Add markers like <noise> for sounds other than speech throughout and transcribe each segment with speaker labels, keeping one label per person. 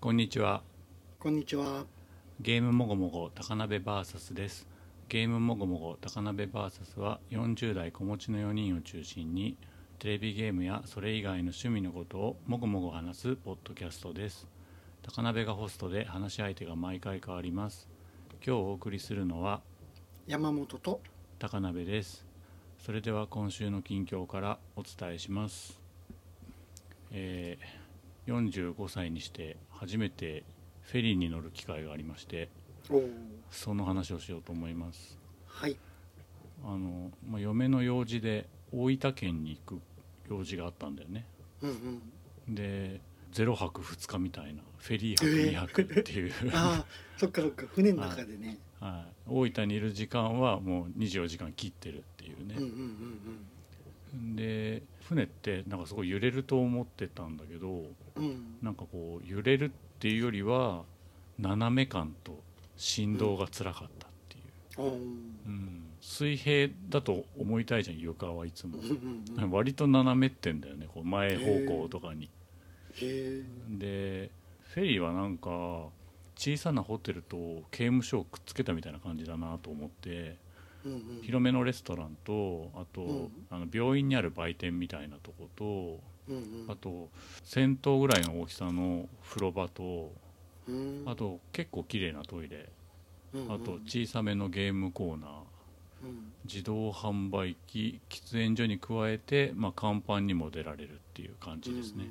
Speaker 1: こんにちは。
Speaker 2: こんにちは。
Speaker 1: ゲームもごもご高鍋 VS です。ゲームもごもご高鍋 VS は40代子持ちの4人を中心にテレビゲームやそれ以外の趣味のことをもごもご話すポッドキャストです。高鍋がホストで話し相手が毎回変わります。今日お送りするのは
Speaker 2: 山本と
Speaker 1: 高鍋ですそれでは今週の近況からお伝えします、えー45歳にして初めてフェリーに乗る機会がありまして
Speaker 2: おお
Speaker 1: その話をしようと思います
Speaker 2: はい
Speaker 1: あの、まあ、嫁の用事で大分県に行く用事があったんだよね
Speaker 2: うんうん
Speaker 1: で0泊2日みたいなフェリー泊2泊っていう、
Speaker 2: ああそっかそっか船の中でね
Speaker 1: <laughs> はい、大分にいる時間はもう24時間切ってるっていうね、
Speaker 2: うんうんうん
Speaker 1: で船ってなんかすごい揺れると思ってたんだけど
Speaker 2: うんうん
Speaker 1: なんかこう揺れるっていうよりは斜め感と振動がつらかったっていう、
Speaker 2: おお
Speaker 1: うん水平だと思いたいじゃん床はいつも
Speaker 2: うんうんうん
Speaker 1: 割と斜めってんだよねこう前方向とかに、
Speaker 2: へえ
Speaker 1: でフェリーはなんか小さなホテルと刑務所をくっつけたみたいな感じだなと思って
Speaker 2: うんうん
Speaker 1: 広めのレストランとあと、
Speaker 2: うん
Speaker 1: あの病院にある売店みたいなとこと
Speaker 2: うんうん
Speaker 1: あと銭湯ぐらいの大きさの風呂場と
Speaker 2: うん
Speaker 1: あと結構綺麗なトイレ
Speaker 2: うんうん
Speaker 1: あと小さめのゲームコーナー
Speaker 2: うん
Speaker 1: 自動販売機喫煙所に加えて、まあ、甲板にも出られるっていう感じですね、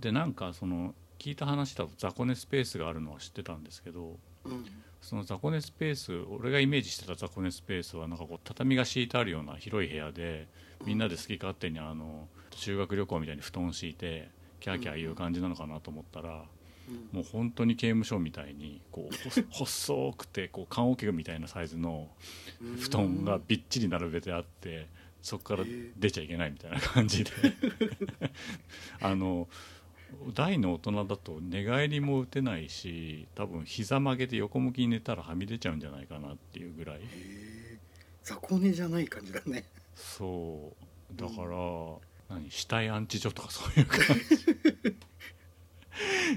Speaker 1: でなんかその聞いた話だと雑魚寝スペースがあるのは知ってたんですけど
Speaker 2: うんうん
Speaker 1: その雑魚寝スペース俺がイメージしてた雑魚寝スペースはなんかこう畳が敷いてあるような広い部屋でみんなで好き勝手にあの修学旅行みたいに布団敷いてキャーキャー言う感じなのかなと思ったら
Speaker 2: うん
Speaker 1: もう本当に刑務所みたいにこうほ細くてこう棺桶みたいなサイズの
Speaker 2: うん
Speaker 1: 布団がびっちり並べてあってそこから出ちゃいけないみたいな感じで <laughs> あの大の大人だと寝返りも打てないし多分膝曲げて横向きに寝たらはみ出ちゃうんじゃないかなっていうぐらい
Speaker 2: へえ雑魚寝じゃない感じだね
Speaker 1: そうだから、何死体安置所とかそういう感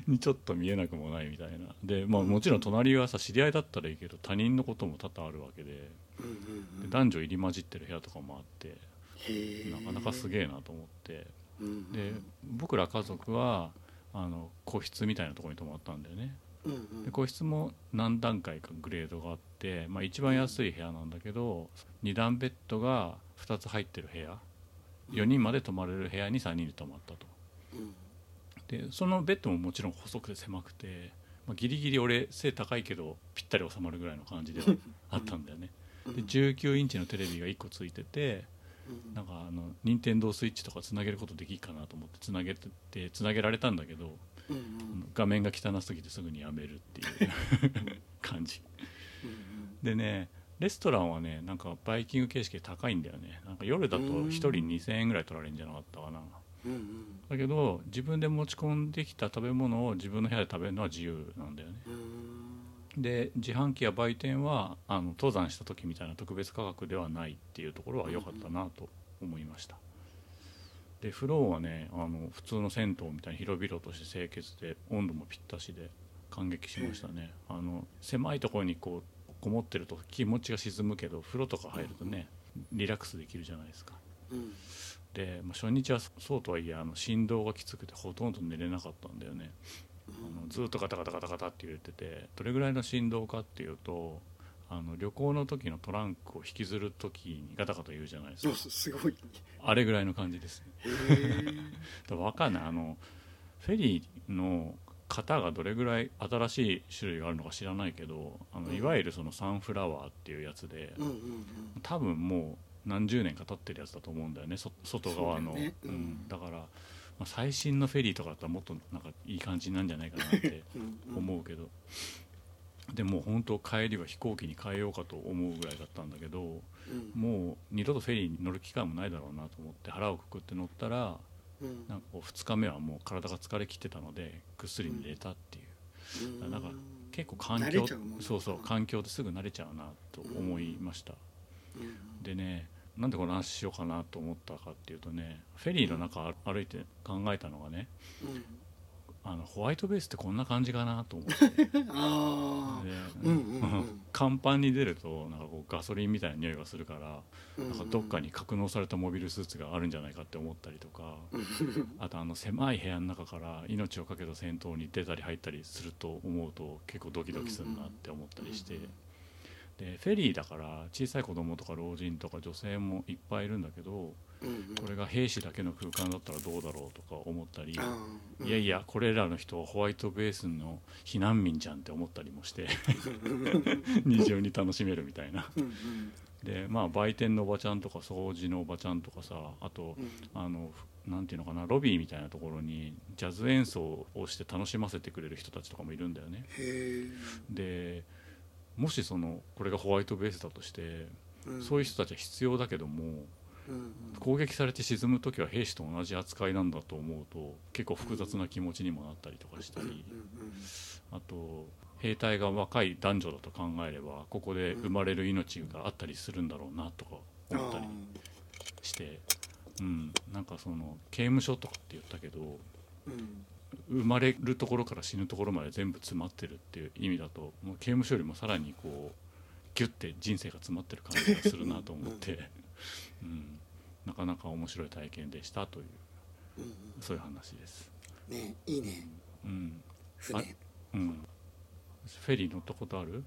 Speaker 1: じに <laughs> ちょっと見えなくもないみたいなでまあもちろん隣はさ知り合いだったらいいけど他人のことも多々あるわけでで
Speaker 2: うんうんうん
Speaker 1: 男女入り混じってる部屋とかもあって
Speaker 2: へえ
Speaker 1: なかなかす
Speaker 2: え
Speaker 1: げえなと思って
Speaker 2: うん
Speaker 1: で僕ら家族はあの個室みたいなところに泊まったんだよね
Speaker 2: うんうん
Speaker 1: で個室も何段階かグレードがあって、まあ、一番安い部屋なんだけど2段ベッドが2つ入ってる部屋4人まで泊まれる部屋に3人で泊まったと
Speaker 2: うん
Speaker 1: でそのベッドももちろん細くて狭くて、まあ、ギリギリ俺背高いけどぴったり収まるぐらいの感じではあったんだよね
Speaker 2: うん
Speaker 1: で19インチのテレビが1個ついてて
Speaker 2: うん
Speaker 1: なんかあの任天堂スイッチとかつなげることできるかなと思ってつなげててつなげられたんだけど
Speaker 2: うんうん
Speaker 1: 画面が汚すぎてすぐにやめるっていう感じ
Speaker 2: うん
Speaker 1: でねレストランはねなんかバイキング形式で高いんだよねなんか夜だと1人2000円ぐらい取られるんじゃなかったかな
Speaker 2: うんうん
Speaker 1: だけど自分で持ち込んできた食べ物を自分の部屋で食べるのは自由なんだよね
Speaker 2: うん
Speaker 1: で自販機や売店はあの登山した時みたいな特別価格ではないっていうところは良かったなと思いましたでフローはねあの普通の銭湯みたいに広々として清潔で温度もぴったしで感激しましたねあの狭いところにこうこもってると気持ちが沈むけど風呂とか入るとねリラックスできるじゃないですか
Speaker 2: うん
Speaker 1: で、まあ、初日はそうとはいえあの振動がきつくてほとんど寝れなかったんだよねあのずっとガタガタガタガタって揺れててどれぐらいの振動かっていうとあの旅行の時のトランクを引きずる時にガタガタ言うじゃないです
Speaker 2: そう
Speaker 1: か
Speaker 2: すすごい。
Speaker 1: あれぐらいの感じですね
Speaker 2: へえ。
Speaker 1: だからわかんないあのフェリーの型がどれぐらい新しい種類があるのか知らないけどあ
Speaker 2: う
Speaker 1: の
Speaker 2: ん
Speaker 1: いわゆるそのサンフラワーっていうやつで
Speaker 2: うんうん
Speaker 1: 多分もう何十年か経ってるやつだと思うんだよねそ外側の
Speaker 2: そうだよねうん
Speaker 1: うんだから、まあ最新のフェリーとかだったらもっとなんかいい感じなんじゃないかなって
Speaker 2: うん。うん
Speaker 1: 思うけど、でもう本当帰りは飛行機に変えようかと思うぐらいだったんだけど
Speaker 2: うん。
Speaker 1: もう二度とフェリーに乗る機会もないだろうなと思って腹をくくって乗ったら
Speaker 2: うん。
Speaker 1: なんかこう2日目はもう体が疲れ切ってたのでぐっすり寝れたっていう、
Speaker 2: うん
Speaker 1: なんか結構環
Speaker 2: 慣
Speaker 1: 境
Speaker 2: れちゃうもんね
Speaker 1: そうそう環境ですぐ慣れちゃうなと思いました、
Speaker 2: うん
Speaker 1: でねなんでこの話しようかなと思ったかっていうとねフェリーの中歩いて考えたのがね
Speaker 2: うん
Speaker 1: あのホワイトベースってこんな感じかなと思ってで
Speaker 2: <laughs> ああうんうんうん
Speaker 1: 甲板に出るとなんかこうガソリンみたいな匂いがするから
Speaker 2: うん
Speaker 1: なんかどっかに格納されたモビルスーツがあるんじゃないかって思ったりとか
Speaker 2: うん
Speaker 1: あとあの狭い部屋の中から命を懸けた戦闘に出たり入ったりすると思うと結構ドキドキするなって思ったりして
Speaker 2: うん
Speaker 1: でフェリーだから小さい子供とか老人とか女性もいっぱいいるんだけど
Speaker 2: うん
Speaker 1: これが兵士だけの空間だったらどうだろうとか思ったり。
Speaker 2: あー
Speaker 1: いやいやこれらの人はホワイトベースの避難民じゃんって思ったりもして <laughs> 二重に楽しめるみたいな
Speaker 2: うんうん
Speaker 1: でまあ売店のおばちゃんとか掃除のおばちゃんとかさあと
Speaker 2: うん
Speaker 1: あのふなんていうのかなロビーみたいなところにジャズ演奏をして楽しませてくれる人たちとかもいるんだよね
Speaker 2: へえ
Speaker 1: でもしそのこれがホワイトベースだとして
Speaker 2: うん
Speaker 1: そういう人たちは必要だけども
Speaker 2: うんうん
Speaker 1: 攻撃されて沈む時は兵士と同じ扱いなんだと思うと結構複雑な気持ちにもなったりとかしたり
Speaker 2: うんうん
Speaker 1: あと兵隊が若い男女だと考えればここで生まれる命があったりするんだろうなとか思ったりして、うん、なんかその刑務所とかって言ったけど
Speaker 2: あーうん
Speaker 1: 生まれるところから死ぬところまで全部詰まってるっていう意味だともう刑務所よりもさらにこうギュッて人生が詰まってる感じがするなと思って、 <laughs> うん、なかなか面白い体験でしたという
Speaker 2: うんうん
Speaker 1: そういう話です。
Speaker 2: ねいいね
Speaker 1: うん
Speaker 2: 船
Speaker 1: あうん、フェリー乗ったことある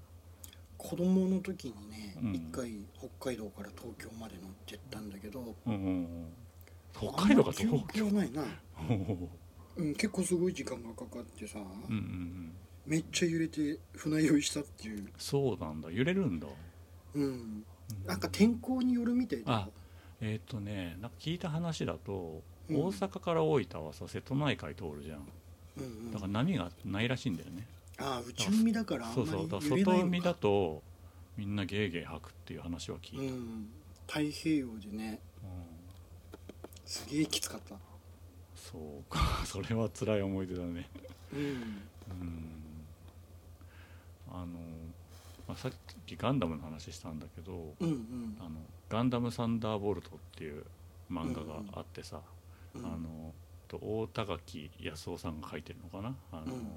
Speaker 2: 子供の時にね
Speaker 1: うん
Speaker 2: 一、回北海道から東京まで乗ってったんだけど
Speaker 1: うんうんうん北海道か
Speaker 2: あん
Speaker 1: 東京 <laughs>
Speaker 2: まり記憶がないな、
Speaker 1: おー
Speaker 2: うん、結構すごい時間がかかってさ、
Speaker 1: うんうんうん
Speaker 2: めっちゃ揺れて船酔いしたっていう、
Speaker 1: そうなんだ揺れるんだ
Speaker 2: うん、
Speaker 1: うん
Speaker 2: なんか天候によるみたいだ
Speaker 1: あえーっ、とねなんか聞いた話だと、
Speaker 2: うん
Speaker 1: 大阪から大分はさ瀬戸内海通るじゃん
Speaker 2: うんうん、
Speaker 1: だから波がないらしいんだよね、
Speaker 2: あー宇宙海だからあん
Speaker 1: そうそうだか
Speaker 2: まり
Speaker 1: ら
Speaker 2: 揺れないのか
Speaker 1: 外海だとみんなゲーゲー吐くっていう話は聞いた、
Speaker 2: う
Speaker 1: うん
Speaker 2: ん、太平洋でねすげえきつかった、
Speaker 1: そうか <laughs> それは辛い思い出だね
Speaker 2: うん、
Speaker 1: うんあの、まあ、さっきガンダムの話したんだけど
Speaker 2: うんうん
Speaker 1: あの「ガンダム・サンダーボルト」っていう漫画があってさ、
Speaker 2: うん
Speaker 1: あのと大高木康夫さんが書いてるのかなあの、
Speaker 2: うん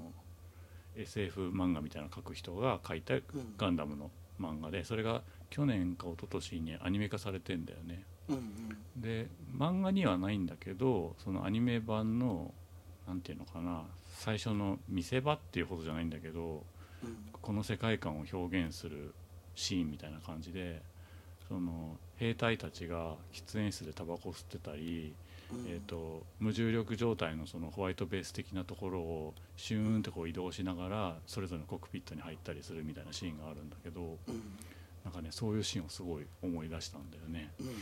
Speaker 1: SF 漫画みたいなの書く人が書いた
Speaker 2: うん
Speaker 1: ガンダムの漫画でそれが去年か一昨年にアニメ化されてんだよね
Speaker 2: うんうん
Speaker 1: で漫画にはないんだけどそのアニメ版のなんていうのかな最初の見せ場っていうほどじゃないんだけど
Speaker 2: うん
Speaker 1: この世界観を表現するシーンみたいな感じでその兵隊たちが喫煙室でタバコ吸ってたり、
Speaker 2: うん
Speaker 1: えー、と無重力状態のそのホワイトベース的なところをシューンってこう移動しながらそれぞれのコックピットに入ったりするみたいなシーンがあるんだけど
Speaker 2: うん
Speaker 1: なんかねそういうシーンをすごい思い出したんだよね。
Speaker 2: うんうん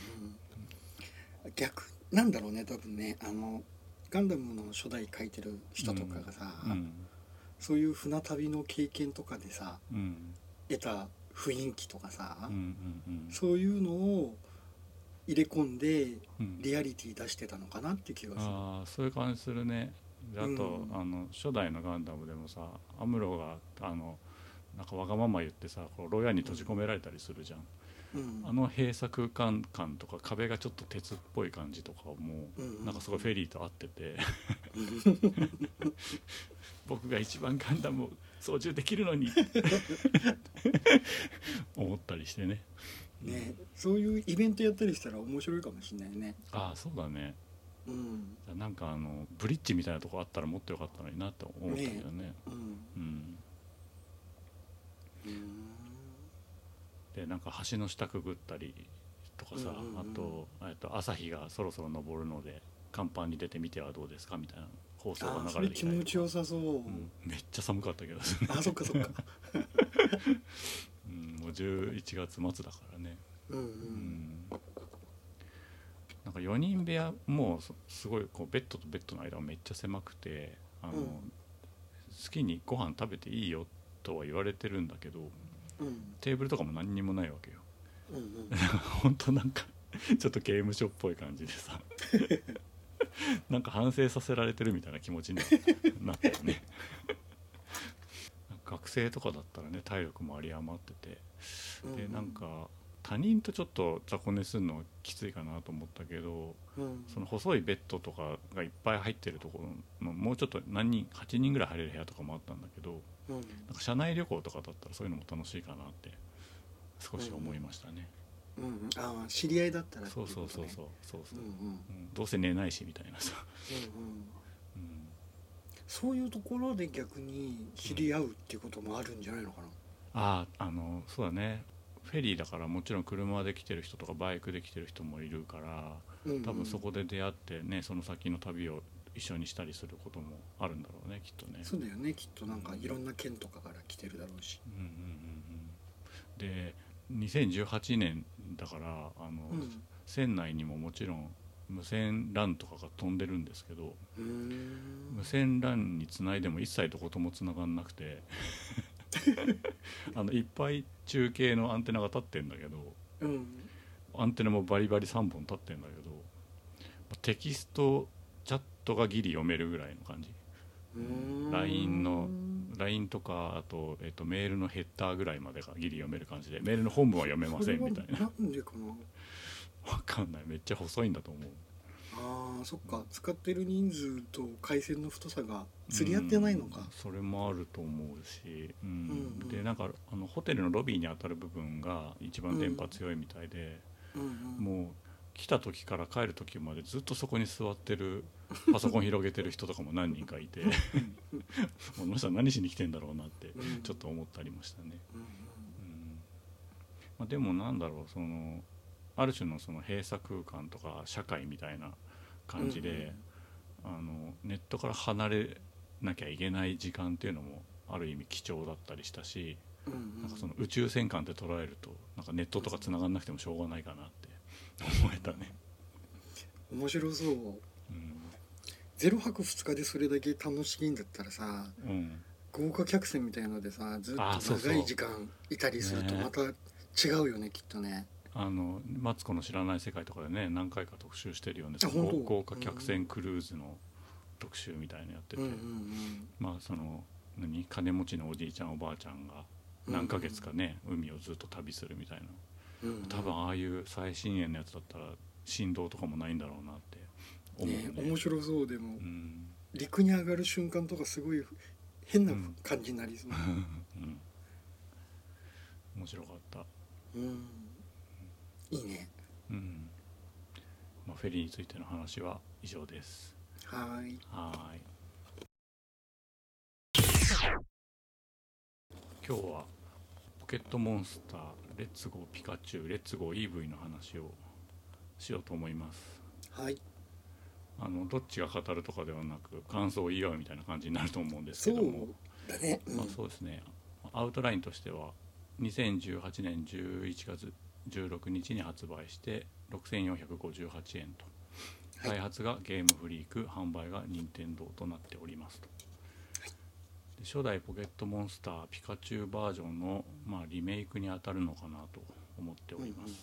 Speaker 2: 逆なんだろうね多分ねあのガンダムの初代書いてる人とかがさ、
Speaker 1: うん
Speaker 2: そういう船旅の経験とかでさ
Speaker 1: うん
Speaker 2: 得た雰囲気とかさ、
Speaker 1: うんうんうん
Speaker 2: そういうのを入れ込んで
Speaker 1: うん
Speaker 2: リアリティ出してたのかなって気がする。
Speaker 1: あーそういう感じするねであと、
Speaker 2: うん
Speaker 1: あの初代のガンダムでもさアムロがあのなんかわがまま言ってさこう牢屋に閉じ込められたりするじゃん、
Speaker 2: うん
Speaker 1: あの閉鎖空間感とか壁がちょっと鉄っぽい感じとかも
Speaker 2: うん
Speaker 1: なんかすごいフェリーと合ってて <laughs> 僕が一番ガンダムを操縦できるのに
Speaker 2: <laughs>
Speaker 1: 思ったりしてね
Speaker 2: <laughs> ね、そういうイベントやったりしたら面白いかもしれないね。
Speaker 1: ああそうだね
Speaker 2: うん、
Speaker 1: なんかあのブリッジみたいなとこあったらもっとよかったのになって思ったけどね
Speaker 2: うん、
Speaker 1: うん
Speaker 2: うん、
Speaker 1: でなんか橋の下くぐったりとかさ、
Speaker 2: うんうんうん
Speaker 1: あとえっと朝日がそろそろ昇るので甲板に出てみてはどうですかみたいな放送
Speaker 2: あ
Speaker 1: が
Speaker 2: ーそ
Speaker 1: 流れ
Speaker 2: れ
Speaker 1: てき
Speaker 2: 気
Speaker 1: たり
Speaker 2: 持
Speaker 1: と
Speaker 2: ち
Speaker 1: か
Speaker 2: よさそう。
Speaker 1: うんめっちゃ寒かったけど、 <laughs>
Speaker 2: あ、そっかそっか。
Speaker 1: うん、もう11月末だからね、
Speaker 2: うんう。
Speaker 1: うんん、なんか4人部屋もうそすごいこうベッドとベッドの間がめっちゃ狭くてあの、
Speaker 2: うん
Speaker 1: 好きにご飯食べていいよとは言われてるんだけど
Speaker 2: うん
Speaker 1: テーブルとかも何にもないわけよ
Speaker 2: うんうん。
Speaker 1: 本当なんか <laughs> ちょっと刑務所っぽい感じでさ <laughs> なんか反省させられてるみたいな気持ちになったよね <laughs> 学生とかだったらね体力も有り余っててでなんか他人とちょっと雑魚寝するのはきついかなと思ったけど
Speaker 2: うん
Speaker 1: その細いベッドとかがいっぱい入ってるところのもうちょっと何人8人ぐらい入れる部屋とかもあったんだけど
Speaker 2: う
Speaker 1: な
Speaker 2: ん
Speaker 1: んか社内旅行とかだったらそういうのも楽しいかなって少し思いましたね、
Speaker 2: うんああ知り合いだったらってい
Speaker 1: そう
Speaker 2: こ
Speaker 1: そう
Speaker 2: と
Speaker 1: そう
Speaker 2: ね
Speaker 1: そうそうそうう、
Speaker 2: んうん
Speaker 1: うんどうせ寝ないしみたいなさ、
Speaker 2: うんうん
Speaker 1: うん、
Speaker 2: そういうところで逆に知り合うっていうこともあるんじゃないのかな
Speaker 1: あああのそうだねフェリーだからもちろん車で来てる人とかバイクで来てる人もいるから
Speaker 2: うんうん
Speaker 1: 多分そこで出会ってねその先の旅を一緒にしたりすることもあるんだろうねきっとね。
Speaker 2: そうだよねきっとなんかいろんな県とかから来てるだろうし
Speaker 1: うんうんうんうん、で2018年だからあの、
Speaker 2: うん
Speaker 1: 船内にももちろん無線 LAN とかが飛んでるんですけど
Speaker 2: うーん
Speaker 1: 無線 LAN につないでも一切どこともつながんなくてあのいっぱい中継のアンテナが立ってんだけど。
Speaker 2: うん
Speaker 1: アンテナもバリバリ3本立ってんだけどまあテキストチャットがギリ読めるぐらいの感じ
Speaker 2: うーん
Speaker 1: LINE の LINE とかあと,、えっとメールのヘッダーぐらいまでがギリ読める感じでメールの本文は読めませんみたいな
Speaker 2: それはなんでかな
Speaker 1: わかんないめっちゃ細いんだと思う
Speaker 2: あーそっか使ってる人数と回線の太さが釣り合ってないのか
Speaker 1: うんそれもあると思うし、うん
Speaker 2: うんうん
Speaker 1: でなんかあのホテルのロビーに当たる部分が一番電波強いみたいで、
Speaker 2: うんうん
Speaker 1: もう来た時から帰る時までずっとそこに座ってるパソコン広げてる人とかも何人かいて <laughs> もうこの人は何しに来てんだろうなって
Speaker 2: うん
Speaker 1: ちょっと思ったりもしたね。
Speaker 2: うん
Speaker 1: うんまあ、でもなんだろうそのある種のその閉鎖空間とか社会みたいな感じで、あのネットから離れなきゃいけない時間っていうのもある意味貴重だったりしたし、
Speaker 2: うんうん
Speaker 1: なんかその宇宙戦艦って捉えるとなんかネットとか繋がんなくてもしょうがないかなって <laughs> 思えたね。
Speaker 2: 面白そう
Speaker 1: うん
Speaker 2: 0泊2日でそれだけ楽しいんだったらさ
Speaker 1: うん
Speaker 2: 豪華客船みたいのでさずっと
Speaker 1: あーそうそう
Speaker 2: 長い時間いたりすると
Speaker 1: ね
Speaker 2: また違うよねきっとね
Speaker 1: あのマツコの知らない世界とかでね何回か特集してるよね
Speaker 2: あ
Speaker 1: その
Speaker 2: 本当
Speaker 1: 豪豪華客船クルーズの特集みたいなのやって
Speaker 2: う
Speaker 1: て、
Speaker 2: んうんうん
Speaker 1: まあその何金持ちのおじいちゃんおばあちゃんが何ヶ月かね、海をずっと旅するみたいな
Speaker 2: うんうん
Speaker 1: 多分ああいう最新鋭のやつだったら振動とかもないんだろうなって思うね
Speaker 2: ね面白そうでも
Speaker 1: うん、
Speaker 2: 陸に上がる瞬間とかすごい変な
Speaker 1: うん
Speaker 2: 感じにな
Speaker 1: <laughs>
Speaker 2: りそう、
Speaker 1: うん、面白かった、
Speaker 2: うん、いいね
Speaker 1: うんまあ、フェリーについての話は以上です
Speaker 2: はーい
Speaker 1: はーい。今日はポケットモンスター、レッツゴーピカチュウ、レッツゴー EV の話をしようと思います。
Speaker 2: はい
Speaker 1: あのどっちが語るとかではなく感想を言い合うみたいな感じになると思うんです
Speaker 2: そ
Speaker 1: けど
Speaker 2: う
Speaker 1: も、
Speaker 2: だね、うん
Speaker 1: まあ、そうですねアウトラインとしては2018年11月16日に発売して6458円と
Speaker 2: はい
Speaker 1: 開発がゲームフリーク販売が任天堂となっておりますと、
Speaker 2: はい
Speaker 1: で初代ポケットモンスターピカチュウバージョンの、まあ、リメイクにあたるのかなと思っております、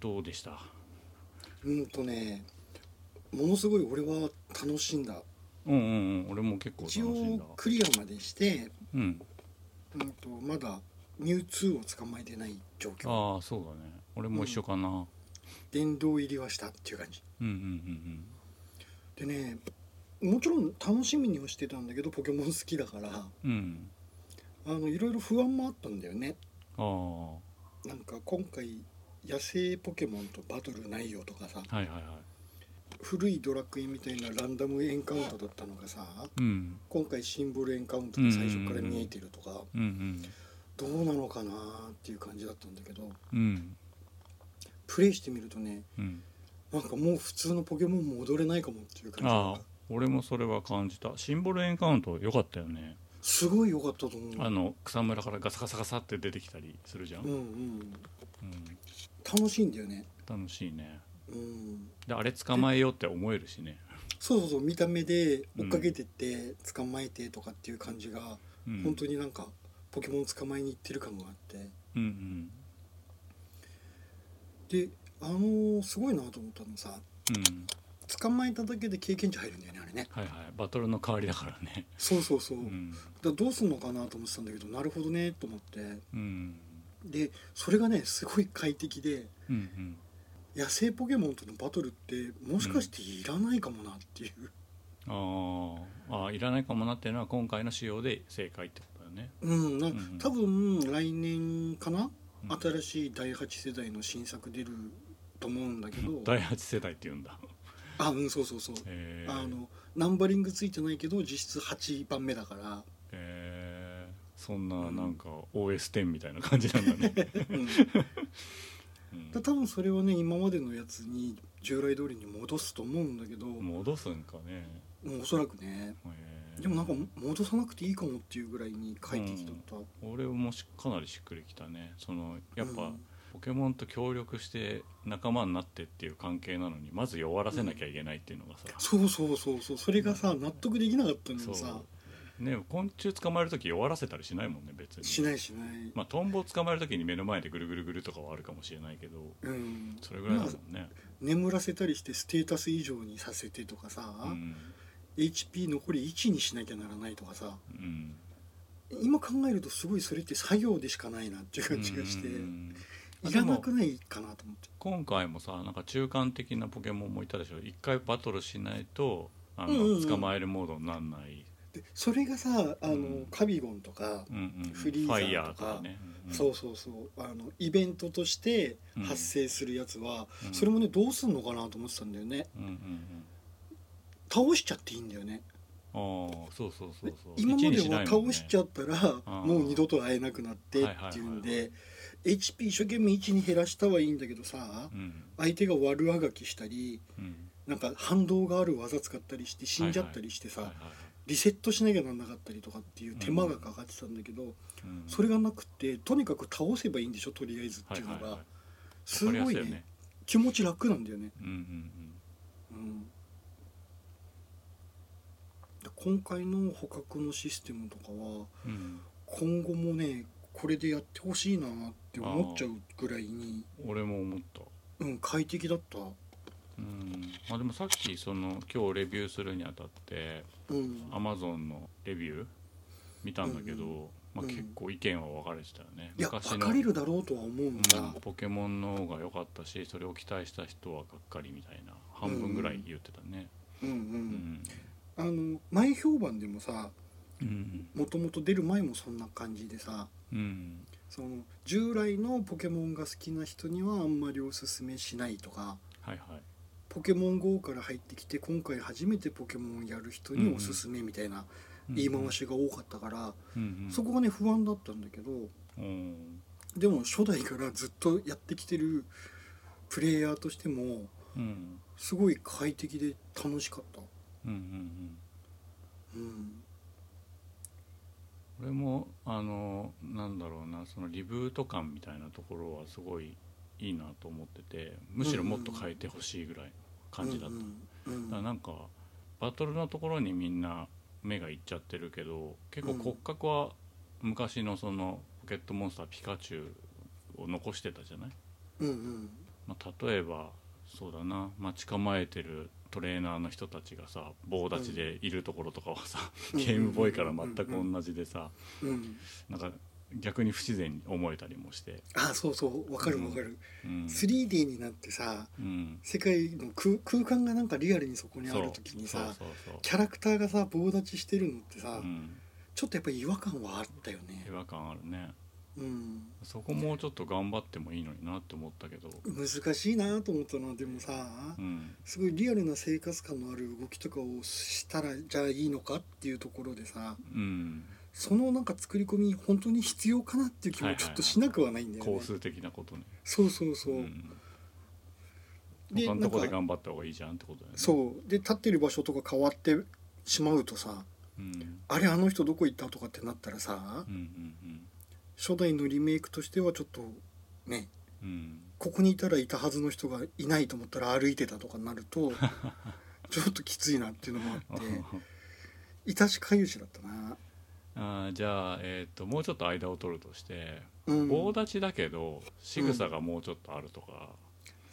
Speaker 1: どうでした
Speaker 2: うんとねものすごい俺は楽しんだ
Speaker 1: うんうんうん俺も結構楽し
Speaker 2: 一応
Speaker 1: んだ
Speaker 2: クリアまでして、
Speaker 1: うん
Speaker 2: うん、とまだミュウツーを捕まえてない状況
Speaker 1: ああそうだね俺も一緒かな、
Speaker 2: 殿堂入りはしたっていう感じ
Speaker 1: うんうんうん
Speaker 2: でねもちろん楽しみにはしてたんだけどポケモン好きだから
Speaker 1: うんうん
Speaker 2: あのいろいろ不安もあったんだよね
Speaker 1: ああは
Speaker 2: なんか今回野生ポケモンとバトルないよとかさ
Speaker 1: いはいはい
Speaker 2: 古いドラクエみたいなランダムエンカウントだったのがさ
Speaker 1: うん
Speaker 2: 今回シンボルエンカウントが最初から見えてるとか
Speaker 1: うん
Speaker 2: どうなのかなーっていう感じだったんだけど
Speaker 1: うんうん
Speaker 2: プレイしてみるとね
Speaker 1: うん
Speaker 2: なんかもう普通のポケモン戻れないかもっていう感じ
Speaker 1: ああ俺もそれは感じたシンボルエンカウント良かったよね、
Speaker 2: すごい良かったと思う
Speaker 1: あの草むらからガサガサガサって出てきたりするじゃん、
Speaker 2: う
Speaker 1: うん
Speaker 2: んうん楽しいんだよね
Speaker 1: 楽しいね
Speaker 2: うん
Speaker 1: であれ捕まえようって思えるしね、
Speaker 2: そうそうそう見た目で
Speaker 1: うん
Speaker 2: 追っかけてって捕まえてとかっていう感じが、
Speaker 1: うん、
Speaker 2: 本当になんかポケモン捕まえに行ってる感があって
Speaker 1: うん
Speaker 2: であのーすごいなと思ったのさ
Speaker 1: うんうん
Speaker 2: 捕まえただけで経験値入るんだよねあれね
Speaker 1: はいはいバトルの代わりだからね
Speaker 2: そうそうそう、
Speaker 1: う
Speaker 2: だか
Speaker 1: ん
Speaker 2: らどうすんのかなと思ってたんだけどなるほどねと思って
Speaker 1: うん
Speaker 2: でそれがねすごい快適で
Speaker 1: うん
Speaker 2: 野生ポケモンとのバトルってもしかしていらないかもなっていう、
Speaker 1: うん、あーあーいらないかもなっていうのは今回の仕様で正解ってことだよね、
Speaker 2: うんな
Speaker 1: うんうん
Speaker 2: 多分来年かな、
Speaker 1: うん
Speaker 2: 新しい第8世代の新作出ると思うんだけど
Speaker 1: 第8世代っていうんだ、
Speaker 2: あうんそうそうそう、
Speaker 1: えー
Speaker 2: あのナンバリングついてないけど実質8番目だから、
Speaker 1: えーそんななんか OS10 みたいな感じなんだ
Speaker 2: <laughs>
Speaker 1: ね、
Speaker 2: うん、
Speaker 1: うん
Speaker 2: だ多分それはね今までのやつに従来通りに戻すと思うんだけど、も
Speaker 1: 戻すんかね、
Speaker 2: うおそらくね
Speaker 1: えー
Speaker 2: でもなんか戻さなくていいかもっていうぐらいに快適だった、
Speaker 1: 俺もしかなりしっくりきたねそのやっぱ、
Speaker 2: うん
Speaker 1: ポケモンと協力して仲間になってっていう関係なのにまず弱らせなきゃいけないっていうのがさ、
Speaker 2: そうそうそうそうそれがさ納得できなかったの
Speaker 1: そ
Speaker 2: にさ
Speaker 1: うね昆虫捕まえる時弱らせたりしないもんね別に
Speaker 2: しないしない、
Speaker 1: まあトンボを捕まえる時に目の前でぐるぐるぐるとかはあるかもしれないけど
Speaker 2: うん
Speaker 1: それぐらいだもんね、
Speaker 2: 眠らせたりしてステータス以上にさせてとかさ、
Speaker 1: うん、
Speaker 2: HP 残り1にしなきゃならないとかさ
Speaker 1: うん、
Speaker 2: 今考えるとすごいそれって作業でしかないなっていう感じがして、
Speaker 1: うん
Speaker 2: いらなくないかなと思って
Speaker 1: 今回もさなんか中間的なポケモンもいたでしょ一回バトルしないとあの、
Speaker 2: うんうんうん
Speaker 1: 捕まえるモードになんない、
Speaker 2: でそれがさあ
Speaker 1: う
Speaker 2: の、
Speaker 1: ん
Speaker 2: カビゴンとか、
Speaker 1: うんうんうん、
Speaker 2: フリーザーとか
Speaker 1: ファイヤーとかね、んん
Speaker 2: そうそうそうあのイベントとして発生するやつは、
Speaker 1: うん
Speaker 2: それもねどうすんのかなと思ってたんだよね
Speaker 1: うんうんうん
Speaker 2: 倒しちゃっていいんだよね
Speaker 1: ああそうそうそうそう
Speaker 2: 今までは倒しち
Speaker 1: っ
Speaker 2: ゃったら
Speaker 1: あー
Speaker 2: もう二度と会えなくなってっていう
Speaker 1: は
Speaker 2: ん
Speaker 1: い
Speaker 2: で HP 一生懸命1に減らしたはいいんだけどさ
Speaker 1: うん
Speaker 2: 相手が悪あがきしたり
Speaker 1: うん
Speaker 2: なんか反動がある技使ったりして死んじゃったりして
Speaker 1: はいは
Speaker 2: さ
Speaker 1: いはい
Speaker 2: リセットしなきゃなんなかったりとかっていう手間がかかってたんだけど
Speaker 1: うん
Speaker 2: それがなくてとにかく倒せばいいんでしょとりあえずっていうの
Speaker 1: はいはい
Speaker 2: が
Speaker 1: はい
Speaker 2: すご
Speaker 1: わか
Speaker 2: い
Speaker 1: りやすよ
Speaker 2: ね気持ち楽なんだよね。
Speaker 1: うんうん
Speaker 2: うんで今回の捕獲のシステムとかは
Speaker 1: うんうん
Speaker 2: 今後もねこれでやってほしいなって思っちゃうぐらいに、
Speaker 1: 俺も思った
Speaker 2: うん、快適だった、
Speaker 1: うんまあでもさっきその今日レビューするにあたって
Speaker 2: うん、
Speaker 1: アマゾンのレビュー見たんだけど、
Speaker 2: うん
Speaker 1: まあ、
Speaker 2: うん
Speaker 1: 結構意見は分かれてたよね、
Speaker 2: いや分かれるだろうとは思うんだ、
Speaker 1: うんポケモンの方が良かったしそれを期待した人はがっかりみたいな半分ぐらい言ってたね
Speaker 2: うんう
Speaker 1: うんん
Speaker 2: あの前評判でもさ
Speaker 1: うん
Speaker 2: もともと出る前もそんな感じでさ
Speaker 1: うん
Speaker 2: その従来のポケモンが好きな人にはあんまりおすすめしないとか
Speaker 1: はいはい
Speaker 2: ポケモン GO から入ってきて今回初めてポケモンやる人におすすめみたいな言い回しが多かったから、
Speaker 1: うんうん
Speaker 2: そこがね不安だったんだけど
Speaker 1: うん
Speaker 2: でも初代からずっとやってきてるプレイヤーとしても
Speaker 1: うん
Speaker 2: すごい快適で楽しかった、
Speaker 1: うんうんうん
Speaker 2: うん、
Speaker 1: 俺もあのなんだろうなそのリブート感みたいなところはすごいいいなと思っててむしろもっと変えてほしいぐらいの感じだった、
Speaker 2: うんうん
Speaker 1: だからなんかバトルのところにみんな目がいっちゃってるけど結構骨格は昔のそのポケットモンスターピカチュウを残してたじゃない、
Speaker 2: うんうん
Speaker 1: まあ、例えばそうだな待ち構えてるトレーナーの人たちがさ棒立ちでいるところとかはさ、
Speaker 2: うん
Speaker 1: ゲームボーイから全く同じでさ
Speaker 2: うん
Speaker 1: なんか逆に不自然に思えたりもして、
Speaker 2: あそうそうわかるわかる、
Speaker 1: うん、
Speaker 2: 3D になってさ
Speaker 1: うん
Speaker 2: 世界の空空間がなんかリアルにそこにあ
Speaker 1: そう
Speaker 2: る時にさ
Speaker 1: そうそうそう
Speaker 2: キャラクターがさ棒立ちしてるのってさ、
Speaker 1: うん、
Speaker 2: ちょっとやっぱ違和感はあったよね
Speaker 1: 違和感あるね
Speaker 2: うん
Speaker 1: そこもうちょっと頑張ってもいいのになって思ったけど、
Speaker 2: 難しいなと思ったのはでもさ、
Speaker 1: うん、
Speaker 2: すごいリアルな生活感のある動きとかをしたらじゃあいいのかっていうところでさ
Speaker 1: うん、
Speaker 2: そのなんか作り込み本当に必要かなっていう気
Speaker 1: は
Speaker 2: も
Speaker 1: いはい
Speaker 2: ち
Speaker 1: はい
Speaker 2: ょっとしなくはないんだよね、
Speaker 1: 工数的なことね。
Speaker 2: そうそうそう、
Speaker 1: ん
Speaker 2: で
Speaker 1: 他のところで
Speaker 2: なんか
Speaker 1: 頑張った方がいいじゃんってことだよね。
Speaker 2: そうで立ってる場所とか変わってしまうとさ
Speaker 1: うん。
Speaker 2: あれあの人どこ行ったとかってなったらさ
Speaker 1: うんうん
Speaker 2: 初代のリメイクとしてはちょっとね
Speaker 1: うんうん。
Speaker 2: ここにいたらいたはずの人がいないと思ったら歩いてたとかになる
Speaker 1: <laughs>
Speaker 2: とちょっときついなっていうのもあっていたしかゆしだったな。
Speaker 1: あーじゃあ、えー、ともうちょっと間を取るとして
Speaker 2: うん
Speaker 1: 棒立ちだけど仕草がもうちょっとあるとか、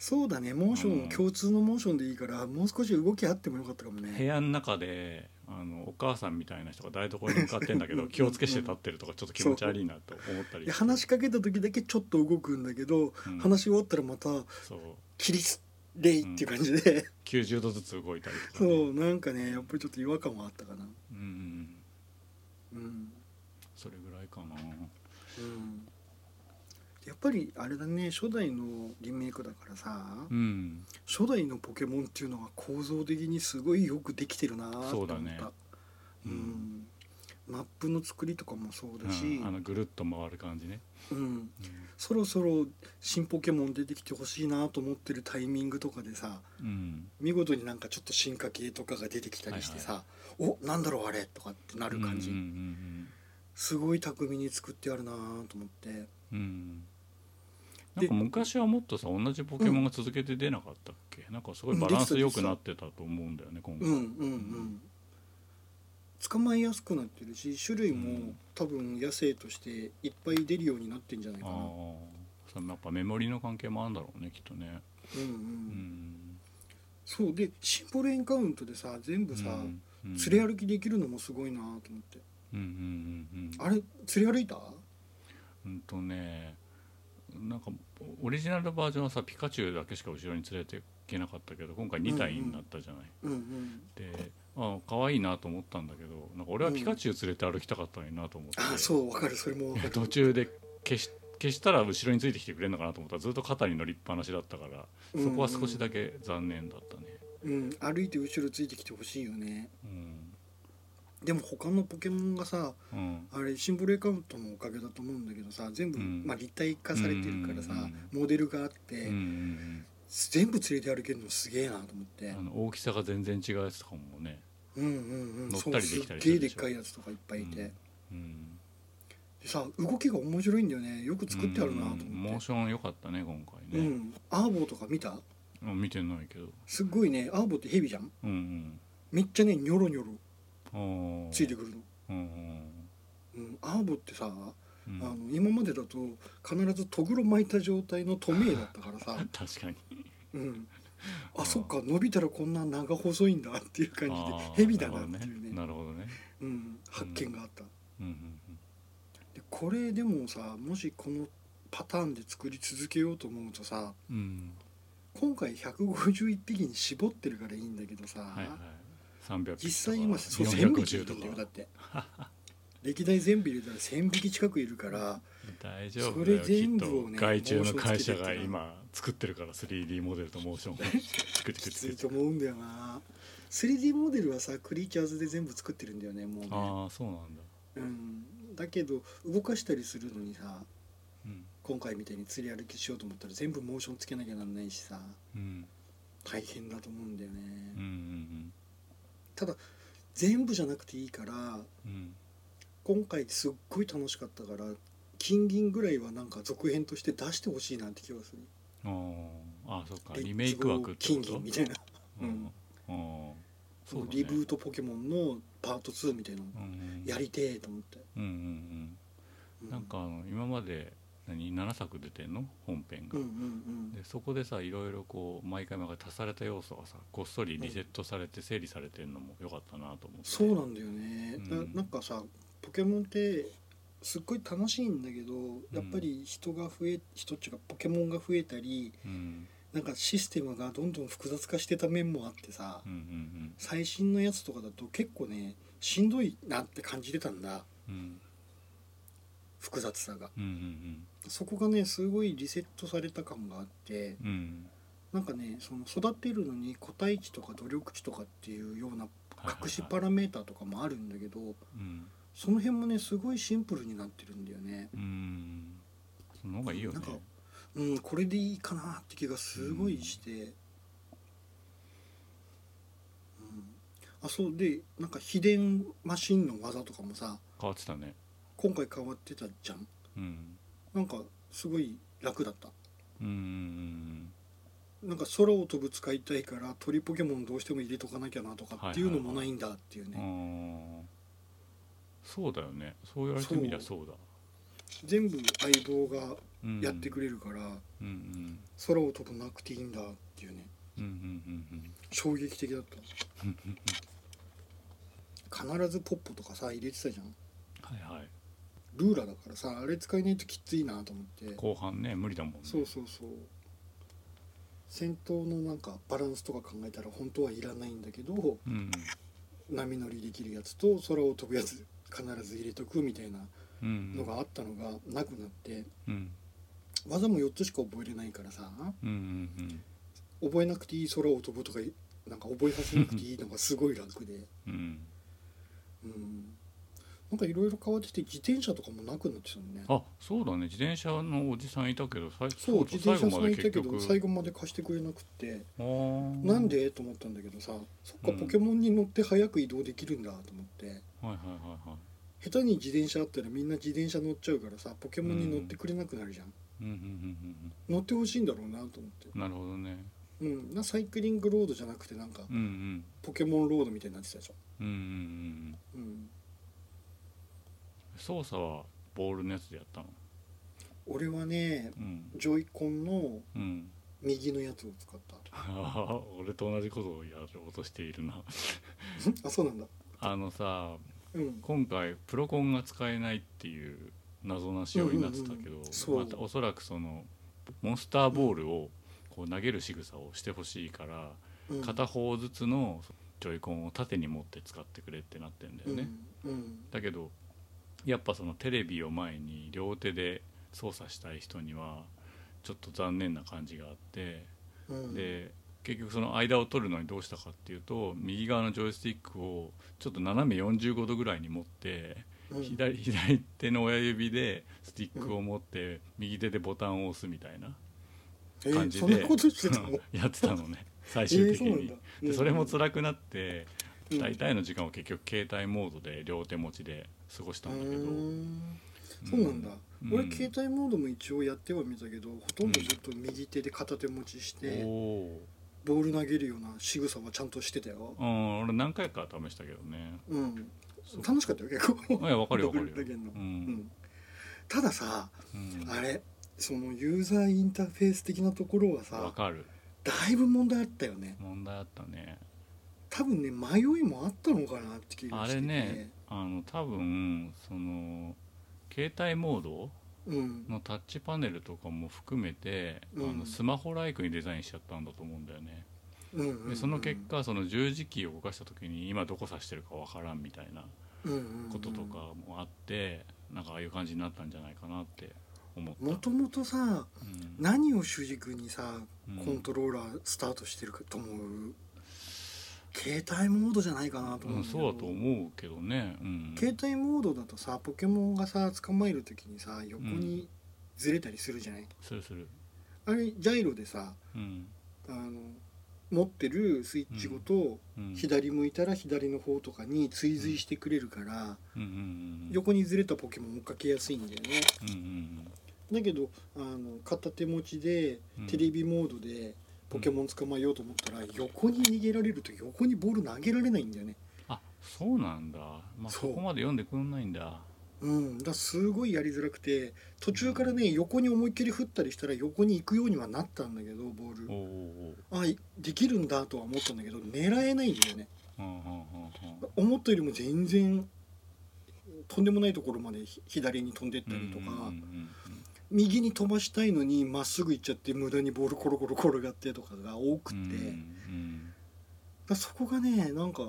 Speaker 2: そうだねモーション、
Speaker 1: うん
Speaker 2: 共通のモーションでいいからもう少し動きあってもよかったかも
Speaker 1: 部
Speaker 2: ね
Speaker 1: 屋の中であのお母さんみたいな人が台所に向かってん
Speaker 2: <laughs>
Speaker 1: だけど気をつけして立ってるとかちょっと気持ち悪いなと思ったり
Speaker 2: で話しかけた時だけちょっと動くんだけど、
Speaker 1: うん
Speaker 2: 話し終わったらまた
Speaker 1: そう
Speaker 2: キリスレイっていう感じで、
Speaker 1: 90度ずつ動いたりとか、
Speaker 2: <laughs> そ
Speaker 1: ね、
Speaker 2: うなんかねやっぱりちょっと違和感はあったかな
Speaker 1: うん
Speaker 2: うん、
Speaker 1: それぐらいかな
Speaker 2: うん、やっぱりあれだね初代のリメイクだからさ、
Speaker 1: うん
Speaker 2: 初代のポケモンっていうのは構造的にすごいよくできてるなーって思
Speaker 1: そ
Speaker 2: っ
Speaker 1: う
Speaker 2: た
Speaker 1: だね
Speaker 2: う
Speaker 1: うん
Speaker 2: んマップの作りとかもそうだし、
Speaker 1: うんあのぐるっと回る感じね、
Speaker 2: うん、
Speaker 1: うん
Speaker 2: そろそろ新ポケモン出てきてほしいなと思ってるタイミングとかでさ
Speaker 1: うん、
Speaker 2: 見事になんかちょっと進化系とかが出てきたりしてさ「おなんだろうあれ」とかってなる感じ、
Speaker 1: うんうん
Speaker 2: すごい巧みに作ってあるなーと思って
Speaker 1: うんうんな
Speaker 2: で
Speaker 1: んか昔はもっとさ同じポケモンが続けて出なかったっけ、なんかすごいバランス良くなってたと思うんだよね今
Speaker 2: う
Speaker 1: 回、
Speaker 2: んうんうん捕まえやすくなってるし種類
Speaker 1: う
Speaker 2: も
Speaker 1: ん
Speaker 2: 多分野生としていっぱい出るようになってんじゃない
Speaker 1: あ
Speaker 2: か
Speaker 1: あ
Speaker 2: な
Speaker 1: そのやっぱメモリの関係もあるんだろうねきっとね
Speaker 2: うんうん、
Speaker 1: うん
Speaker 2: そうでシンボルエンカウントでさ全部さ、
Speaker 1: うんうん
Speaker 2: 連れ歩きできるのもすごいなと思って
Speaker 1: うんうんうん
Speaker 2: あれ連れ歩いた
Speaker 1: うんうんとねなんかオリジナルバージョンはさピカチュウだけしか後ろに連れていけなかったけど今回2体になったじゃない、
Speaker 2: うんうん
Speaker 1: であ可愛いなと思ったんだけどなんか俺はピカチュウ連れて歩きたかったのになと思って、
Speaker 2: あそうわかるそれもわかる
Speaker 1: 途中で消し消したら後ろについてきてくれるのかなと思ったらずっと肩に乗りっぱなしだったからそこは少しだけ残念だったね。
Speaker 2: うん、うん歩いて後ろついてきてほしいよね
Speaker 1: うん
Speaker 2: でも他のポケモンがさ
Speaker 1: うん
Speaker 2: あれシンボルエンカウントのおかげだと思うんだけどさ全部、
Speaker 1: うん
Speaker 2: まあ、立体化されてるからさ、
Speaker 1: う
Speaker 2: モデルがあって、
Speaker 1: うんうん
Speaker 2: 全部連れて歩けるのすげえなと思って、
Speaker 1: うんあの大きさが全然違うやつとかもね、
Speaker 2: うんうんうん
Speaker 1: 乗っ
Speaker 2: そう
Speaker 1: たりできたりす
Speaker 2: すっげえ
Speaker 1: る
Speaker 2: で
Speaker 1: で
Speaker 2: っ
Speaker 1: しょ
Speaker 2: かいやつとかいっぱいいて、
Speaker 1: うんうん、
Speaker 2: でさ動きが面白いんだよねよく作ってあるなと思って、
Speaker 1: うんモーション良かったね今
Speaker 2: う
Speaker 1: 回ね、
Speaker 2: ん、アーボーとか見た
Speaker 1: あ見てないけど
Speaker 2: すっごいねアーボーってヘビじゃん
Speaker 1: うん
Speaker 2: めっちゃねニョロニョロ
Speaker 1: うんあー
Speaker 2: ついてくるの、
Speaker 1: うんうん
Speaker 2: うん、アーボーってさ、
Speaker 1: うん、
Speaker 2: あの今までだと必ずトグロ巻いた状態のトメイだったからさ
Speaker 1: <laughs> 確かに
Speaker 2: うん、あ
Speaker 1: あ
Speaker 2: そっか伸びたらこんな長細いんだっていう感じでヘビだなっていうね
Speaker 1: あーなるほどねなるほどね
Speaker 2: うん、発見があった、
Speaker 1: うんうんうん
Speaker 2: でこれでもさもしこのパターンで作り続けようと思うとさ
Speaker 1: うん、
Speaker 2: 今回151匹に絞ってるからいいんだけどさ、
Speaker 1: はいはい。三百。
Speaker 2: 実際今そう1000
Speaker 1: 450
Speaker 2: 匹いるんだよだ
Speaker 1: と
Speaker 2: っ
Speaker 1: か。 <laughs>
Speaker 2: て歴代全部入れたら1000匹近くいるから
Speaker 1: 大丈夫
Speaker 2: そ
Speaker 1: だ
Speaker 2: れ
Speaker 1: よ。きっ
Speaker 2: 全部を
Speaker 1: と
Speaker 2: ね
Speaker 1: 外注の会社
Speaker 2: モーションつけ
Speaker 1: が
Speaker 2: てってな
Speaker 1: 今作ってるから 3D モデルとモーションをチクチ
Speaker 2: き
Speaker 1: ク
Speaker 2: つい
Speaker 1: チ
Speaker 2: と
Speaker 1: ク。
Speaker 2: 思うんだよな 3D モデルはさクリーチャーズで全部作ってるんだよねもうね、
Speaker 1: ああそうなんだ。
Speaker 2: うん、だけど動かしたりするのにさ
Speaker 1: うん
Speaker 2: 今回みたいに釣り歩きしようと思ったら全部モーションつけなきゃなんないしさ
Speaker 1: うん
Speaker 2: 大変だと思うんだよね、
Speaker 1: うんうん
Speaker 2: ただ全部じゃなくていいから
Speaker 1: うんうん。
Speaker 2: 今回すっごい楽しかったから金銀ぐらいはなんか続編として出してほしいなって気がする
Speaker 1: あーあーそっかリメイク枠ってこ
Speaker 2: 金
Speaker 1: と
Speaker 2: 銀み。たいな
Speaker 1: うん。ああそうだね
Speaker 2: リブートポケモンのパート2みたいなの
Speaker 1: うんうん
Speaker 2: やりてえと思って、
Speaker 1: うんうんうん。
Speaker 2: う
Speaker 1: なんかあの今まで何七作出てんの本編
Speaker 2: う
Speaker 1: が
Speaker 2: んう。ん
Speaker 1: でそこでさいろいろこう毎回毎回足された要素がさこっそりリセットされて整理されてるのも良かったなと思って、
Speaker 2: そうなんだよね、
Speaker 1: うん
Speaker 2: ななんかさポケモンってすっごい楽しいんだけどやっぱり人が増え人っていうかポケモンが増えたり
Speaker 1: うん、
Speaker 2: なんかシステムがどんどん複雑化してた面もあってさ、
Speaker 1: うんうん
Speaker 2: 最新のやつとかだと結構ねしんどいなって感じてたんだ
Speaker 1: うんうん
Speaker 2: 複雑さが
Speaker 1: うんうん
Speaker 2: そこがねすごいリセットされた感があって
Speaker 1: うんうん
Speaker 2: なんかねその育てるのに個体値とか努力値とかっていうような
Speaker 1: はいはい
Speaker 2: 隠しパラメーターとかもあるんだけど
Speaker 1: うん
Speaker 2: その辺もねすごいシンプルになってるんだよね
Speaker 1: うんその方がいいよね
Speaker 2: なんかうんこれでいいかなって気がすごいして、うんあそうでなんか秘伝マシンの技とかもさ
Speaker 1: 変わってたね
Speaker 2: 今回変わってたじゃん
Speaker 1: うん
Speaker 2: なんかすごい楽だった
Speaker 1: うんうん
Speaker 2: なんか空を飛ぶ使いたいから鳥ポケモンどうしても入れとかなきゃなとかっていうのもないんだっていうね、
Speaker 1: うんうんあーそうだよねそう言われてみりゃそうだ
Speaker 2: 全部相棒が
Speaker 1: うん
Speaker 2: やってくれるから、
Speaker 1: うんうん
Speaker 2: 空を飛ぶなくていいんだっていうね
Speaker 1: うんうん
Speaker 2: 衝撃的だった
Speaker 1: うんうんうん
Speaker 2: 必ずポッポとかさ入れてたじゃん
Speaker 1: はいはい
Speaker 2: ルーラーだからさあれ使えないときついなと思って
Speaker 1: 後半ね無理だもんね
Speaker 2: そうそうそう戦闘のなんかバランスとか考えたら本当はいらないんだけど
Speaker 1: うん
Speaker 2: 波乗りできるやつと空を飛ぶやつ必ず入れとくみたいな
Speaker 1: うんうん
Speaker 2: のがあったのがなくなって
Speaker 1: うん
Speaker 2: 技も4つしか覚えれないからさ
Speaker 1: うんうん
Speaker 2: 覚えなくていい空を飛ぶとかなんか覚えさせなくていいのがすごい楽で、
Speaker 1: うんうん
Speaker 2: うん、なんかいろいろ変わってきて自転車とかもなくなってたのね
Speaker 1: あそうだね自転車のおじさんいたけどさい
Speaker 2: そう
Speaker 1: そ
Speaker 2: 自
Speaker 1: うそう最後
Speaker 2: 転車さ
Speaker 1: まで
Speaker 2: んいた
Speaker 1: 結
Speaker 2: け
Speaker 1: 局
Speaker 2: ど最後まで貸してくれなくって、
Speaker 1: あー
Speaker 2: なんでと思ったんだけどさそっ
Speaker 1: う
Speaker 2: か
Speaker 1: ん
Speaker 2: ポケモンに乗って早く移動できるんだと思って、
Speaker 1: はいはいはいは
Speaker 2: 下手に自転車あったらみんな自転車乗っちゃうからさポケモンに乗ってくれなくなるじゃん、
Speaker 1: いうんうんうん
Speaker 2: 乗ってほしいんだろうなと思って
Speaker 1: うんなるほどね
Speaker 2: うんなサイクリングロードじゃなくてなんか
Speaker 1: うんうん
Speaker 2: ポケモンロードみたいになってたでしょ
Speaker 1: うんうんうん
Speaker 2: うん
Speaker 1: 操作はボールのやつでやったの
Speaker 2: 俺はね
Speaker 1: うん
Speaker 2: ジョイコンの
Speaker 1: うん <laughs>
Speaker 2: 右のやつを使っ
Speaker 1: あー俺と同じことをやろうとしているな
Speaker 2: たあそうなんだ
Speaker 1: あのさ
Speaker 2: うん
Speaker 1: 今回プロコンが使えないっていう謎な仕様になってたけど、
Speaker 2: うんうんうんそう
Speaker 1: またおそらくそのモンスターボールをこう投げる仕草をしてほしいから、
Speaker 2: うん
Speaker 1: 片方ずつのジョイコンを縦に持って使ってくれってなってんだよね、
Speaker 2: うんうん
Speaker 1: だけどやっぱそのテレビを前に両手で操作したい人にはちょっと残念な感じがあって、
Speaker 2: うん
Speaker 1: で結局その間を取るのにどうしたかっていうと右側のジョイスティックをちょっと斜め45度ぐらいに持って
Speaker 2: うん
Speaker 1: 左 <laughs> 左手の親指でスティックを持って右手でボタンを押すみたいな
Speaker 2: えー
Speaker 1: 感じで
Speaker 2: そんなことしてたの
Speaker 1: やってたのね最
Speaker 2: え
Speaker 1: 終
Speaker 2: ー
Speaker 1: 的
Speaker 2: そうなん
Speaker 1: に
Speaker 2: だ。
Speaker 1: でそれも
Speaker 2: ら
Speaker 1: 辛くなって
Speaker 2: うん
Speaker 1: 大体の時間を結局携帯モードで両手持ちで過ごしたんだけど
Speaker 2: そうなんだ、
Speaker 1: うん
Speaker 2: 俺携帯モードも一応やってはみたけどほとんどずっと右手で片手持ちして、
Speaker 1: おお
Speaker 2: ボール投げるような仕草はちゃんとしてたよ
Speaker 1: ー、うん、俺何回か試したけどね
Speaker 2: うん
Speaker 1: そう、
Speaker 2: 楽しかったよ結構
Speaker 1: いやわかるよわかるよ
Speaker 2: ドキドキだけど
Speaker 1: う
Speaker 2: うん
Speaker 1: ん
Speaker 2: たださ
Speaker 1: うん
Speaker 2: あれそのユーザーインターフェース的なところは
Speaker 1: わ
Speaker 2: さ
Speaker 1: かる
Speaker 2: だいぶ問題あったよね
Speaker 1: 問題あったね
Speaker 2: 多分ね迷いもあったのかなって気が
Speaker 1: あ
Speaker 2: してて
Speaker 1: れねあの多分その携帯モード
Speaker 2: うん
Speaker 1: のタッチパネルとかも含めて、
Speaker 2: うん
Speaker 1: あのスマホライクにデザインしちゃったんだと思うんだよね、
Speaker 2: うんうんうん
Speaker 1: でその結果その十字キーを動かした時に今どこ指してるかわからんみたいな
Speaker 2: うんうんうん
Speaker 1: こととかもあって、なんかああいう感じになったんじゃないかなって思った、
Speaker 2: もともとさ
Speaker 1: うん
Speaker 2: 何を主軸にさ
Speaker 1: うん
Speaker 2: コントローラースタートしてるかと思う、携帯モードじゃないかなと
Speaker 1: う、
Speaker 2: 思うんんだけ
Speaker 1: そう
Speaker 2: ど、
Speaker 1: だと思うけどね、うん、
Speaker 2: 携帯モードだとさポケモンがさ捕まえる時にさ横にずれたりするじゃない、
Speaker 1: するする、
Speaker 2: あれジャイロでさ
Speaker 1: うん
Speaker 2: あの持ってるスイッチごと
Speaker 1: うん、
Speaker 2: 左向いたら左の方とかに追随してくれるから、
Speaker 1: うんうんうん
Speaker 2: 横にずれたポケモン追っかけやすいんだよね
Speaker 1: うんうん
Speaker 2: だけどあの片手持ちで
Speaker 1: うん
Speaker 2: テレビモードでポケモン捕まえようと思ったら、横に逃げられると横にボール投げられないんだよね
Speaker 1: あそうなんだ、まあ、
Speaker 2: そ
Speaker 1: そうこまで読んでくんないんだ
Speaker 2: うんだからすごいやりづらくて途中からね横に思いっきり振ったりしたら横に行くようにはなったんだけどボー
Speaker 1: お
Speaker 2: ル
Speaker 1: うおう
Speaker 2: あいできるんだとは思ったんだけど狙えないんだよね
Speaker 1: おううんうんうんうん
Speaker 2: 思ったよりも全然とんでもないところまでひ左に飛んでったりとか、
Speaker 1: うんうん
Speaker 2: 右に飛ばしたいのにまっすぐ行っちゃって無駄にボールコロコロ転がってとかが多く
Speaker 1: う
Speaker 2: て、
Speaker 1: んうん
Speaker 2: だからそこがねなんか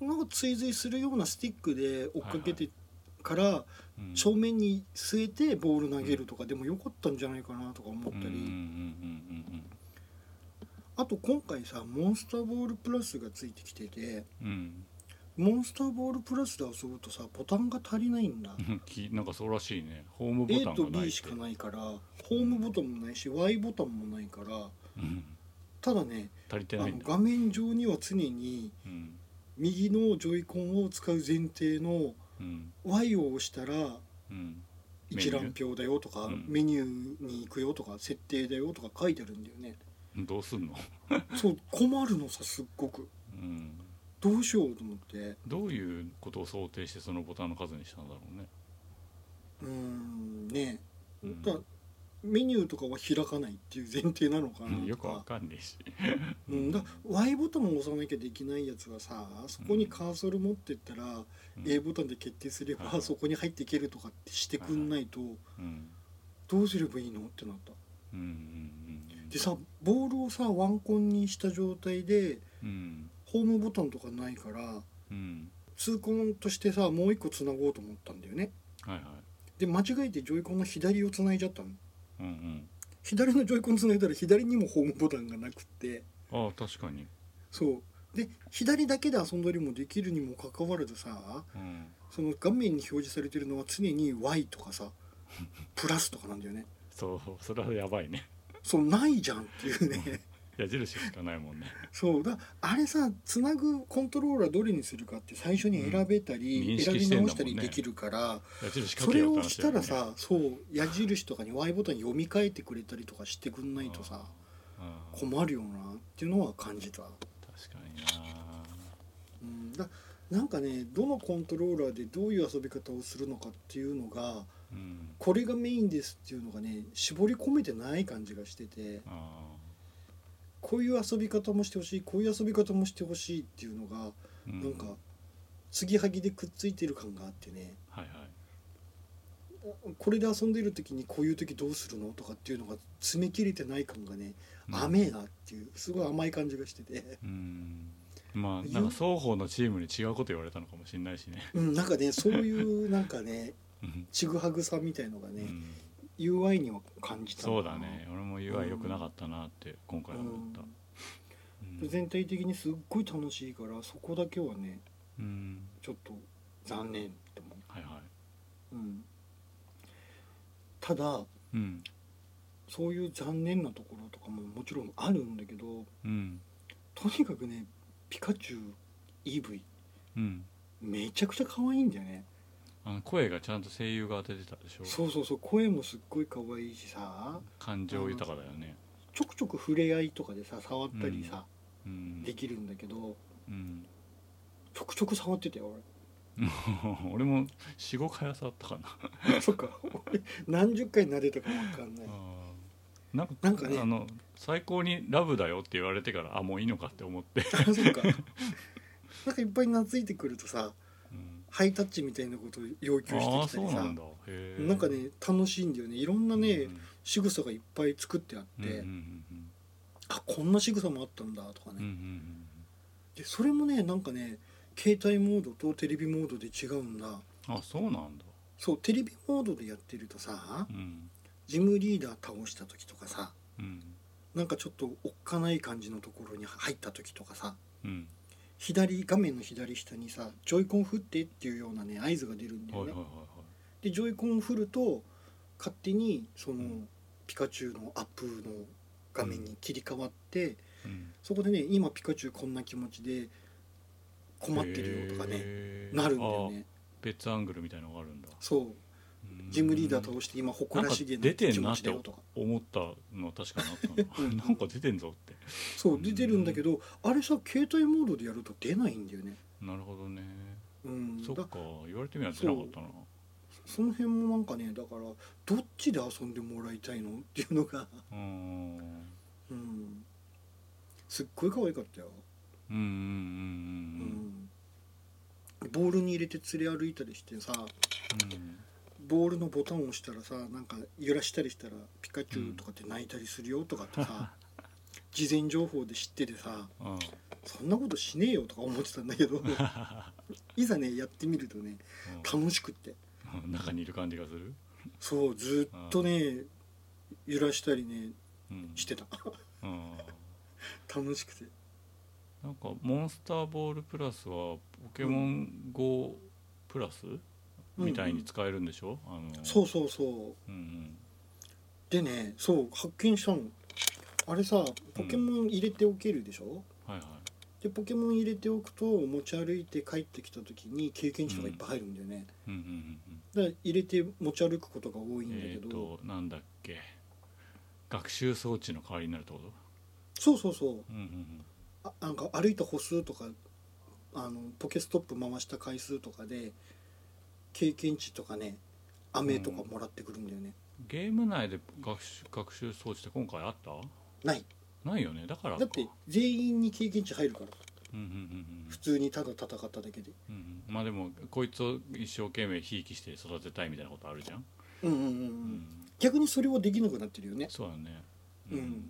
Speaker 2: なんか追随するようなスティックで追っかけてから
Speaker 1: うんうん
Speaker 2: 正面に据えてボール投げるとかでもよかったんじゃないかなとか思っ
Speaker 1: う
Speaker 2: たり、
Speaker 1: んうんうん
Speaker 2: あと今回さモンスターボールプラスがついてきてて
Speaker 1: うんうん
Speaker 2: モンスターボールプラスで遊ぶとさボタンが足りないんだ。
Speaker 1: うん <laughs> きなんかそうらしいねホームボ
Speaker 2: A
Speaker 1: タン
Speaker 2: と
Speaker 1: がない
Speaker 2: B
Speaker 1: っ
Speaker 2: してかないからホームボタンもないし Y ボタンもないから
Speaker 1: うん
Speaker 2: ただね
Speaker 1: 足り
Speaker 2: あ
Speaker 1: てな
Speaker 2: の
Speaker 1: いんだ
Speaker 2: 画面上には常に
Speaker 1: うん
Speaker 2: 右のジョイコンを使う前提の
Speaker 1: うん
Speaker 2: Y を押したら
Speaker 1: うん
Speaker 2: 一覧表だよとか
Speaker 1: うん
Speaker 2: メニューに行くよとか設定だよとか書いてあるんだよね
Speaker 1: どうすんの、
Speaker 2: そう困るのさすっごく
Speaker 1: うん、
Speaker 2: どうしようと思って
Speaker 1: どういうことを想定してそのボタンの数にしたんだろうね
Speaker 2: うーんね
Speaker 1: うん
Speaker 2: だメニューとかは開かないっていう前提なのか
Speaker 1: うん
Speaker 2: な
Speaker 1: よ
Speaker 2: と
Speaker 1: くわか
Speaker 2: か、
Speaker 1: んないし
Speaker 2: うん、だ Y ボタンを押さなきゃできないやつがさそこにカーソル持ってったら、
Speaker 1: ん
Speaker 2: A ボタンで決定すれば、
Speaker 1: はい
Speaker 2: そこに入っていけるとかってしてくんないと、
Speaker 1: うん
Speaker 2: どうすればいいのってなった
Speaker 1: うんうんうん
Speaker 2: でさボールをさワンコンにした状態で
Speaker 1: うん
Speaker 2: ホームボタンとかないから
Speaker 1: うん
Speaker 2: 痛恨としてさもう一個つなごうと思ったんだよね
Speaker 1: はいはい
Speaker 2: で間違えてジョイコンの左をつないじゃったの
Speaker 1: うん
Speaker 2: 左のジョイコンつないだら左にもホームボタンがなくって
Speaker 1: うんああ確かに
Speaker 2: そうで左だけで遊んだりもできるにもかかわらずさ
Speaker 1: うん
Speaker 2: その画面に表示されてるのは常に Y と
Speaker 1: <laughs>
Speaker 2: かさプラスとかなんだよね
Speaker 1: そうそれはやばいね
Speaker 2: そうないじゃんってい
Speaker 1: <laughs>
Speaker 2: うね
Speaker 1: 矢印しかないもんね
Speaker 2: そうだあれさつなぐコントローラーどれにするかって最初に選べたり、
Speaker 1: うん認
Speaker 2: 選
Speaker 1: 識
Speaker 2: び
Speaker 1: してんだもん
Speaker 2: 直
Speaker 1: ね
Speaker 2: したりできるから、
Speaker 1: 矢印か
Speaker 2: そ
Speaker 1: け
Speaker 2: れ
Speaker 1: よう
Speaker 2: を
Speaker 1: って話
Speaker 2: し
Speaker 1: だ
Speaker 2: た
Speaker 1: よね
Speaker 2: らさそう矢印とかに Y ボタン読み替えてくれたりとかしてくんないとさ
Speaker 1: ああ
Speaker 2: 困るよなっていうのは感じた、
Speaker 1: 確かにな
Speaker 2: うん、だなんかねどのコントローラーでどういう遊び方をするのかっていうのが
Speaker 1: うん
Speaker 2: これがメインですっていうのがね絞り込めてない感じがしてて
Speaker 1: あ
Speaker 2: こういう遊び方もしてほしいこういう遊び方もしてほしいっていうのが
Speaker 1: あ
Speaker 2: なんか継ぎはぎでくっついてる感があってね
Speaker 1: はいはい
Speaker 2: これで遊んでる時にこういう時どうするのとかっていうのが詰め切れてない感がね
Speaker 1: うん
Speaker 2: 甘えなっていうすごい甘い感じがしてて
Speaker 1: うんまあなんか双方のチームに違うこと言われたのかもしれないしね
Speaker 2: うんなんかねそういうなんかね
Speaker 1: <laughs> うん
Speaker 2: ちぐはぐさみたいのが
Speaker 1: う
Speaker 2: ね、
Speaker 1: ん
Speaker 2: UI には感じた
Speaker 1: そ
Speaker 2: の
Speaker 1: う
Speaker 2: かな
Speaker 1: だね俺も UI 良くなかったなって今回思った
Speaker 2: うん全体的にすっごい楽しいからそこだけはね
Speaker 1: うんうん
Speaker 2: ちょっと残念って思、
Speaker 1: はいはいう
Speaker 2: うん、ただ
Speaker 1: うん
Speaker 2: そういう残念なところとかももちろんあるんだけど
Speaker 1: うん
Speaker 2: とにかくねピカチュウ EV
Speaker 1: うん
Speaker 2: めちゃくちゃ可愛いんだよね
Speaker 1: あの声がちゃんと声優が当ててたでしょ
Speaker 2: そうそうそう声もすっごい可愛いしさ
Speaker 1: 感情豊かだよね
Speaker 2: ちょくちょく触れ合いとかでさ触ったりさ、
Speaker 1: うん
Speaker 2: できるんだけど
Speaker 1: うん <laughs>
Speaker 2: ちょくちょく触ってたよ
Speaker 1: 俺も45回触ったかな
Speaker 2: 俺 <laughs> そっか俺何十回撫でたかわかんない
Speaker 1: あーなんか
Speaker 2: なんかね
Speaker 1: あの最高に「ラブだよ」って言われてからあもういいのかって思って、
Speaker 2: あ <laughs> そっかなんかいっぱい懐いてくるとさ
Speaker 1: うん
Speaker 2: ハイタッチみたいなことを要求
Speaker 1: ああ
Speaker 2: し
Speaker 1: そ
Speaker 2: てきたり
Speaker 1: う
Speaker 2: さ
Speaker 1: な
Speaker 2: なんん
Speaker 1: だへー
Speaker 2: かね楽しいんだよねいろんなね、
Speaker 1: うん
Speaker 2: 仕草がいっぱい作ってあって、
Speaker 1: うんうん
Speaker 2: あこんな仕草もあったんだとかね、
Speaker 1: うんうんうん
Speaker 2: でそれもねなんかね携帯モードとテレビモードで違うんだ
Speaker 1: うんあそうなんだ
Speaker 2: そうテレビモードでやってるとさ
Speaker 1: うん
Speaker 2: ジムリーダー倒した時とかさ
Speaker 1: うん
Speaker 2: なんかちょっとおっかない感じのところに入った時とかさ
Speaker 1: うん
Speaker 2: 左画面の左下にさジョイコン振ってっていうようなね合図が出るんだ
Speaker 1: はい
Speaker 2: よ
Speaker 1: はい
Speaker 2: ね
Speaker 1: はいは
Speaker 2: でジョイコンを振ると勝手にその
Speaker 1: ん
Speaker 2: ピカチュウのアップの画面に切り替わって、
Speaker 1: いうん
Speaker 2: そこでね今ピカチュウこんな気持ちで困ってるよとかね、
Speaker 1: へー
Speaker 2: なるんだよね
Speaker 1: あー別アングルみたいのがあるんだ
Speaker 2: そう
Speaker 1: うん
Speaker 2: ジムリーダー倒して今誇らしげな気持ちだよとか
Speaker 1: 思ったのは確かにあったな
Speaker 2: うん
Speaker 1: なんか出てんぞって
Speaker 2: そう出てるんだけどあれさ携帯モードでやると出ないんだよね
Speaker 1: なるほどね
Speaker 2: うん
Speaker 1: そっ
Speaker 2: だ
Speaker 1: か言われてみれば出なかったな
Speaker 2: その辺もなんかねだからどっちで遊んでもらいたいのっていうのが <laughs>
Speaker 1: うーん
Speaker 2: うんすっごい可愛かったよ
Speaker 1: うんうん
Speaker 2: う
Speaker 1: うんうん
Speaker 2: んボールに入れて連れ歩いたりしてさ
Speaker 1: うん
Speaker 2: ボールのボタンを押したらさなんか揺らしたりしたらピカチュウとかって泣いたりするよとかってさ、 <laughs> 事前情報で知っててさ
Speaker 1: うん
Speaker 2: そんなことしねえよとか思ってたん
Speaker 1: <laughs>
Speaker 2: だけどいざねやってみるとね楽しくって
Speaker 1: うん中にいる感じがする、
Speaker 2: そうずっとね揺らしたりね
Speaker 1: うん、
Speaker 2: してた <laughs>
Speaker 1: うん
Speaker 2: 楽しくて
Speaker 1: なんかモンスターボールプラスはポケモン GO プラス、みたいに使えるんでしょ、あの
Speaker 2: そうそうそう
Speaker 1: うんうん
Speaker 2: でねそう発見したのあれさポケモン入れておけるでしょ、
Speaker 1: はいはい
Speaker 2: でポケモン入れておくと持ち歩いて帰ってきた時に経験値とかいっぱい入るんだよね、
Speaker 1: うんうんうん
Speaker 2: だから入れて持ち歩くことが多い
Speaker 1: うん
Speaker 2: んだ
Speaker 1: え
Speaker 2: け
Speaker 1: っ、
Speaker 2: ど、
Speaker 1: となんだっけ学習装置の代わりになるってこと
Speaker 2: そうそうそう
Speaker 1: うんうん
Speaker 2: あなんか歩いた歩数とかあのポケストップ回した回数とかで経験値とかね飴とかもらってくるんだよね、
Speaker 1: ゲーム内で学習学習装置って今回あった
Speaker 2: ない
Speaker 1: ないよねだから
Speaker 2: だって全員に経験値入るから
Speaker 1: うんうんうん
Speaker 2: 普通にただ戦っただけで
Speaker 1: うんうんうんまあでもこいつを一生懸命ひいきして育てたいみたいなことあるじゃん、
Speaker 2: うんうんうん、う
Speaker 1: うん
Speaker 2: ん、逆にそれはできなくなってるよね
Speaker 1: そうだね
Speaker 2: うん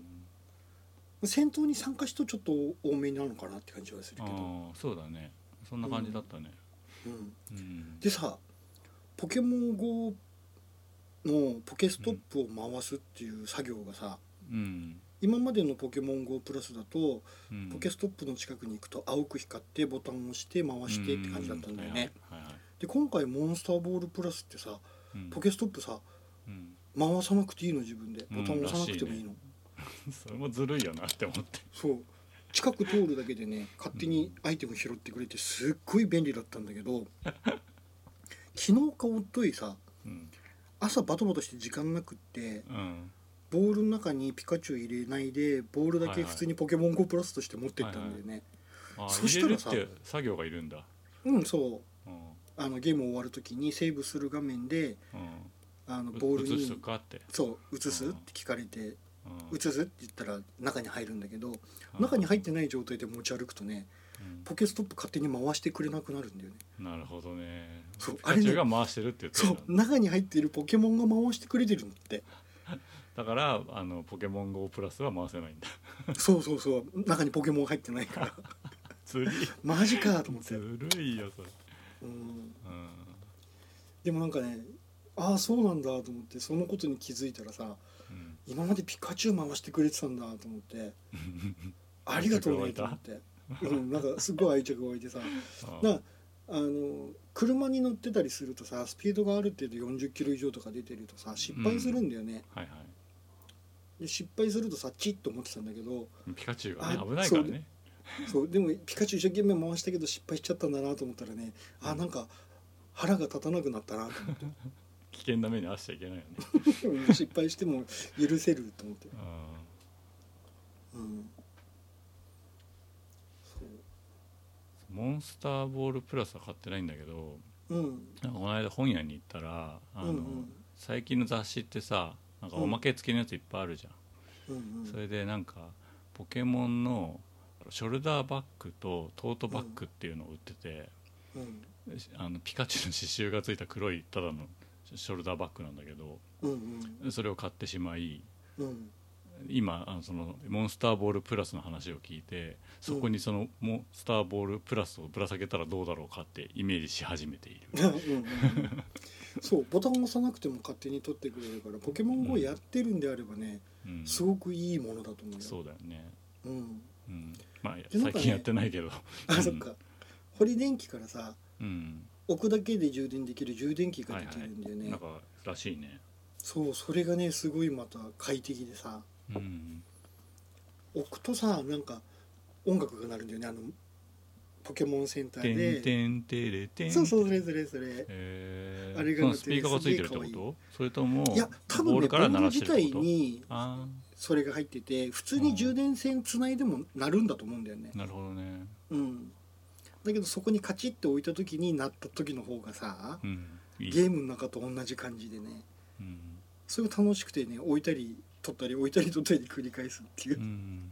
Speaker 2: 戦闘に参加した人ちょっと多めになるのかなって感じはする
Speaker 1: あ
Speaker 2: けど、
Speaker 1: あそうだねそんな感じだったね、
Speaker 2: うん、
Speaker 1: うん
Speaker 2: でさポケモン GO のポケストップを回すっていう作業がさ、
Speaker 1: うん
Speaker 2: 今までのポケモン GO プラスだと
Speaker 1: うん
Speaker 2: ポケストップの近くに行くと青く光ってボタンを押して回してって感じだったんだよね、
Speaker 1: うんはいはいはいはい
Speaker 2: で今回モンスターボールプラスってさ
Speaker 1: うん
Speaker 2: ポケストップさ
Speaker 1: うん
Speaker 2: 回さなくていいの自分でボタン押さなくてもいいの、
Speaker 1: それもずるいよなって思って
Speaker 2: そう近く通るだけでね勝手にアイテム拾ってくれてすっごい便利だったんだ
Speaker 1: <laughs>
Speaker 2: けど昨日かおっといさ
Speaker 1: うん
Speaker 2: 朝バタバタして時間なくって
Speaker 1: うん
Speaker 2: ボールの中にピカチュウ入れないでボールだ
Speaker 1: はい
Speaker 2: け
Speaker 1: はい
Speaker 2: 普通にポケモン GO プラスとして持ってったんだよね、
Speaker 1: あ
Speaker 2: そし
Speaker 1: 入れ
Speaker 2: た
Speaker 1: る
Speaker 2: ら
Speaker 1: っ
Speaker 2: さ
Speaker 1: て作業がいるんだ
Speaker 2: うんそう
Speaker 1: うん
Speaker 2: あのゲーム終わる時にセーブする画面で
Speaker 1: うん
Speaker 2: あの
Speaker 1: う
Speaker 2: ボール
Speaker 1: 映しと
Speaker 2: に
Speaker 1: くかって
Speaker 2: そう映す
Speaker 1: う
Speaker 2: っ
Speaker 1: ん
Speaker 2: て聞かれて
Speaker 1: うん
Speaker 2: 映すって言ったら中に入るんだけど中に入ってない状態で持ち歩くとね
Speaker 1: うん
Speaker 2: ポケストップ勝手に回してくれなくなるんだよね
Speaker 1: なるほどね
Speaker 2: そう
Speaker 1: ピカチュウが回してるって言って
Speaker 2: そう
Speaker 1: た
Speaker 2: 中に入っているポケモンが回してくれてるんだって
Speaker 1: だからあのポケモン GO プラスは回せないんだ <laughs>
Speaker 2: そうそうそう中にポケモン入ってないから
Speaker 1: ずるい
Speaker 2: マジかと思って、
Speaker 1: ずるいよそれ
Speaker 2: うん、
Speaker 1: うん
Speaker 2: でもなんかねああそうなんだと思ってそのことに気づいたらさ
Speaker 1: うん
Speaker 2: 今までピカチュウ回してくれてたんだと思ってありがとうねと思って、うん、なんかすごい愛着が湧いてさ
Speaker 1: あ
Speaker 2: なあの車に乗ってたりするとさスピードがある程度40キロ以上とか出てるとさ失敗するんだよね、
Speaker 1: はいは
Speaker 2: で失敗するとさチッと思ってたんだけど
Speaker 1: いピカチュウがね
Speaker 2: あ
Speaker 1: 危ないからね
Speaker 2: そうでもピカチュウ一生懸命回したけど失敗しちゃったんだなと思ったらねあなんか腹が立たなくなったなと思って
Speaker 1: 危険な目に遭っちゃいけないよね
Speaker 2: うん失敗して <laughs> も許せると思って、
Speaker 1: うん
Speaker 2: うん、そう
Speaker 1: モンスターボールプラスは買ってないんだけど
Speaker 2: うん
Speaker 1: なんかこの間本屋に行ったらあの、
Speaker 2: うんうん
Speaker 1: 最近の雑誌ってさなんかおまけ付きのやついっぱいあるじゃん、
Speaker 2: うんうん
Speaker 1: それでなんかポケモンのショルダーバッグとトートバッグっていうのを売ってて、
Speaker 2: うん
Speaker 1: あのピカチュウの刺繍がついた黒いただのショルダーバッグなんだけど
Speaker 2: うん
Speaker 1: それを買ってしまい
Speaker 2: うん <laughs> うん
Speaker 1: 今あのそのモンスターボールプラスの話を聞いてそこにそのモンスターボールプラスをぶら下げたらどうだろうかってイメージし始めている、
Speaker 2: うんうんそうボタンを押さなくても勝手に取ってくれるからポケモン GO やってるんであればね、
Speaker 1: うん、
Speaker 2: す
Speaker 1: そ
Speaker 2: ごくいいものだと思うよ
Speaker 1: うだよね
Speaker 2: う、ん、
Speaker 1: うん、まあ、
Speaker 2: なんかね
Speaker 1: 最近やってないけど、
Speaker 2: あ、
Speaker 1: うん
Speaker 2: そっか堀電機からさ
Speaker 1: うん、
Speaker 2: 置くだけで充電できる充電器が
Speaker 1: は
Speaker 2: 出
Speaker 1: いは
Speaker 2: てるんだよね、
Speaker 1: い、なんからしいね、
Speaker 2: そうそれがねすごいまた快適でさ
Speaker 1: うん、
Speaker 2: 置くとさなんか音楽が鳴るんだよねあのポケモンセンタ
Speaker 1: てん
Speaker 2: ーで
Speaker 1: てんてれてん。
Speaker 2: そうそうそれそれそれ
Speaker 1: えー、
Speaker 2: あれが
Speaker 1: そ
Speaker 2: な
Speaker 1: の
Speaker 2: っ
Speaker 1: ス
Speaker 2: て
Speaker 1: ピーカーがついてるってこ
Speaker 2: すげえ可
Speaker 1: と？それとも
Speaker 2: いや多
Speaker 1: ボ
Speaker 2: 分
Speaker 1: ール
Speaker 2: ねボ
Speaker 1: から
Speaker 2: ー
Speaker 1: 鳴
Speaker 2: ル
Speaker 1: らし
Speaker 2: 自
Speaker 1: てるって
Speaker 2: 体
Speaker 1: こと？
Speaker 2: に
Speaker 1: あ
Speaker 2: それが入ってて普通に充電線つないでも鳴るんだと思うんだよね
Speaker 1: あ、なるほどね。
Speaker 2: うんだけどそこにカチッて置いた時に鳴った時の方がさ
Speaker 1: うん、いい。
Speaker 2: ゲームの中と同じ感じでね
Speaker 1: うん、
Speaker 2: それが楽しくてね置いたり取ったり置いたり取ったり繰り返すっていうう、
Speaker 1: ん。
Speaker 2: うん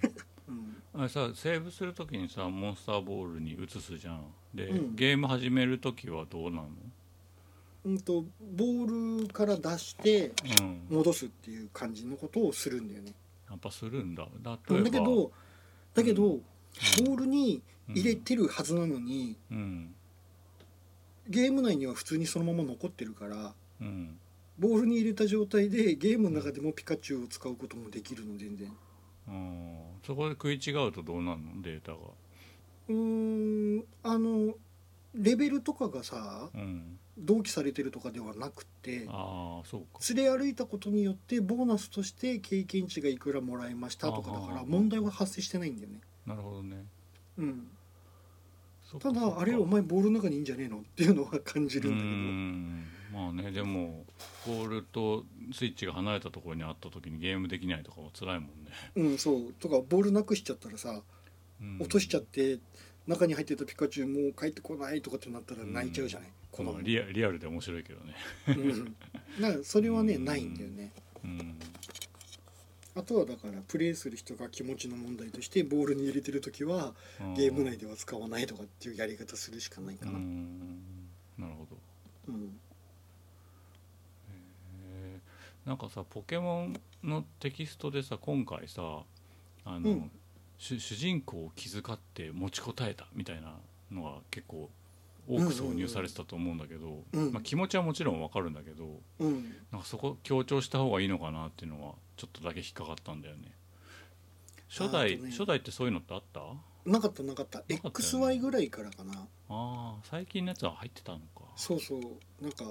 Speaker 1: あれさ、セーブするときにさ、モンスターボールに移すじゃん。で、
Speaker 2: うん
Speaker 1: ゲーム始めるときはどうなの？
Speaker 2: うん、とボールから出して
Speaker 1: うん。
Speaker 2: 戻すっていう感じのことをするんだよね
Speaker 1: やっぱするんだ。だ例えば
Speaker 2: だけどだけど、ボールに
Speaker 1: うん
Speaker 2: 入れてるはずなのに、
Speaker 1: うん、
Speaker 2: ゲーム内には普通にそのまま残ってるから
Speaker 1: うん。
Speaker 2: ボールに入れた状態でゲームの中でもピカチュウを使うこともできるの全然
Speaker 1: うんそこで食い違うとどうなるのデータが、
Speaker 2: うーんあのレベルとかがさ
Speaker 1: うん、
Speaker 2: 同期されてるとかではなくて
Speaker 1: ああそうか
Speaker 2: 連れ歩いたことによってボーナスとして経験値がいくらもらえましたとかだか
Speaker 1: あ
Speaker 2: ら
Speaker 1: ー
Speaker 2: 問題は発生してないんだよね、
Speaker 1: なるほどね
Speaker 2: うん、
Speaker 1: そっか
Speaker 2: た
Speaker 1: そっ
Speaker 2: だ
Speaker 1: か
Speaker 2: あれお前ボールの中にいいんじゃねえのっていうのは感じる
Speaker 1: うん
Speaker 2: だ
Speaker 1: んまあねでもボールとスイッチが離れたところにあった時にゲームできないとかは辛いもんね、
Speaker 2: けどうんそうとかボールなくしちゃったらさ
Speaker 1: うん
Speaker 2: 落としちゃって中に入ってたピカチュウもう帰ってこないとかってなったら泣いちゃうじゃない、子供
Speaker 1: まあリアリアルで面白いけどね
Speaker 2: うんなんかそれはね、
Speaker 1: うん
Speaker 2: ないんだよね
Speaker 1: うん
Speaker 2: あとはだからプレイする人が気持ちの問題としてボールに入れてる時は
Speaker 1: うん
Speaker 2: ゲーム内では使わないとかっていうやり方するしかないか
Speaker 1: う
Speaker 2: な、うん
Speaker 1: んなるほどへーなんかさポケモンのテキストでさ今回さあの、
Speaker 2: うん
Speaker 1: 主主人公を気遣って持ちこたえたみたいなのが結構多く挿入されてたと思うんだけど、
Speaker 2: うん
Speaker 1: まあ、気持ちはもちろんわかるんだけど
Speaker 2: うん
Speaker 1: なんかそこ強調した方がいいのかなっていうのはちょっとだけ引っかかったんだよね初
Speaker 2: あー
Speaker 1: 代、
Speaker 2: とね
Speaker 1: 初代ってそういうのってあったあ
Speaker 2: なかったなか
Speaker 1: なか
Speaker 2: った
Speaker 1: ったよね
Speaker 2: XY ぐらいからかな
Speaker 1: あー最近のやつは入ってたのか
Speaker 2: そうそうなんか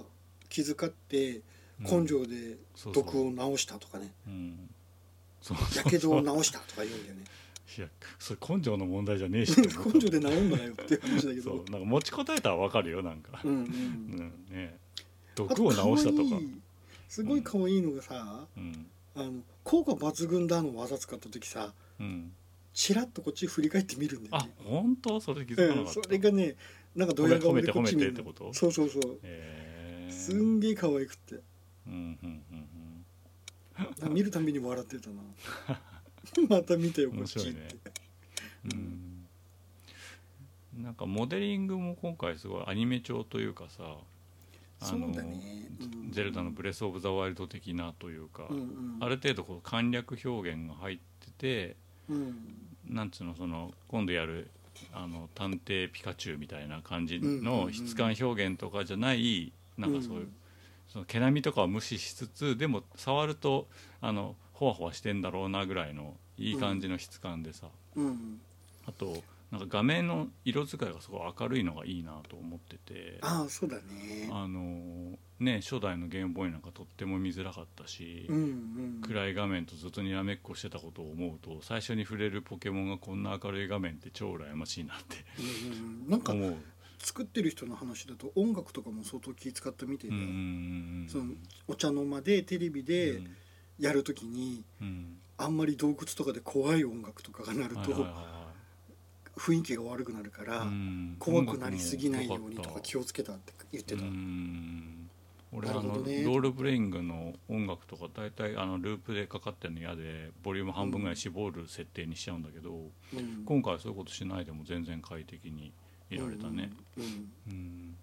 Speaker 2: 気遣って
Speaker 1: うん
Speaker 2: 根性で
Speaker 1: そうそう
Speaker 2: 毒を治したとかね
Speaker 1: うんそう
Speaker 2: やけどを治したとか言うんだ
Speaker 1: <laughs>
Speaker 2: よね
Speaker 1: いやそれ根性の問題じゃねえしって思った
Speaker 2: <laughs> 根性で治んだよっていう話だけ
Speaker 1: そう
Speaker 2: ど
Speaker 1: なんか持ちこたえたらわかるよなんか、
Speaker 2: うんう
Speaker 1: うんんね、毒を治したとか
Speaker 2: あ可愛いすごい可愛いのがさ、
Speaker 1: うん
Speaker 2: あの効果抜群だの技使った時さ
Speaker 1: うん、
Speaker 2: チラッとこっち振り返ってみるんだよ
Speaker 1: あ
Speaker 2: ね
Speaker 1: 本当それ気づか
Speaker 2: う
Speaker 1: なか
Speaker 2: ん、
Speaker 1: った、
Speaker 2: それがねなんかドヤ顔でこっち見る
Speaker 1: 褒めて褒めてってこと
Speaker 2: そうそうそう
Speaker 1: えー、
Speaker 2: すんげえ可愛くって
Speaker 1: うんうんうん
Speaker 2: なんか見るたびに笑ってたな
Speaker 1: <laughs>
Speaker 2: また見たよ
Speaker 1: うん
Speaker 2: こっ
Speaker 1: 面
Speaker 2: ち
Speaker 1: 白い
Speaker 2: っ
Speaker 1: ね
Speaker 2: て、
Speaker 1: うん、なんかモデリングも今回すごいアニメ調というかさあ
Speaker 2: そう
Speaker 1: の
Speaker 2: だね、うん
Speaker 1: ゼルダの「ブレス・オブ・ザ・ワイルド」的なというか、
Speaker 2: うんうん、
Speaker 1: ある程度こう簡略表現が入ってて
Speaker 2: うん
Speaker 1: なんつうのその今度やるあの探偵ピカチュウみたいな感じ
Speaker 2: うんうんう
Speaker 1: の
Speaker 2: ん
Speaker 1: 質感表現とかじゃない、なんかそういう、
Speaker 2: うん
Speaker 1: その毛並みとかは無視しつつでも触るとあのほわほわしてんだろうなぐらいのいい感じの質感でさ、
Speaker 2: うん、
Speaker 1: あとなんか画面の色使いがすごい明るいのがいいなと思ってて。
Speaker 2: ああそうだね
Speaker 1: あのね、初代のゲームボーイなんかとっても見づらかったし、
Speaker 2: うんうん
Speaker 1: 暗い画面とずっとにらめっこしてたことを思うと最初に触れるポケモンがこんな明るい画面って超羨ましいなって
Speaker 2: うんうんうんなんか
Speaker 1: 思う。
Speaker 2: 作ってる人の話だと音楽とかも相当気使ったみたいで、
Speaker 1: うん
Speaker 2: そのお茶の間でテレビで
Speaker 1: うん
Speaker 2: やるときに、
Speaker 1: うん
Speaker 2: あんまり洞窟とかで怖い音楽とかが鳴る
Speaker 1: はいはい
Speaker 2: と
Speaker 1: は
Speaker 2: 雰囲気が悪くなるか
Speaker 1: い
Speaker 2: ら、
Speaker 1: うん
Speaker 2: 怖くなりすぎないように
Speaker 1: 音楽
Speaker 2: と
Speaker 1: も
Speaker 2: か
Speaker 1: 良
Speaker 2: 気をつけたって言ってた、
Speaker 1: うん俺あ
Speaker 2: なる
Speaker 1: の
Speaker 2: ほ
Speaker 1: ロ
Speaker 2: どね
Speaker 1: ールプレイングの音楽とか大体あのループでかかってるの嫌でボリューム半分ぐらい絞る設定にしちゃうんだけど
Speaker 2: うん
Speaker 1: 今回はそういうことしないでも全然快適にいられたね。
Speaker 2: うんうん
Speaker 1: うん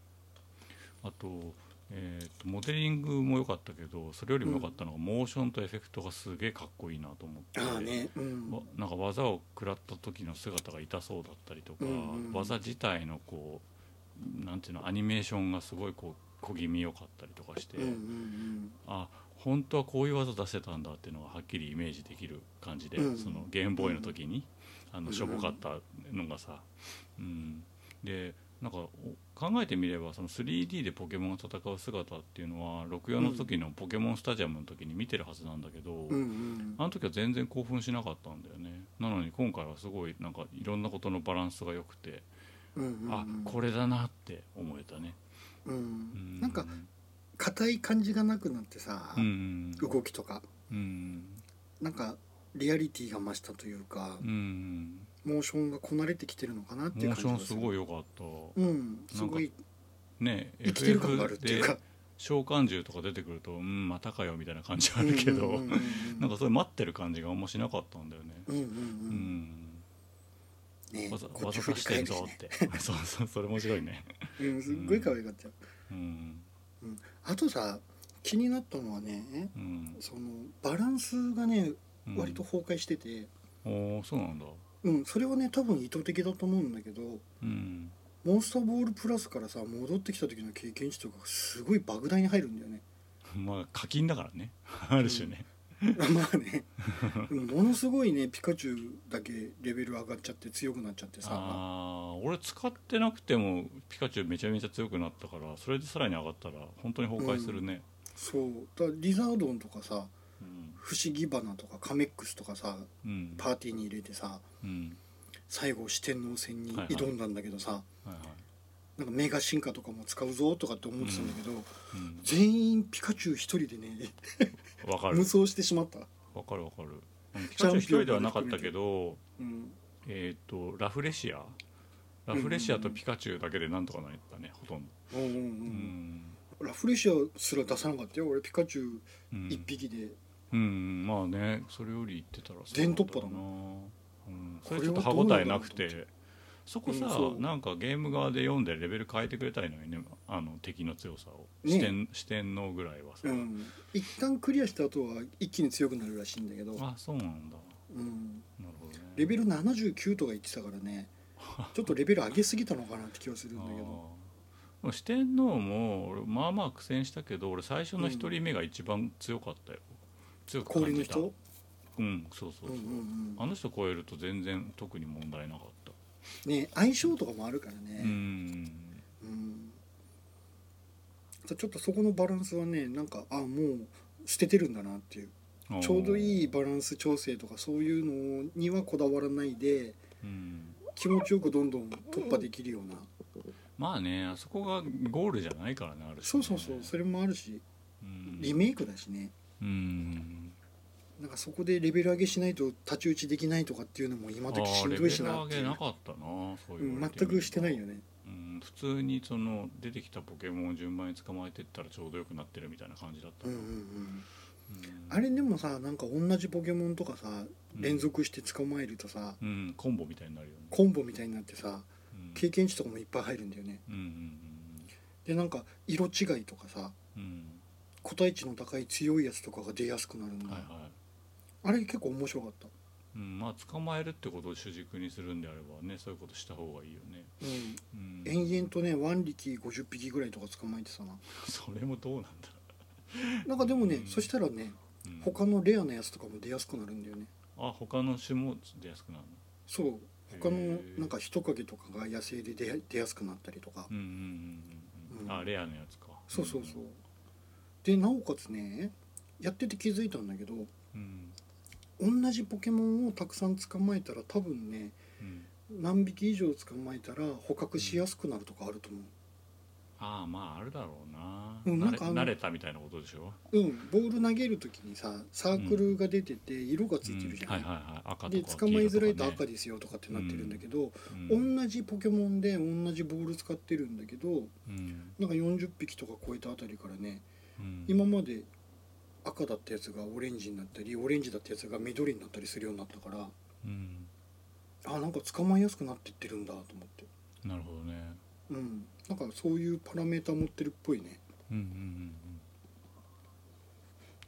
Speaker 1: あと,、えーとモデリングも良かったけどそれよりも良かったのが、モーションとエフェクトがすげえかっこいいなと思って
Speaker 2: ああねうん
Speaker 1: わなんか技を食らった時の姿が痛そうだったりとか、
Speaker 2: うんうん
Speaker 1: 技自体のこうなんていうのアニメーションがすごいこう小気味よかったりとかして、
Speaker 2: うんうん
Speaker 1: あ本当はこういう技出せたんだっていうのがはっきりイメージできる感じで、
Speaker 2: うん
Speaker 1: そのゲームボーイの時に、あ
Speaker 2: う
Speaker 1: の
Speaker 2: ん
Speaker 1: しょぼかったのがさ、うん、でなんかお考えてみればその 3D でポケモンが戦う姿っていうのは64の時のポケモンスタジアムの時に見てるはずなんだけど、
Speaker 2: うんうん
Speaker 1: あの時は全然興奮しなかったんだよねなのに今回はすごいなんかいろんなことのバランスが良くて、
Speaker 2: うんうん
Speaker 1: あこれだなって思えたね、
Speaker 2: う
Speaker 1: うんん、
Speaker 2: なんか硬い感じがなくなってさ、
Speaker 1: うん
Speaker 2: 動きとか
Speaker 1: うん
Speaker 2: なんかリアリティが増したというか、
Speaker 1: うん
Speaker 2: モーションがこなれてきてるのかなっていう
Speaker 1: モー
Speaker 2: 感じ
Speaker 1: ション
Speaker 2: が
Speaker 1: す
Speaker 2: る
Speaker 1: ごい良かった、
Speaker 2: うんすごい
Speaker 1: ね
Speaker 2: 生きてる感があるっていう
Speaker 1: FF
Speaker 2: か
Speaker 1: で召喚獣とか出てくるとうんまたかよみたいな感じはあるけど、
Speaker 2: うんうんうん
Speaker 1: <laughs> なんかそれ待ってる感じがあんましなかったんだよね
Speaker 2: うんうんう
Speaker 1: うんん、
Speaker 2: ね
Speaker 1: わざ
Speaker 2: こ
Speaker 1: わ
Speaker 2: っち
Speaker 1: ざ
Speaker 2: 振
Speaker 1: 出
Speaker 2: り
Speaker 1: して
Speaker 2: 返
Speaker 1: ん
Speaker 2: るし
Speaker 1: ぞ
Speaker 2: ね
Speaker 1: って <laughs> そうそうそれ面白いね
Speaker 2: うんすっごい可愛かったよ
Speaker 1: うん
Speaker 2: あとさ気になったのはね
Speaker 1: うん
Speaker 2: そのバランスがね
Speaker 1: うん
Speaker 2: 割と崩壊してて
Speaker 1: おおそうなんだ
Speaker 2: うんそれはね多分意図的だと思うんだけど
Speaker 1: うん
Speaker 2: モンスターボールプラスからさ戻ってきた時の経験値とかがすごい莫大に入るんだよね
Speaker 1: まあ課金だからね <laughs> ある種ね
Speaker 2: <laughs> まあねものすごいねピカチュウだけレベル上がっちゃって強くなっちゃってさ
Speaker 1: ああー俺使ってなくてもピカチュウめちゃめちゃ強くなったからそれでさらに上がったら本当に崩壊するね
Speaker 2: そうだからリザードンとかさ
Speaker 1: うん
Speaker 2: 不思議花とかカメックスとかさ
Speaker 1: うん
Speaker 2: パーティーに入れてさ
Speaker 1: うん
Speaker 2: 最後四天王戦に挑んだんだけどさ、
Speaker 1: はいはい
Speaker 2: なんかメガ進化とかも使うぞとかって思ってたんだけど、
Speaker 1: うん
Speaker 2: 全員ピカチュウ一人でね
Speaker 1: わかる
Speaker 2: 無双してしまった、
Speaker 1: わかるわかるうんピカチュウ一人ではなかったけど
Speaker 2: うん、
Speaker 1: えっ、とラフレシアラフレシアとピカチュウだけでなんとかなったねほとんど
Speaker 2: うんうんう
Speaker 1: うんん
Speaker 2: ラフレシアすら出さなかったよ俺ピカチュウ
Speaker 1: うん
Speaker 2: 一匹で、
Speaker 1: うんまあねそれより言ってたら
Speaker 2: 全突破
Speaker 1: そ
Speaker 2: だ
Speaker 1: う
Speaker 2: な
Speaker 1: うん、それちょっと歯応えなく
Speaker 2: これはどうなんだろ
Speaker 1: てそこさ、
Speaker 2: うんそう
Speaker 1: なんかゲーム側で読んでレベル変えてくれたりのにねあの敵の強さを、
Speaker 2: ね
Speaker 1: 四天四天王ぐらいはさ、
Speaker 2: うん、一旦クリアした後は一気に強くなるらしいんだけど、
Speaker 1: あそうなんだ
Speaker 2: うん、
Speaker 1: なるほどね
Speaker 2: レベル79とか言ってたから
Speaker 1: <laughs>
Speaker 2: ねちょっとレベル上げすぎたのかなって気はするんだけど
Speaker 1: あー四天王も俺まあまあ苦戦したけど俺最初の一人目が一番強かったよ、強く感
Speaker 2: 氷の
Speaker 1: じた
Speaker 2: 人
Speaker 1: うんそうそう
Speaker 2: うん
Speaker 1: そうう、
Speaker 2: んう
Speaker 1: あの人超えると全然特に問題なかった、
Speaker 2: んね相性とかもあるから
Speaker 1: う
Speaker 2: ね
Speaker 1: ん
Speaker 2: うんちょっとそこのバランスはねなんかあもう捨ててるんだなっていうちょうどいいバランス調整とかそういうのにはこだわらないで
Speaker 1: うん
Speaker 2: 気持ちよくどんどん突破できるような
Speaker 1: まあねあそこがゴールじゃないからねある種ね
Speaker 2: そうそうそうそれもあるし
Speaker 1: うん
Speaker 2: リメイクだしね
Speaker 1: うん
Speaker 2: なんかそこでレベル上げしないと太刀打ちできないとかっていうのも今時しんどいしな
Speaker 1: あー
Speaker 2: っ
Speaker 1: レベ
Speaker 2: て
Speaker 1: ル上
Speaker 2: い
Speaker 1: げ
Speaker 2: う
Speaker 1: なかったなそう
Speaker 2: う
Speaker 1: いうん
Speaker 2: 全くしてないよ
Speaker 1: ね、
Speaker 2: ね
Speaker 1: うん、普通にその出てきたポケモンを順番に捕まえてったらちょうどよくなってるみたいな感じだった
Speaker 2: うん
Speaker 1: な、
Speaker 2: うんうん
Speaker 1: うん
Speaker 2: あれでもさなんか同じポケモンとかさ
Speaker 1: うん
Speaker 2: 連続して捕まえるとさ
Speaker 1: うんコンボみたいになるよね
Speaker 2: コンボみたいになってさ
Speaker 1: うん
Speaker 2: 経験値とかもいっぱい入るんだよね
Speaker 1: うん
Speaker 2: でなんか色違いとかさ
Speaker 1: うんうんうん
Speaker 2: 個体値の高い強いやつとかが出やすくなるん
Speaker 1: うん
Speaker 2: だ
Speaker 1: はいはい
Speaker 2: あれ結構面白かった
Speaker 1: うん、まあ捕まえるってことを主軸にするんであればねそういうことした方がいいよね、
Speaker 2: うん
Speaker 1: うん、
Speaker 2: 延々とね1力50匹ぐらいとか捕まえてさな
Speaker 1: <laughs> それもどうなんだろ
Speaker 2: なんかでもね
Speaker 1: うん
Speaker 2: そしたらね
Speaker 1: う、うん、
Speaker 2: 他のレアなやつとかも出やすくなるんだよね
Speaker 1: あ他の種も出やすくなるの
Speaker 2: そう他
Speaker 1: へ
Speaker 2: の
Speaker 1: ー
Speaker 2: なんか人影とかが野生で出や出やすくなったりとか、
Speaker 1: うんうんうんうんうん
Speaker 2: うん
Speaker 1: あレアのやつか
Speaker 2: そうそうそうでなおかつねやってて気づいたんだけど
Speaker 1: うん
Speaker 2: 同じポケモンをたくさん捕まえたら多分ね
Speaker 1: うん
Speaker 2: 何匹以上捕まえたら捕獲しやすくなるとかあると思
Speaker 1: ああまああるだろうな,、
Speaker 2: うんなん
Speaker 1: 慣れ
Speaker 2: かあの
Speaker 1: 慣れたみたいなことでしょ、
Speaker 2: ううんボール投げる時にさサークルが出てて色がつ
Speaker 1: う
Speaker 2: いて
Speaker 1: ん
Speaker 2: るじゃ
Speaker 1: は
Speaker 2: ないい
Speaker 1: はいはい赤
Speaker 2: で
Speaker 1: とか
Speaker 2: 捕まえづらいと赤
Speaker 1: で、
Speaker 2: ですよとかってなってるんだけど、
Speaker 1: うん
Speaker 2: 同じポケモンで同じボール使ってるんだけど
Speaker 1: うん
Speaker 2: なんか40匹とか超えたあたりからね
Speaker 1: うん
Speaker 2: 今まで赤だったやつがオレンジになったりオレンジだったやつが緑になったりするようになったから
Speaker 1: うん、
Speaker 2: あなんか捕まえやすくなってってるんだと思って
Speaker 1: なるほどね
Speaker 2: うんなんかそういうパラメータ持ってるっぽいね
Speaker 1: うんうんうんうん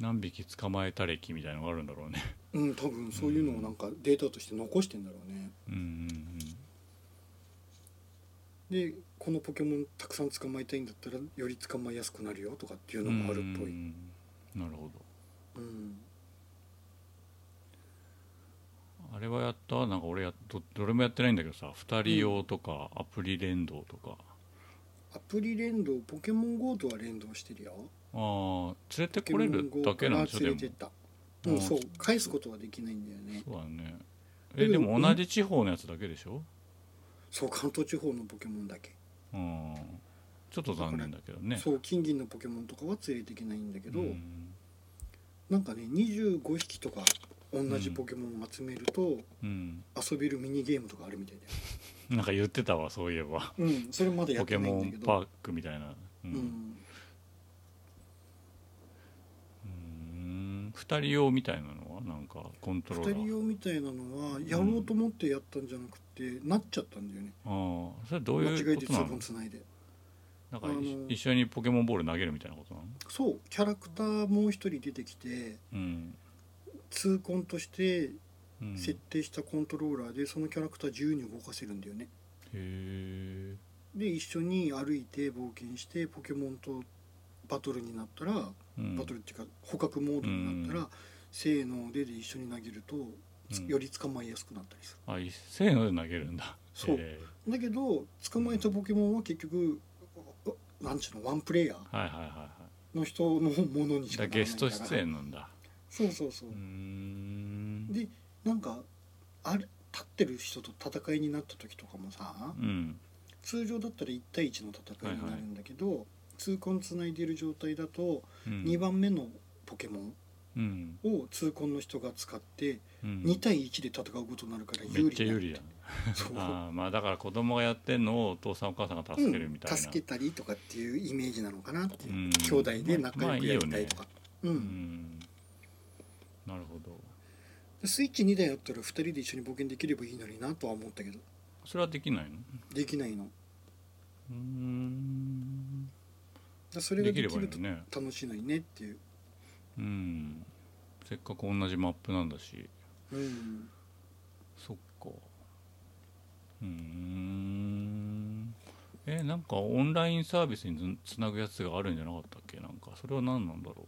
Speaker 1: 何匹捕まえた歴みたいのがあるんだろうね <laughs>
Speaker 2: うん多分そういうのをなんかデータとして残してんだろうね
Speaker 1: うんうん
Speaker 2: でこのポケモンたくさん捕まえたいんだったらより捕まえやすくなるよとかっていう
Speaker 1: うん
Speaker 2: のもあるっぽ
Speaker 1: う
Speaker 2: い
Speaker 1: んなるほど
Speaker 2: うん
Speaker 1: あれはやったなんか俺やどどれもやってないんだけどさ2人用とかアプリ連動とか、
Speaker 2: アプリ連動ポケモン GO とは連動してるよ
Speaker 1: ああ連れて
Speaker 2: ポケ
Speaker 1: こ
Speaker 2: モ
Speaker 1: れ
Speaker 2: ン
Speaker 1: る
Speaker 2: GO
Speaker 1: だけなんでしょ
Speaker 2: 連
Speaker 1: で
Speaker 2: れ
Speaker 1: も
Speaker 2: てった
Speaker 1: う
Speaker 2: うんんそう返すことはできないんだよね
Speaker 1: そうだね
Speaker 2: だけ
Speaker 1: え
Speaker 2: ど
Speaker 1: でも同じ地方のやつだけでしょ
Speaker 2: そう関東地方のポケモンだけ
Speaker 1: うんちょっと残念だけどね
Speaker 2: そう金銀のポケモンとかは連れていけないんだけど、
Speaker 1: うん
Speaker 2: なんかね25匹とか同じポケモンを集めると
Speaker 1: うん
Speaker 2: 遊べるミニゲームとかあるみたいだよ、
Speaker 1: なんか言ってたわそういえば
Speaker 2: うん、それまだや
Speaker 1: ポ
Speaker 2: っ
Speaker 1: ケ
Speaker 2: てない
Speaker 1: モ
Speaker 2: んだけ
Speaker 1: ン
Speaker 2: ど
Speaker 1: パークみたいなう
Speaker 2: うんん、
Speaker 1: うん2人用みたいなのはなんかコントロ
Speaker 2: 2
Speaker 1: ーラ
Speaker 2: 人
Speaker 1: ー
Speaker 2: 用みたいなのはやろうと思ってやったんじゃなくて、なっちゃったんだよね
Speaker 1: ああそれどう
Speaker 2: 間
Speaker 1: い
Speaker 2: 違え
Speaker 1: うこ
Speaker 2: て
Speaker 1: と
Speaker 2: ツ
Speaker 1: な
Speaker 2: ー
Speaker 1: の
Speaker 2: ボンつないで
Speaker 1: なんか
Speaker 2: あの
Speaker 1: い一緒にポケモンボール投げるみたいなことなの
Speaker 2: そうキャラクターもう1人出てきて
Speaker 1: うん
Speaker 2: 痛恨として
Speaker 1: うん
Speaker 2: 設定したコントローラーでそのキャラクター自由に動かせるんだよね
Speaker 1: へえ
Speaker 2: で一緒に歩いて冒険してポケモンとバトルになったら、
Speaker 1: うん
Speaker 2: バトルっていうか捕獲モードになったら、
Speaker 1: う
Speaker 2: せーのでで一緒に投げると、つ
Speaker 1: うん
Speaker 2: より捕まえやすくなったりす
Speaker 1: あいせーので投げるんだ
Speaker 2: そう
Speaker 1: へえ
Speaker 2: るだけど捕まえたポケモンは結局、うなんちゅうのワンプレイヤー
Speaker 1: はいはいはいはい
Speaker 2: の人のものにし
Speaker 1: じ
Speaker 2: か
Speaker 1: ゃあ
Speaker 2: ならない
Speaker 1: ゲスト出演なんだ
Speaker 2: そうそうそうう、
Speaker 1: ーん
Speaker 2: でなんかあれ立ってる人と戦いになった時とかもさ、
Speaker 1: うん
Speaker 2: 通常だったら1対1の戦いになるんだけど、痛恨つないでる状態だと
Speaker 1: うん
Speaker 2: 2番目のポケモン
Speaker 1: うん
Speaker 2: を痛恨の人が使って
Speaker 1: うん
Speaker 2: 2対1で戦うことになるから
Speaker 1: めっ
Speaker 2: 有利
Speaker 1: ちゃ有利だね
Speaker 2: <laughs> そう
Speaker 1: あーまあだから子供がやってんのをお父さんお母さんが助けるみたいな、
Speaker 2: うん、助けたりとかっていうイメージなのかなって、
Speaker 1: うん
Speaker 2: 兄弟で仲良くやりたいとか、う
Speaker 1: うんんなるほど
Speaker 2: でスイッチ2台あったら2人で一緒に冒険できればいいのになとは思ったけど
Speaker 1: それはできないの
Speaker 2: できないの
Speaker 1: うーん
Speaker 2: だそれが
Speaker 1: で
Speaker 2: で
Speaker 1: き
Speaker 2: き
Speaker 1: ればいい
Speaker 2: る
Speaker 1: の
Speaker 2: と
Speaker 1: ね
Speaker 2: 楽しいのにねっていう、
Speaker 1: うんせっかく同じマップなんだし
Speaker 2: うん、
Speaker 1: そっかうーんえなんかオンラインサービスにつつなぐやつがあるんじゃなかったっけなんかそれは何なんだろ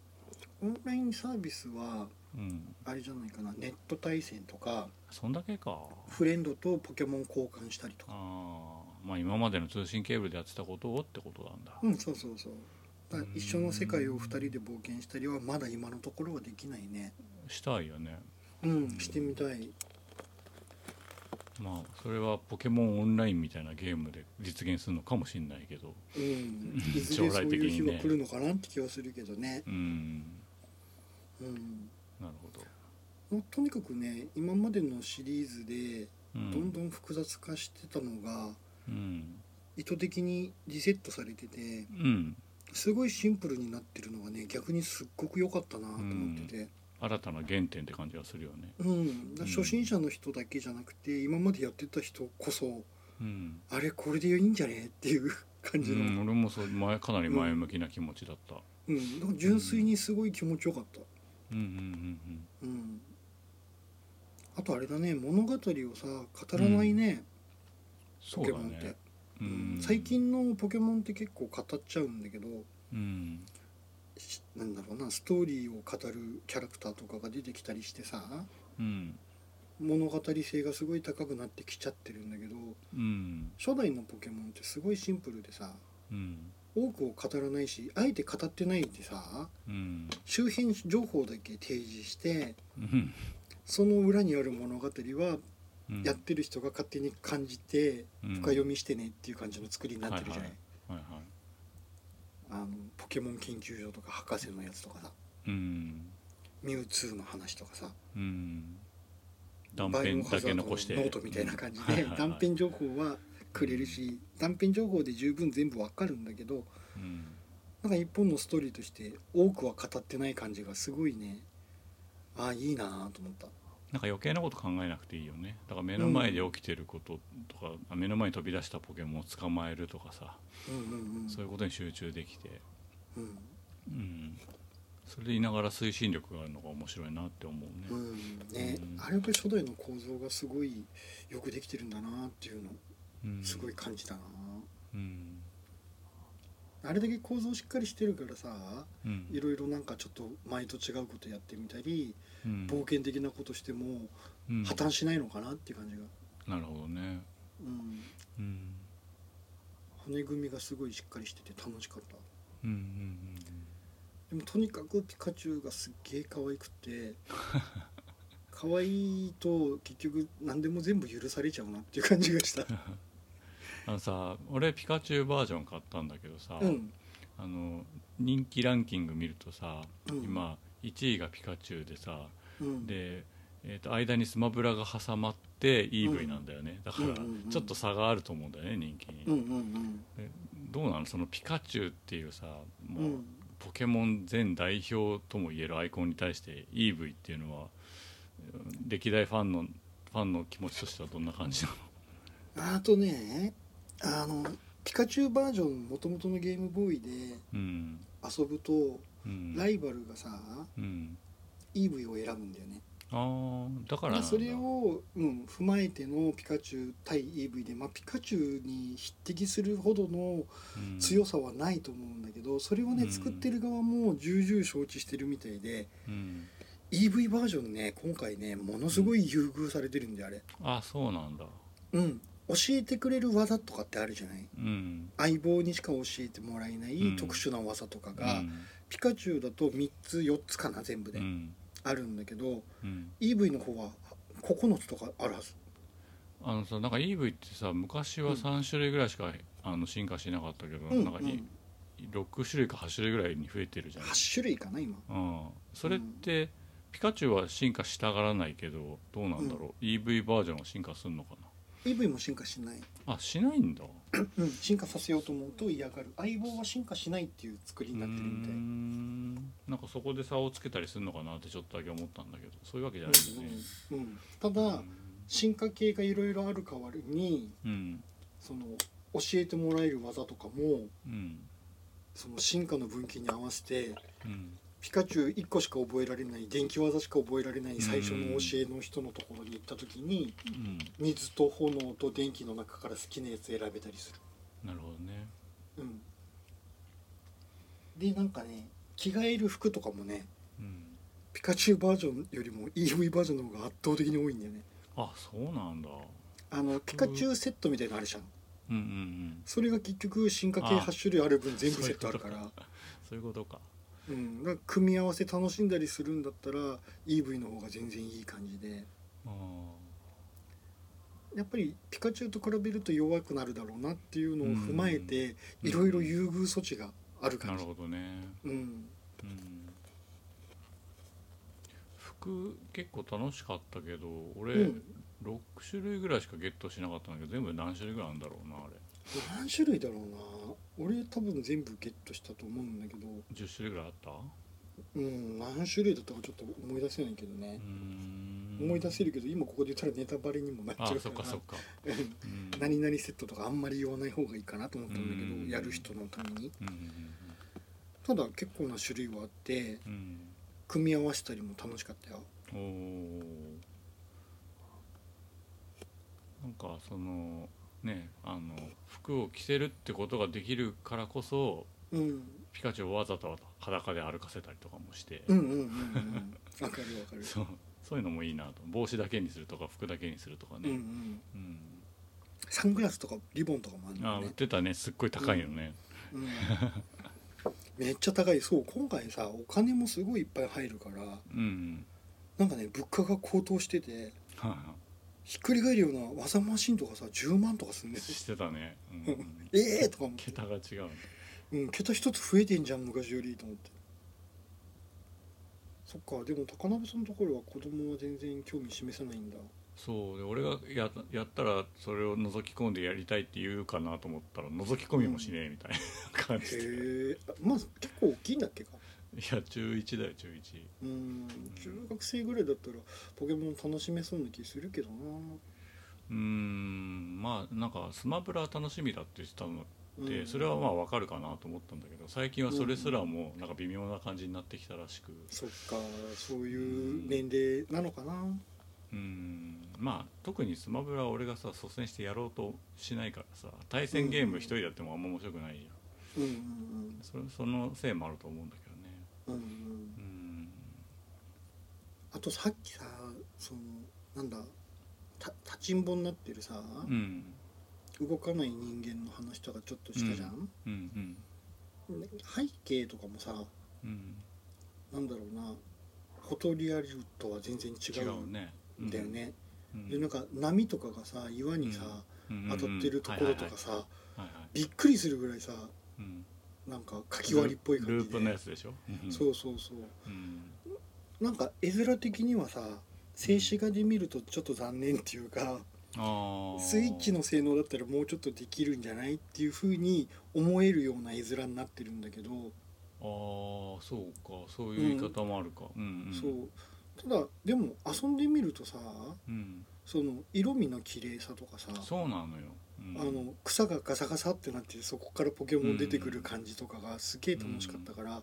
Speaker 2: オンラインサービスは
Speaker 1: ううん
Speaker 2: あれじゃないかなネット対戦とか
Speaker 1: そんだけか
Speaker 2: フレンドとポケモン交換したりとか
Speaker 1: あーまあ今までの通信ケーブルでやってたことをってことなんだ
Speaker 2: うんそうそうそうだから一緒の世界を2人で冒険したりはまだ今のところはできないね
Speaker 1: したいよね
Speaker 2: うんしてみたい
Speaker 1: まあそれはポケモンオンラインみたいなゲームで実現するのかもしれないけど
Speaker 2: うんいずれそういう日が来るのかなって気はするけどね
Speaker 1: うーん
Speaker 2: うん
Speaker 1: なるほど
Speaker 2: もうとにかくね今までのシリーズで
Speaker 1: う
Speaker 2: どん
Speaker 1: ん
Speaker 2: どん複雑化してたのが
Speaker 1: うん
Speaker 2: 意図的にリセットされてて
Speaker 1: うん
Speaker 2: すごいシンプルになってるのがね逆にすっごく良かったなと思ってて、
Speaker 1: 新たな原点って感じがするよね
Speaker 2: うんだから初心者の人だけじゃなくて今までやってた人こそ
Speaker 1: うん
Speaker 2: あれこれでいいんじゃねっていう感じの、う
Speaker 1: うん
Speaker 2: ん
Speaker 1: 俺もそう前かなり前向きな気持ちだった、
Speaker 2: だから純粋にすごい気持ちよかった、
Speaker 1: うん、うんうん
Speaker 2: うん、あとあれだね物語をさ語らないね、
Speaker 1: そ
Speaker 2: ポ
Speaker 1: う
Speaker 2: ケ
Speaker 1: だ
Speaker 2: モンって、
Speaker 1: ね、う
Speaker 2: うん
Speaker 1: ん、
Speaker 2: 最近のポケモンって結構語っちゃうんだけど
Speaker 1: うん
Speaker 2: しなんだろうなストーリーを語るキャラクターとかが出てきたりしてさ
Speaker 1: うん
Speaker 2: 物語性がすごい高くなってきちゃってるんだけど
Speaker 1: うん
Speaker 2: 初代のポケモンってすごいシンプルでさ
Speaker 1: うん
Speaker 2: 多くを語らないしあえて語ってないでさ
Speaker 1: うん
Speaker 2: 周辺情報だけ提示して
Speaker 1: うん
Speaker 2: その裏にある物語は
Speaker 1: うん
Speaker 2: やってる人が勝手に感じて
Speaker 1: うん
Speaker 2: 深読みしてねっていう感じの作りになってるじゃない、
Speaker 1: はいはい
Speaker 2: あのポケモン研究所とか博士のやつとかさ
Speaker 1: うん
Speaker 2: ミュウツーの話とかさ
Speaker 1: うん断
Speaker 2: バイオ
Speaker 1: 片
Speaker 2: ハ
Speaker 1: だ
Speaker 2: ザ
Speaker 1: け
Speaker 2: ードのノ
Speaker 1: 残して
Speaker 2: ートみたいな感じ
Speaker 1: うんはい
Speaker 2: で
Speaker 1: はいはい
Speaker 2: 断片情報はくれるし断片情報で十分全部わかるんだけど
Speaker 1: うん
Speaker 2: なんか一本のストーリーとして多くは語ってない感じがすごいねああいいなあと思った
Speaker 1: なんか余計なこと考えなくていいよねだから目の前で起きてることとか、あ目の前に飛び出したポケモンを捕まえるとかさ、
Speaker 2: うんうん
Speaker 1: そういうことに集中できて、
Speaker 2: うん
Speaker 1: うん、それでいながら推進力があるのが面白いなって思う
Speaker 2: う
Speaker 1: ね、
Speaker 2: んね
Speaker 1: うん
Speaker 2: あれやっぱり初代の構造がすごいよくできてるんだなっていうの
Speaker 1: うん、
Speaker 2: すごい感じたな
Speaker 1: うん
Speaker 2: あれだけ構造しっかりしてるからさ
Speaker 1: うん
Speaker 2: いろいろなんかちょっと前と違うことやってみたり
Speaker 1: うん
Speaker 2: 冒険的なことしても
Speaker 1: うん
Speaker 2: 破綻しないのかなっていう感じが、
Speaker 1: なるほどね、
Speaker 2: うん、
Speaker 1: うん、
Speaker 2: 骨組みがすごいしっかりしてて楽しかった
Speaker 1: うんうん
Speaker 2: でもとにかくピカチュウがすっげえ可愛く
Speaker 1: <laughs>
Speaker 2: て可愛いと結局何でも全部許されちゃうなっていう感じがした
Speaker 1: あのさ俺ピカチュウバージョン買ったんだけどさ、
Speaker 2: うん
Speaker 1: あの人気ランキング見るとさ、
Speaker 2: うん
Speaker 1: 今1位がピカチュウでさ、
Speaker 2: うん
Speaker 1: で、えー、と間にスマブラが挟まって EV なんだよね、だから
Speaker 2: うんうんうん
Speaker 1: ちょっと差があると思うんだよね人気に、
Speaker 2: うんうん
Speaker 1: でどうなのそのピカチュウっていうさも
Speaker 2: うんう
Speaker 1: うんポケモン全代表ともいえるアイコンに対して EV っていうのはうん歴代ファンのファンの気持ちとしてはどんな感じなの
Speaker 2: あとねあのピカチュウバージョンもともとのゲームボーイで
Speaker 1: うん
Speaker 2: 遊ぶと
Speaker 1: うん
Speaker 2: ライバルがさ、
Speaker 1: うん、
Speaker 2: EV を選ぶんだよね
Speaker 1: あーだからな
Speaker 2: だか
Speaker 1: ん
Speaker 2: ら
Speaker 1: だ
Speaker 2: それを、うん、踏まえてのピカチュウ対 EV で、まあ、ピカチュウに匹敵するほどの
Speaker 1: うん
Speaker 2: 強さはないと思うんだけどそれをね、
Speaker 1: うん
Speaker 2: 作ってる側も重々承知してるみたいで
Speaker 1: うん、
Speaker 2: EV バージョンね今回ねものすごい優遇されてるんであれ
Speaker 1: あそうなんだ
Speaker 2: うん教えてくれる技とかってあるじゃない
Speaker 1: うん
Speaker 2: 相棒にしか教えてもらえな
Speaker 1: う
Speaker 2: い
Speaker 1: ん
Speaker 2: 特殊な技とかが、
Speaker 1: うん
Speaker 2: ピカチュウだと3つ4つかな全部
Speaker 1: う
Speaker 2: で、
Speaker 1: ん
Speaker 2: あるんだけど
Speaker 1: うん、
Speaker 2: EV の方は9つとかあるはず
Speaker 1: あのさなんか EV ってさ昔
Speaker 2: う
Speaker 1: は
Speaker 2: ん
Speaker 1: 3種類ぐらいしか、あの進化しなかったけど、
Speaker 2: うん
Speaker 1: なんかい、
Speaker 2: うん
Speaker 1: 6種類か8種類ぐらいに増えてるじゃないですか
Speaker 2: 8種類かな今
Speaker 1: うん、それって、ピカチュウは進化したがらないけどどうなんだろう、EV バージョンは進化するのか
Speaker 2: EV も進化しない、
Speaker 1: なあしないんだ
Speaker 2: うん、進化させようと思うと嫌がる相棒は進化しないっていう作りになってるみた
Speaker 1: うー
Speaker 2: い
Speaker 1: んなんかそこで差をつけたりするのかなってちょっとだけ思ったんだけどそういうわけじゃないんだよね
Speaker 2: うんうん、ただ進化系がいろいろある代わりに
Speaker 1: うん
Speaker 2: その教えてもらえる技とかも
Speaker 1: うん
Speaker 2: その進化の分岐に合わせて
Speaker 1: うん
Speaker 2: ピカチュウ1個しか覚えられない電気技しか覚えられない最初の教えの人のところに行った時に
Speaker 1: うん
Speaker 2: 水と炎と電気の中から好きなやつ選べたりす
Speaker 1: なるほどね
Speaker 2: る、うん、でなんかね着替える服とかもね
Speaker 1: うん
Speaker 2: ピカチュウバージョンよりも EV バージョンの方が圧倒的に多いんだよね
Speaker 1: あそうなんだ
Speaker 2: あのピカチュウセットみたいなのあるじゃん
Speaker 1: うんうんうん
Speaker 2: それが結局進化系
Speaker 1: あ
Speaker 2: 8種類ある分全部セットあるから
Speaker 1: そういうそういうことか
Speaker 2: うん、なんか組み合わせ楽しんだりするんだったら EV の方が全然いい感じで
Speaker 1: あ
Speaker 2: やっぱりピカチュウと比べると弱くなるだろうなっていうのを踏まえて
Speaker 1: うん
Speaker 2: いろいろ優遇措置がある
Speaker 1: ーな
Speaker 2: 感
Speaker 1: る
Speaker 2: じ、
Speaker 1: ほどね
Speaker 2: うん、
Speaker 1: うん服結構楽しかったけど俺、
Speaker 2: うん
Speaker 1: 6種類ぐらいしかゲットしなかったんだけど全部で何種類ぐらいあるんだろうなあれ
Speaker 2: 何種類だろうな俺多分全部ゲットしたと思うんだけど、
Speaker 1: 10種類ぐらいあったう
Speaker 2: うん、何種類だったかちょっと思い出せないけどね
Speaker 1: ー、ん
Speaker 2: 思い出せるけど今ここで言ったらネタバレにもなっちゃ
Speaker 1: あ
Speaker 2: う
Speaker 1: そっ
Speaker 2: か
Speaker 1: からそっか、
Speaker 2: うん
Speaker 1: うん、
Speaker 2: <laughs> 何々セットとかあんまり言わない方がいいかなと思ったんだけど、
Speaker 1: うん
Speaker 2: やる人のために
Speaker 1: うん
Speaker 2: ただ結構な種類はあって
Speaker 1: うんうん
Speaker 2: 組み合わせたりも楽しかったよ
Speaker 1: うんおーなんかそのねあの服を着せるってことができるからこそ
Speaker 2: うん、
Speaker 1: ピカチュウをわざと裸で歩かせたりとかもして、
Speaker 2: うんう
Speaker 1: <laughs>
Speaker 2: んうんうんわかるわかる
Speaker 1: そうそういうのもいいなと帽子だけにするとか服だけにするとか
Speaker 2: うんう
Speaker 1: ね、
Speaker 2: ん
Speaker 1: うん
Speaker 2: サングラスとかリボンとかもあるんだ
Speaker 1: あ
Speaker 2: よ
Speaker 1: 売っ
Speaker 2: ね、
Speaker 1: てたねすっごい高いよね、
Speaker 2: うん、めっちゃ高いそう今回さお金もすごいいっぱい入るから
Speaker 1: うんうん
Speaker 2: なんかね物価が高騰してて
Speaker 1: はは
Speaker 2: ひっくり返るような技マシンとかさ10万とかすんね
Speaker 1: してたね、うん
Speaker 2: <laughs>
Speaker 1: うん、
Speaker 2: ええとか思って
Speaker 1: 桁が違うね
Speaker 2: うん桁一つ増えてんじゃん昔よりと思ってそっかでも高鍋さんのところは子供は全然興味示さないんだ
Speaker 1: そうで俺がややったらそれを覗き込んでやりたいって言うかなと思ったら覗き込みもしねえみたいな感じで、い
Speaker 2: へえまあ結構大きいんだっけか
Speaker 1: や中1だよ中1
Speaker 2: うん中学生ぐらいだったらポケモン楽しめそうな気するけどな
Speaker 1: うーんまあなんかスマブラ楽しみだって言ってたので、
Speaker 2: うん
Speaker 1: それはまあわかるかなと思ったんだけど最近はそれすらもなんか微妙な感じになってきたらしく、
Speaker 2: そっかそういう年齢なのかな
Speaker 1: うーんまあ特にスマブラは俺がさ率先してやろうとしないからさ対戦ゲーム一人でやってもあんま面白くないじゃ
Speaker 2: うん
Speaker 1: ん、そそのせいもあると思うんだけどね
Speaker 2: うんうんうんうん
Speaker 1: うん
Speaker 2: あとさっきさそのなんだた立ちんぼになってるさ、
Speaker 1: うん
Speaker 2: 動かない人間の話とかちょっとしたじゃん、
Speaker 1: うんうん
Speaker 2: 背景とかもさ
Speaker 1: うん
Speaker 2: なんだろうなフォトリアルとは全然違
Speaker 1: 違
Speaker 2: う
Speaker 1: うね
Speaker 2: んだよ、ね、
Speaker 1: うん
Speaker 2: でなんか波とかがさ岩にさ、
Speaker 1: うん
Speaker 2: 当たってるところとかさ、
Speaker 1: はいはいはいはいはい
Speaker 2: びっくりするぐらいさ
Speaker 1: うん
Speaker 2: なんかかき割りっぽい感
Speaker 1: ル
Speaker 2: じ
Speaker 1: ー
Speaker 2: で
Speaker 1: プのやつでしょ、
Speaker 2: そうそうそう
Speaker 1: うん、
Speaker 2: なんか絵面的にはさ静止画で見るとちょっと残念っていうか
Speaker 1: ああ
Speaker 2: スイッチの性能だったらもうちょっとできるんじゃないっていうふうに思えるような絵面になってるんだけど、
Speaker 1: あーそうかそういう言い方もあるか、うんうん、
Speaker 2: そうただでも遊んでみるとさ
Speaker 1: うん、
Speaker 2: その色味の綺麗さとかさ
Speaker 1: そうなのよ、うん
Speaker 2: あの草がガサガサってなってそこからポケモン出てくる感じとかがすげえ楽しかったから、な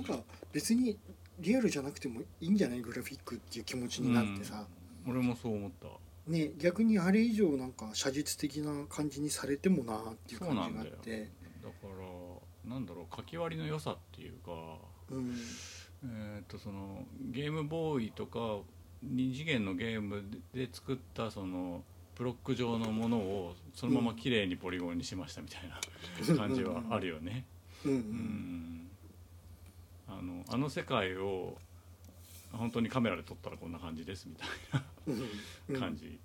Speaker 2: んか別にリアルじゃなくてもいいんじゃないグラフィックっていう気持ちになってさ、
Speaker 1: うん、俺もそう思った
Speaker 2: ね逆にあれ以上なんか写実的な感じにされてもなーっていう感じがあって
Speaker 1: だからなんだろうかき割りの良さっていうか
Speaker 2: うん
Speaker 1: えーっとそのゲームボーイとか2次元のゲームで作ったそのブロック状のものをそのまま綺麗にポリゴンにしましたみたいな感じはあるよね。
Speaker 2: うんう
Speaker 1: うんんあのあの世界を本当にカメラで撮ったらこんな感じですみたい
Speaker 2: うんうん
Speaker 1: な感じ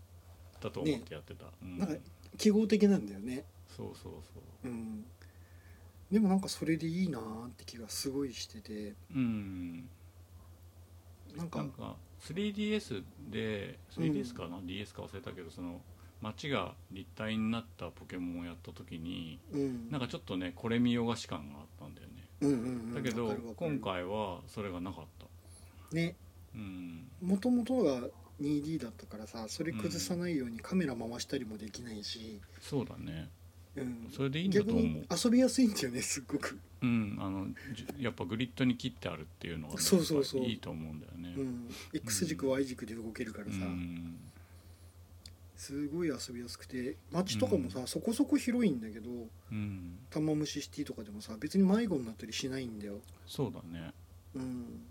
Speaker 1: だと思ってやってた。うん
Speaker 2: なんか記号的なんだよね
Speaker 1: そうそうそう。
Speaker 2: うんでもなんかそれでいいなーって気がすごいしてて
Speaker 1: うん
Speaker 2: なんか
Speaker 1: なんか 3DS で 3DS かな、DS か忘れたけどその街が立体になったポケモンをやった時に
Speaker 2: うん
Speaker 1: なんかちょっとねこれ見よがし感があったんだよね
Speaker 2: うんうんうん
Speaker 1: だけど
Speaker 2: わかるわかる
Speaker 1: 今回はそれがなかった
Speaker 2: ね
Speaker 1: うん
Speaker 2: もともとが 2D だったからさそれ崩さないようにカメラ回したりもできないし、
Speaker 1: そうだね
Speaker 2: うん、
Speaker 1: それでいいんだ
Speaker 2: 逆
Speaker 1: と思
Speaker 2: に
Speaker 1: う
Speaker 2: 遊びやすいんだよねすっごく、
Speaker 1: うんあのじやっぱグリッドに切ってあるっていうのがね、
Speaker 2: そうそうそう
Speaker 1: やっぱいいと思うんだよね
Speaker 2: う、ん、X 軸 Y 軸で動けるから
Speaker 1: う
Speaker 2: さ、
Speaker 1: ん
Speaker 2: すごい遊びやすくて街とかもさ、そこそこ広いんだけど
Speaker 1: うん、
Speaker 2: 玉虫シティとかでもさ別に迷子になったりしないんだよ、
Speaker 1: そうだね
Speaker 2: うん、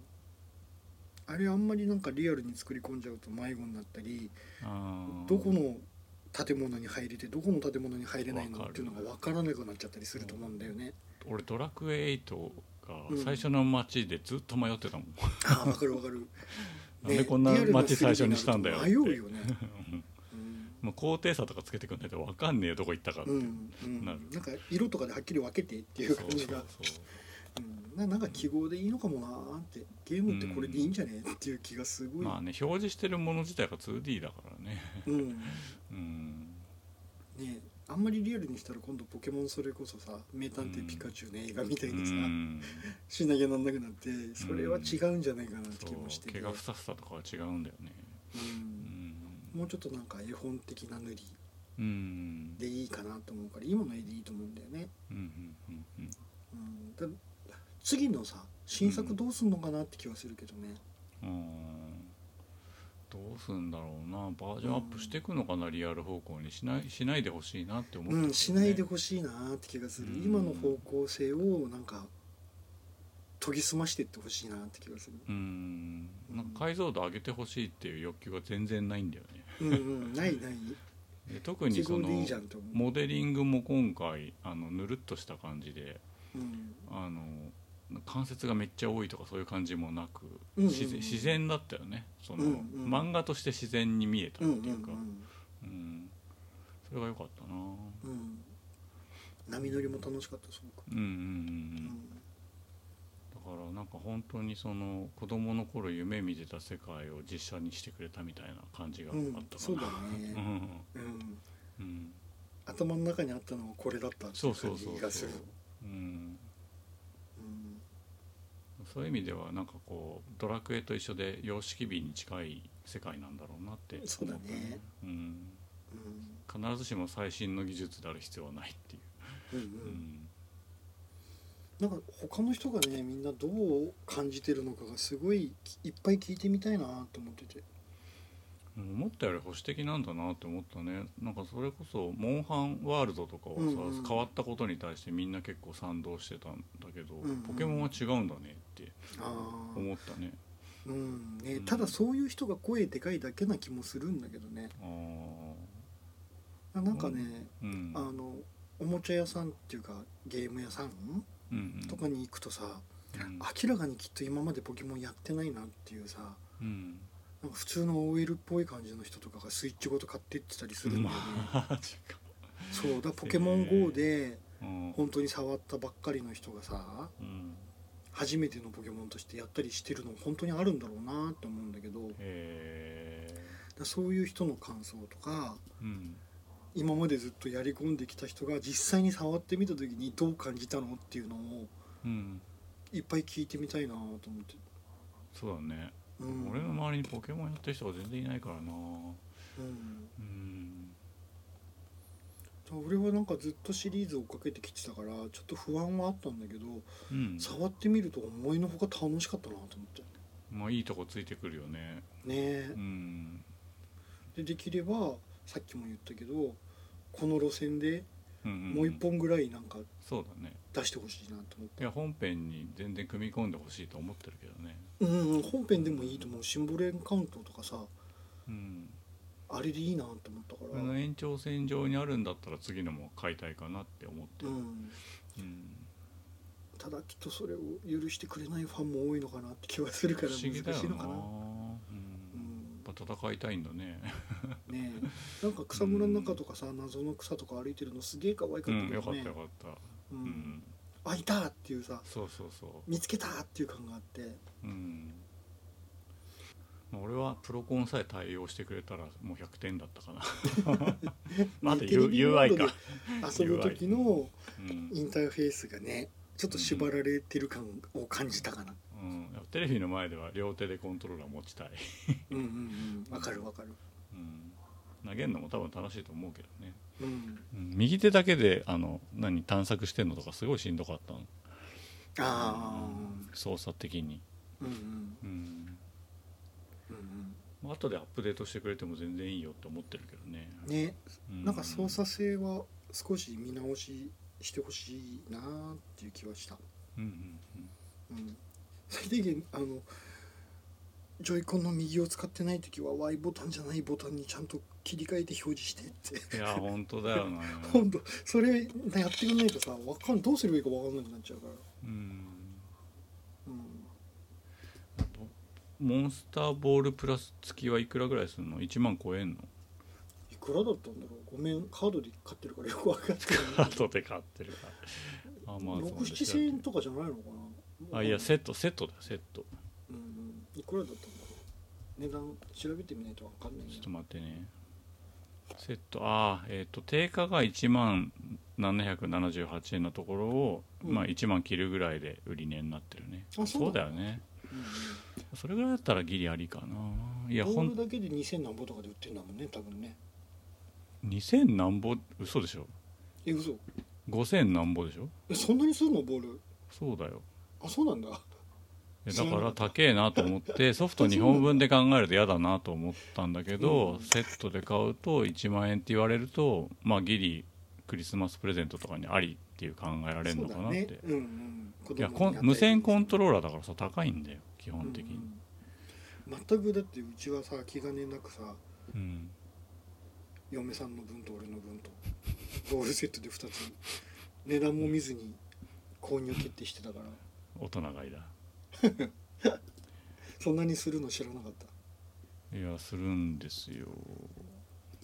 Speaker 2: あれあんまりなんかリアルに作り込んじゃうと迷子になったり
Speaker 1: あー
Speaker 2: どこの建物に入れてどこの建物に入れないの
Speaker 1: わかる
Speaker 2: っていうのが分からなくなっちゃったりすると思うんだよね。
Speaker 1: 俺ドラクエ8が
Speaker 2: うん
Speaker 1: 最初の街でずっと迷ってたもん、
Speaker 2: ああ分かる分かる。
Speaker 1: なんでこんな
Speaker 2: リアル
Speaker 1: 街最初にしたんだよって
Speaker 2: 迷うよね。
Speaker 1: まあ、高低差とかつけてくんないと分かんねえどこ行ったかって、
Speaker 2: うん、うんうん
Speaker 1: なる
Speaker 2: なんか色とかではっきり分けてってい
Speaker 1: そ
Speaker 2: う
Speaker 1: う
Speaker 2: 感
Speaker 1: そう
Speaker 2: じ
Speaker 1: そ
Speaker 2: が
Speaker 1: う
Speaker 2: うんななんか記号でいいのかもなーってゲームってこれでいいんじゃねっていう気がすごい、
Speaker 1: まあね表示してるもの自体が 2D だからね
Speaker 2: うんね
Speaker 1: うん
Speaker 2: えあんまりリアルにしたら今度ポケモンそれこそさ「名探偵ピカチュウ」の映画みた
Speaker 1: う
Speaker 2: いにさ、
Speaker 1: ん
Speaker 2: しなきゃなんなくなってそれは違うんじゃないかなって <laughs> 気もし
Speaker 1: そ
Speaker 2: て
Speaker 1: う
Speaker 2: て、
Speaker 1: 毛
Speaker 2: う、
Speaker 1: がふさふさとかは違うんだよねうんん
Speaker 2: もうちょっとなんか絵本的な塗り
Speaker 1: うん
Speaker 2: でいいかなと思うから今の絵でいいと思うんだよね、
Speaker 1: うんうんうんうん
Speaker 2: うん、だ次のさ新作どうすんのかなって気はするけどね、
Speaker 1: うんどうすんだろうなバージョンアップしていくのかな、リアル方向にしないしないでほしいなって思って
Speaker 2: う
Speaker 1: る
Speaker 2: ん、しないでほしいなーって気がする、
Speaker 1: うん
Speaker 2: 今の方向性をなんか研ぎ澄ましてってほしいなーって気がする
Speaker 1: うんなんか解像度上げてほしいっていう欲求が全然ないんだよね
Speaker 2: うんうんないない
Speaker 1: で <laughs> 特に
Speaker 2: 基
Speaker 1: そ
Speaker 2: 本
Speaker 1: の
Speaker 2: でいいじゃんと思う、
Speaker 1: モデリングも今回あのぬるっとした感じで
Speaker 2: うん、
Speaker 1: あの関節がめっちゃ多いとかそういう感じもなく、
Speaker 2: うんうん
Speaker 1: 自然自然だったよねその、
Speaker 2: うんうん
Speaker 1: 漫画として自然に見えた
Speaker 2: う
Speaker 1: っ
Speaker 2: ん
Speaker 1: て
Speaker 2: うんう
Speaker 1: い
Speaker 2: ん
Speaker 1: うか、うんそれが良かったな
Speaker 2: うん波乗りも楽しかったすごく、
Speaker 1: うんうんうん
Speaker 2: う
Speaker 1: うんんだからなんか本当にその子供の頃夢見てた世界を実写にしてくれたみたいな感じがあっ
Speaker 2: うん
Speaker 1: たか
Speaker 2: そうだ
Speaker 1: な、うんう
Speaker 2: ね、
Speaker 1: ん
Speaker 2: うん、
Speaker 1: うん、
Speaker 2: 頭の中にあったのはこれだったって
Speaker 1: そ
Speaker 2: いうう
Speaker 1: そ
Speaker 2: 感
Speaker 1: う
Speaker 2: じ
Speaker 1: そう
Speaker 2: が
Speaker 1: そ
Speaker 2: す
Speaker 1: う
Speaker 2: る、
Speaker 1: うん、
Speaker 2: うん
Speaker 1: そういう意味ではなんかこうドラクエと一緒で様式美に近い世界なんだろうなって思った
Speaker 2: そうだね
Speaker 1: うん、
Speaker 2: うん
Speaker 1: 必ずしも最新の技術である必要はないっていう、
Speaker 2: うんう
Speaker 1: うんん
Speaker 2: なんか他の人がねみんなどう感じてるのかがすごいいっぱい聞いてみたいなと思ってて
Speaker 1: 思ったより保守的なんだなって思ったねなんかそれこそモンハンワールドとかはさ、
Speaker 2: うんうん
Speaker 1: 変わったことに対してみんな結構賛同してたんだけど、
Speaker 2: うんうん
Speaker 1: ポケモンは違うんだねって
Speaker 2: ああ
Speaker 1: 思ったね
Speaker 2: うん
Speaker 1: う
Speaker 2: ね、
Speaker 1: ん
Speaker 2: ただそういう人が声でかいだけな気もするんだけどね
Speaker 1: ああ
Speaker 2: あなんかね、
Speaker 1: うん
Speaker 2: あのおもちゃ屋さんっていうかゲーム屋さん
Speaker 1: うんうん
Speaker 2: とかに行くとさ、
Speaker 1: うん
Speaker 2: 明らかにきっと今までポケモンやってないなっていうさ
Speaker 1: うん
Speaker 2: なんか普通の OL っぽい感じの人とかがスイッチごと買ってってたりす <laughs> るんだよね、
Speaker 1: マジか
Speaker 2: そうだからポケモン GO で
Speaker 1: うん
Speaker 2: 本当に触ったばっかりの人がさ
Speaker 1: うん
Speaker 2: 初めてのポケモンとしてやったりしてるの本当にあるんだろうなって思うんだけどだか
Speaker 1: へえ
Speaker 2: らそういう人の感想とか
Speaker 1: うん
Speaker 2: 今までずっとやり込んできた人が実際に触ってみた時にどう感じたのっていうのを
Speaker 1: うん
Speaker 2: いっぱい聞いてみたいなと思って、
Speaker 1: そうだね、
Speaker 2: うん、
Speaker 1: 俺の周りにポケモンやってる人が全然いないからな
Speaker 2: うん、
Speaker 1: うん
Speaker 2: 俺はなんかずっとシリーズ追っかけてきてたからちょっと不安はあったんだけど
Speaker 1: うん
Speaker 2: 触ってみると思いのほか楽しかったなと思って
Speaker 1: まあいいとこついてくるよね
Speaker 2: ねえ
Speaker 1: うん
Speaker 2: でできればさっきも言ったけどこの路線で
Speaker 1: うんんん
Speaker 2: もう一本ぐらいなんか
Speaker 1: そうだね
Speaker 2: 出してほしいなと思って
Speaker 1: いや本編に全然組み込んでほしいと思ってるけどね
Speaker 2: うん、うん、本編でもいいと思うシンボルエンカウントとかさ
Speaker 1: うん
Speaker 2: あれでいいなと思ったか
Speaker 1: これ
Speaker 2: ら
Speaker 1: の延長線上にあるんだったら次のも買いたいかなって思って
Speaker 2: う
Speaker 1: る
Speaker 2: ん
Speaker 1: うん
Speaker 2: ただきっとそれを許してくれないファンも多いのかなって気はするか
Speaker 1: 不
Speaker 2: ら
Speaker 1: 思議だよ
Speaker 2: 難しいの
Speaker 1: な
Speaker 2: かな。
Speaker 1: う
Speaker 2: うんん
Speaker 1: やっぱ戦いたいんだね
Speaker 2: ねえなんか草むらの中とかさ謎の草とか歩いてるのすげえ可愛かった
Speaker 1: うん
Speaker 2: け
Speaker 1: よ
Speaker 2: ど
Speaker 1: かっ
Speaker 2: ね
Speaker 1: たよかった
Speaker 2: う
Speaker 1: うんん
Speaker 2: ああいたっていうさ
Speaker 1: そうそうそ
Speaker 2: 見つけたっていう感があって
Speaker 1: ううんまあ俺はプロコンさえ対応してくれたらもう100点だったかな
Speaker 2: <laughs>
Speaker 1: <laughs> まだ
Speaker 2: テレビモー
Speaker 1: UI
Speaker 2: ドで
Speaker 1: か、
Speaker 2: 遊ぶ時の
Speaker 1: うん
Speaker 2: インターフェースがねちょっと縛られてる感を感じたかな、
Speaker 1: うん、テレビの前では両手でコントローラー持ちたい、
Speaker 2: うん、うんうんわかるわかる
Speaker 1: うん、投げるのも多分楽しいと思うけどね、
Speaker 2: うん
Speaker 1: うん、右手だけであの何探索してんのとかすごいしんどかったの
Speaker 2: ああ
Speaker 1: 操作的に、
Speaker 2: うんうん
Speaker 1: うん、
Speaker 2: うん
Speaker 1: まあ後でアップデートしてくれても全然いいよって思ってるけどね、
Speaker 2: うんね
Speaker 1: う
Speaker 2: なんか操作性は少し見直ししてほしいなーっていう気はした、
Speaker 1: うんうん
Speaker 2: うん、最低限あのジョイコンの右を使ってない時は Y ボタンじゃないボタンにちゃんと切り替えて表示してって
Speaker 1: うんいや本当だよ
Speaker 2: <laughs>
Speaker 1: な
Speaker 2: 今度それやってくんないとさわかんどうすればいいかわかんなくなっちゃうから、
Speaker 1: うん
Speaker 2: うん、
Speaker 1: モンスターボールプラス付きはいくらぐらいするの1万超えんの <laughs>
Speaker 2: いくらだったんだろうごめんカードで買ってるからよくわかって
Speaker 1: カードで買ってるからアマ
Speaker 2: ない
Speaker 1: ゾンで調べて
Speaker 2: 67000円とかじゃないのかな
Speaker 1: あいや
Speaker 2: せ
Speaker 1: セットセットだセット
Speaker 2: うんうんいくらだったんだろう値段調べてみないとわかんないな
Speaker 1: ちょっと待ってねセットああえっ、と定価が1万778円のところを、
Speaker 2: うん
Speaker 1: まあ1万切るぐらいで売り値になってるね
Speaker 2: あそうなんだ
Speaker 1: だよね
Speaker 2: うんうん
Speaker 1: それぐらいだったらギリありかないや
Speaker 2: ボ
Speaker 1: ほ
Speaker 2: ール
Speaker 1: ん
Speaker 2: だけで2000何ぼとかで売ってんだもんね多分ね
Speaker 1: 2000何ぼ嘘でしょ
Speaker 2: え嘘
Speaker 1: 5000何ぼでしょ
Speaker 2: えそんなにするのボール
Speaker 1: そうだよ
Speaker 2: あそうなんだ
Speaker 1: いや
Speaker 2: 知
Speaker 1: だ
Speaker 2: らな
Speaker 1: か
Speaker 2: かった
Speaker 1: ら高えなと思
Speaker 2: <laughs>
Speaker 1: ってソフト2本分で考えると嫌だなと思ったんだけど、
Speaker 2: うん
Speaker 1: セットで買うと1万円って言われるとまあギリクリスマスプレゼントとかにありっていう考えられるのかなって、
Speaker 2: そうだねうんうん子供
Speaker 1: いや
Speaker 2: に
Speaker 1: コン
Speaker 2: 与える
Speaker 1: 無線コントローラーだからさ高いんだよ基本的に、
Speaker 2: うんうん全くだってうちはさ気兼ねなくさ
Speaker 1: うん
Speaker 2: 嫁さんの分と俺の分とボールセットで2つ値段も見ずに購入決定してたから
Speaker 1: 大人買いだ
Speaker 2: そんなにするの知らなかった
Speaker 1: いやするんですよ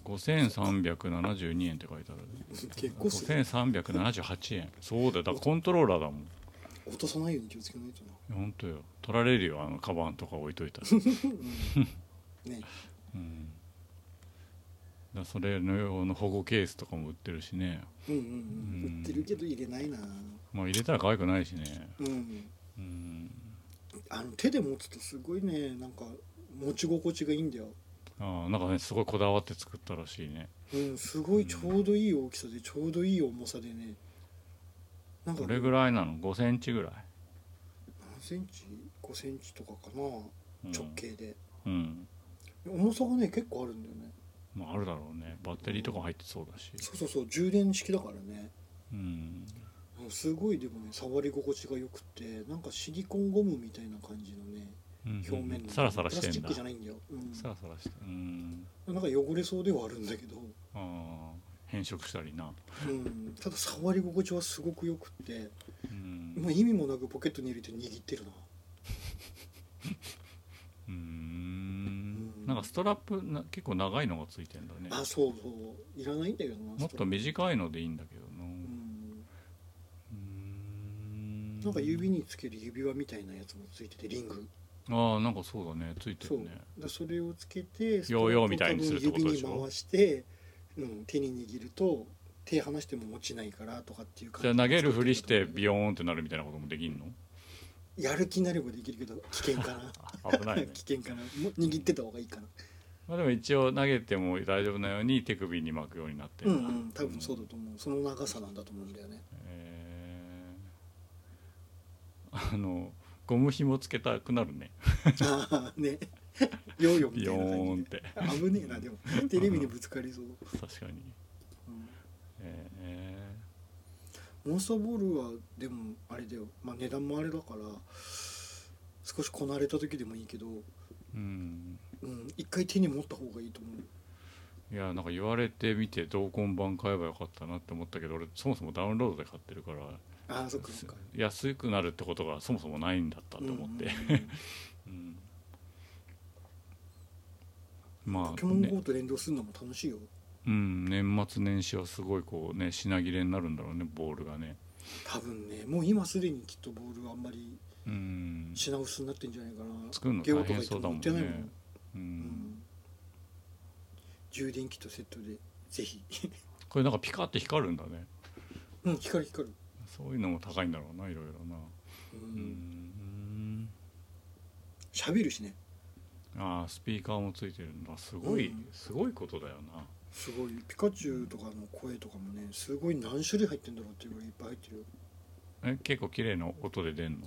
Speaker 1: 5372円って書いてあるね
Speaker 2: <laughs> 結構する
Speaker 1: 5378円そうだよだからコントローラーだもん
Speaker 2: 落とさないように気をつけないと
Speaker 1: <laughs>
Speaker 2: な
Speaker 1: 本当よ取られるよあのカバンとか置いといた
Speaker 2: <laughs>
Speaker 1: ら
Speaker 2: うんね
Speaker 1: うんだからそれの用の保護ケースとかも売ってるしね
Speaker 2: うんうんう
Speaker 1: うんん
Speaker 2: 売ってるけど入れないな
Speaker 1: まあ入れたら可愛くないしね
Speaker 2: うん
Speaker 1: うん
Speaker 2: あの手で持つとすごいねなんか持ち心地がいいんだよ
Speaker 1: ああなんかねすごいこだわって作ったらしいね
Speaker 2: うんすごいちょうどいい大きさでちょうどいい重さでねなんか
Speaker 1: どれぐらいなの5センチぐらい、
Speaker 2: 何センチ5センチとかかな
Speaker 1: うん
Speaker 2: 直径で
Speaker 1: うん
Speaker 2: 重さがね結構あるんだよね
Speaker 1: まあ、あるだろうねバッテリーとか入ってそうだし、
Speaker 2: そうそうそう充電式だからね
Speaker 1: うん、
Speaker 2: うんすごいでもね触り心地がよくってなんかシリコンゴムみたいな感じのね表面の
Speaker 1: サラサラし
Speaker 2: プラス
Speaker 1: て
Speaker 2: チ
Speaker 1: ん
Speaker 2: ッ
Speaker 1: だ
Speaker 2: クじゃ
Speaker 1: サ
Speaker 2: ないんだよ、うん、
Speaker 1: ラサラしてうん
Speaker 2: なんか汚れそうではあるんだけど、
Speaker 1: あー変色したりな
Speaker 2: うん、ただ触り心地はすごくよくって
Speaker 1: うん
Speaker 2: もう意味もなくポケットに入れて握ってるな
Speaker 1: うーん
Speaker 2: うん
Speaker 1: なんかストラップな結構長いのがついてんだね
Speaker 2: あそうそういらないんだけどな
Speaker 1: もっと
Speaker 2: 短い、
Speaker 1: 短いのでいいんだけどな
Speaker 2: う、
Speaker 1: うんーん
Speaker 2: なんか指につける指輪みたいなやつもついててリング
Speaker 1: ああなんかそうだねついて
Speaker 2: そう
Speaker 1: るね
Speaker 2: だそれをつけて
Speaker 1: ヨーヨーみたいにするってことでしょ
Speaker 2: ストラップを多分指に回して、うん、手に握ると手離しても落ちないからとかっていう感
Speaker 1: じゃあ投げるふりしてビ
Speaker 2: ヨ
Speaker 1: ヨーンってなるみたいなこともできんの
Speaker 2: やる気になればできるけど危険かな
Speaker 1: あ危ないね
Speaker 2: <laughs> 危険かなも握ってた方がいいかな
Speaker 1: <laughs> まあでも一応投げても大丈夫なように手首に巻くようになって
Speaker 2: うんん
Speaker 1: だ
Speaker 2: うん多分そうだと思うその長さなんだと思うんだよね
Speaker 1: えーあのゴム紐つけたくなるね
Speaker 2: ああね <laughs> ヨーヨーみ
Speaker 1: ビ
Speaker 2: た
Speaker 1: ヨ
Speaker 2: いな感
Speaker 1: ーンっ
Speaker 2: じ
Speaker 1: て
Speaker 2: で危ねえなでもテレビにぶつかりそう、
Speaker 1: 確かに
Speaker 2: うん
Speaker 1: え
Speaker 2: モンスターボールはでもあれだよ、まあ、値段もあれだから少しこなれた時でもいいけど、
Speaker 1: ーうん
Speaker 2: うん、一回手に持った方がいいと思う
Speaker 1: いやなんか言われてみて同梱版買えばよかったなって思ったけど俺そもそもダウンロードで買ってるから
Speaker 2: ああそっかそっか
Speaker 1: 安くなるってことがそもそもないんだったと思って、
Speaker 2: うんうん
Speaker 1: うん
Speaker 2: うん
Speaker 1: <laughs> ま
Speaker 2: ポケ
Speaker 1: あ、
Speaker 2: モン
Speaker 1: ね
Speaker 2: GO と連動するのも楽しいよ、
Speaker 1: うん、年末年始はすごいこうね品切れになるんだろうねボールがね
Speaker 2: 多分ねもう今すでにきっとボールはあんまり
Speaker 1: うん
Speaker 2: 品薄になってんじゃないかな、
Speaker 1: 作るの大変そうだもん
Speaker 2: ゲオとか行っても売ってない
Speaker 1: ね
Speaker 2: もん
Speaker 1: う
Speaker 2: うんん充電器とセットでぜひ
Speaker 1: これなんかピカって光るんだね
Speaker 2: うん光る光る、
Speaker 1: そういうのも高いんだろうないろいろな
Speaker 2: う、
Speaker 1: うんん
Speaker 2: 喋るしね
Speaker 1: ああスピーカーもついてるんだすごい、
Speaker 2: うん
Speaker 1: すごいことだよな
Speaker 2: すごいピカチュウとかの声とかもねすごい何種類入ってんだろうっていうぐらいいっぱい入ってるよ
Speaker 1: え結構綺麗な音で出んの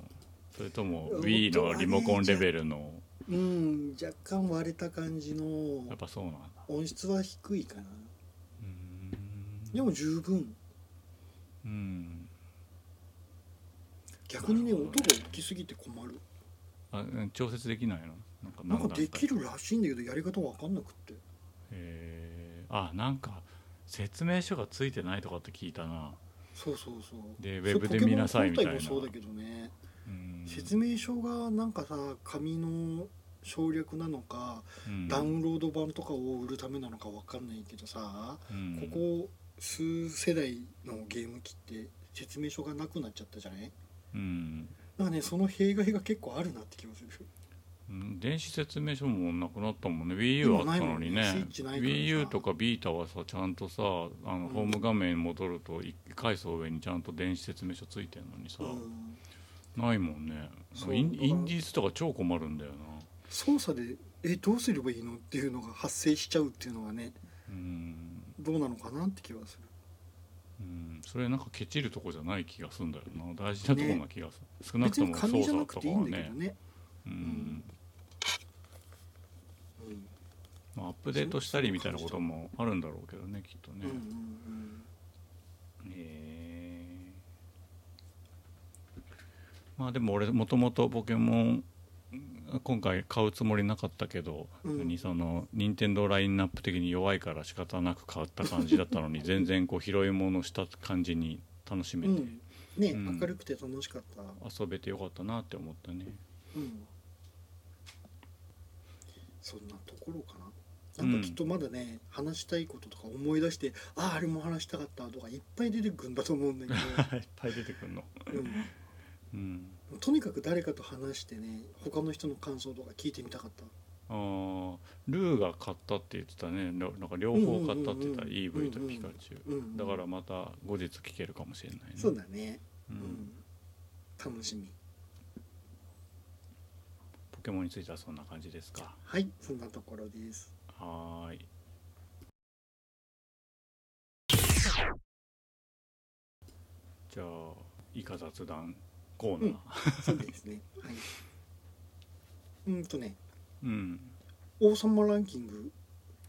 Speaker 1: それとも
Speaker 2: いや
Speaker 1: Wii
Speaker 2: 音
Speaker 1: の
Speaker 2: はね
Speaker 1: リモコンレベルの
Speaker 2: うん若干割れた感じ
Speaker 1: やっ
Speaker 2: の
Speaker 1: ぱそうなんだ
Speaker 2: 音質は低いかな
Speaker 1: うん
Speaker 2: でも十分
Speaker 1: うん
Speaker 2: 逆にね
Speaker 1: な
Speaker 2: 音
Speaker 1: る
Speaker 2: が
Speaker 1: ほど
Speaker 2: 大きすぎて困る
Speaker 1: あ調節できないのなんか
Speaker 2: な
Speaker 1: 何
Speaker 2: んかでき
Speaker 1: る
Speaker 2: るらしいんだけどやり方わかんなくって
Speaker 1: えー、あなんか説明書がついてないとかって聞いたな
Speaker 2: そうそうそう
Speaker 1: で
Speaker 2: そ
Speaker 1: ウ
Speaker 2: れ
Speaker 1: ェブで見なさいみたいな
Speaker 2: ポケモン本体もそうだけどね、
Speaker 1: うん
Speaker 2: 説明書がなんかさ紙の省略なのか、
Speaker 1: うん
Speaker 2: ダウンロード版とかを売るためなのかわかんないけどさ、
Speaker 1: うん
Speaker 2: ここ数世代のゲーム機って説明書がなくなっちゃったじゃない
Speaker 1: うん
Speaker 2: なんかねその弊害が結構あるなって気もする
Speaker 1: うん電子説明書もなくなったもんね WiiU あったのに
Speaker 2: 今ないもんねスイ
Speaker 1: ね
Speaker 2: ッチないからさ
Speaker 1: WiiU とかビータはさちゃんとさあのホーム画面に戻ると1階層上にちゃんと電子説明書ついてんのにさ、
Speaker 2: うん
Speaker 1: ないもんね
Speaker 2: そう
Speaker 1: イン
Speaker 2: だから
Speaker 1: インディースとか超困るんだよな
Speaker 2: 操作でえどうすればいいのっていうのが発生しちゃうっていうのはね
Speaker 1: うん、
Speaker 2: どうなのかなって気はする
Speaker 1: うん、それなんかケチるとこじゃない気がするんだよな大事なとこな気がする、少なく
Speaker 2: 別
Speaker 1: と
Speaker 2: に
Speaker 1: も
Speaker 2: 紙
Speaker 1: 操
Speaker 2: じゃな
Speaker 1: 作
Speaker 2: く
Speaker 1: と
Speaker 2: て
Speaker 1: か
Speaker 2: いい
Speaker 1: は
Speaker 2: んだけ
Speaker 1: ね
Speaker 2: どね、
Speaker 1: うん
Speaker 2: うん
Speaker 1: まあアップデートしたりみたいなこともあるんだろうけどねきっとね
Speaker 2: うんうんうん
Speaker 1: へえまあでも俺もともとポケモン今回買うつもりなかったけど、
Speaker 2: うん
Speaker 1: にその任天堂ラインナップ的に弱いから仕方なく買った感じだったのに全然こう拾い物した感じに楽しめ
Speaker 2: う
Speaker 1: て
Speaker 2: んね、
Speaker 1: うん
Speaker 2: 明るくて楽しかった、う
Speaker 1: 遊べてよかったなって思ったね、
Speaker 2: ん、そんなところかななんかきっとまだね、話したいこととか思い出してあああれも話したかったとかいっぱい出てくんだと思うんだけ
Speaker 1: いっぱい出てくるの <laughs>
Speaker 2: ど、
Speaker 1: うん
Speaker 2: うん、とにかく誰かと話してね他の人の感想とか聞いてみたかった
Speaker 1: あールーが買ったって言ってたねななんか両方買ったって言った、
Speaker 2: うんうんうん
Speaker 1: EV とピカチュウ、
Speaker 2: うんうん
Speaker 1: だからまた後日聞けるかもしれないね
Speaker 2: そうだね、
Speaker 1: う
Speaker 2: うんん、楽しみ
Speaker 1: ポケモンについてはそんな感じですか。
Speaker 2: はいそんなところです
Speaker 1: はーい。じゃあ、以下雑談コーナー。
Speaker 2: そうです
Speaker 1: <laughs>
Speaker 2: ねはいうんとね
Speaker 1: うん、
Speaker 2: 王様ランキング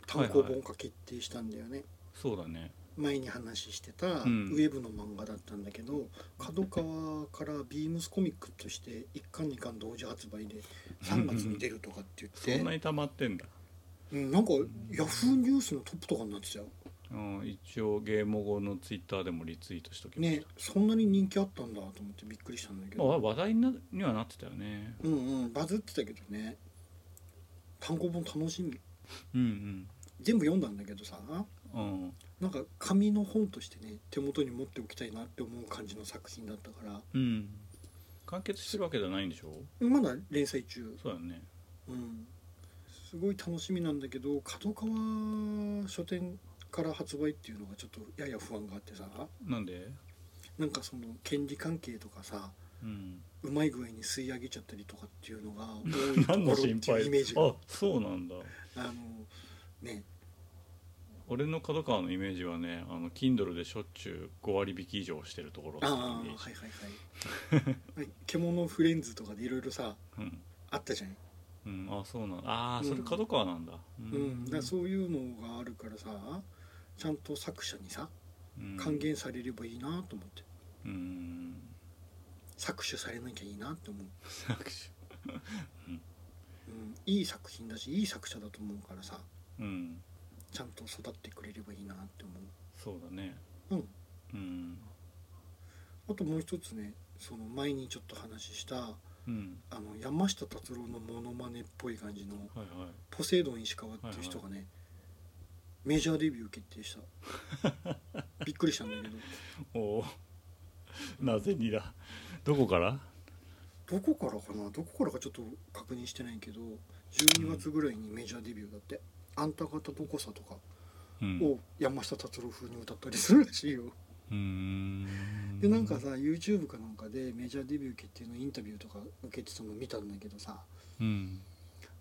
Speaker 2: 単行
Speaker 1: はいは
Speaker 2: 本化決定したんだよね、
Speaker 1: そうだね。
Speaker 2: 前に話してたウ
Speaker 1: ん
Speaker 2: ェブの漫画だったんだけど角川からビームスコミックとして1巻2巻同時発売で3月に出るとかって
Speaker 1: そ
Speaker 2: 言
Speaker 1: ん
Speaker 2: っ
Speaker 1: な
Speaker 2: て、
Speaker 1: に溜まってんだ。
Speaker 2: うん、なんかヤフーニュースのトップとかになってたよ
Speaker 1: うん、一応ゲーム後のツイッターでもリツイートしときまし
Speaker 2: ね
Speaker 1: た。
Speaker 2: そんなに人気あったんだと思ってびっくりしたんだけ
Speaker 1: ま
Speaker 2: ど
Speaker 1: あ、話題になにはなってたよね。
Speaker 2: うんうんバズってたけどね単行本楽しみ
Speaker 1: うん
Speaker 2: 全部読んだんだけどさ
Speaker 1: うん。うん
Speaker 2: なんか紙の本としてね手元に持っておきたいなって思う感じの作品だったから
Speaker 1: うん。完結してるわけじゃないんでしょ
Speaker 2: まだ連載中
Speaker 1: そうだよね。
Speaker 2: うんすごい楽しみなんだけど角川書店から発売っていうのがちょっとやや不安があってさ
Speaker 1: なんで
Speaker 2: なんかその権利関係とかさ <laughs>
Speaker 1: うん。
Speaker 2: うまい具合に吸い上げちゃったりとかっていうのが多いとこ
Speaker 1: <laughs> 何
Speaker 2: ろ
Speaker 1: の
Speaker 2: って
Speaker 1: 心
Speaker 2: いうイメー
Speaker 1: 配
Speaker 2: ジが
Speaker 1: あ、そうなんだ。
Speaker 2: あのね
Speaker 1: 俺の角川のイメージはねあの Kindle でしょっちゅう5割引き以上してるところって
Speaker 2: あ
Speaker 1: イ
Speaker 2: あ
Speaker 1: メ
Speaker 2: はいはい
Speaker 1: ージ、
Speaker 2: はい獣フレンズとかでいろいろさ
Speaker 1: うん
Speaker 2: あったじゃない、
Speaker 1: うん、あそうなんだあー
Speaker 2: うん
Speaker 1: それ角川なんだう
Speaker 2: うんだからそういうのがあるからさちゃんと作者にさ
Speaker 1: うん
Speaker 2: 還元されればいいなと思って
Speaker 1: うん <laughs>
Speaker 2: 搾取されなきゃいいなって思う
Speaker 1: 作詞
Speaker 2: うん、いい作品だしいい作者だと思うからさ
Speaker 1: うん
Speaker 2: ちゃんと育ってくれればいいなって思
Speaker 1: そうだね
Speaker 2: う、うん、
Speaker 1: うん
Speaker 2: あともう一つねその前にちょっと話した
Speaker 1: うん
Speaker 2: あの山下達郎のモノマネっぽい感じの
Speaker 1: はいはい
Speaker 2: ポセイドン石川っていう人がね、メジャーデビュー決定したびっくりしたんだけど
Speaker 1: おお <laughs> なぜにだどこから
Speaker 2: どこからかなどこからかちょっと確認してないけど12月ぐらいにメジャーデビューだって「あんた方どこさ」とか
Speaker 1: うん
Speaker 2: を山下達郎風に歌ったりするらしいよ
Speaker 1: うーん
Speaker 2: でなんかさ YouTube かなんかでメジャーデビュー決定のインタビューとか受けてたの見たんだけどさ
Speaker 1: うん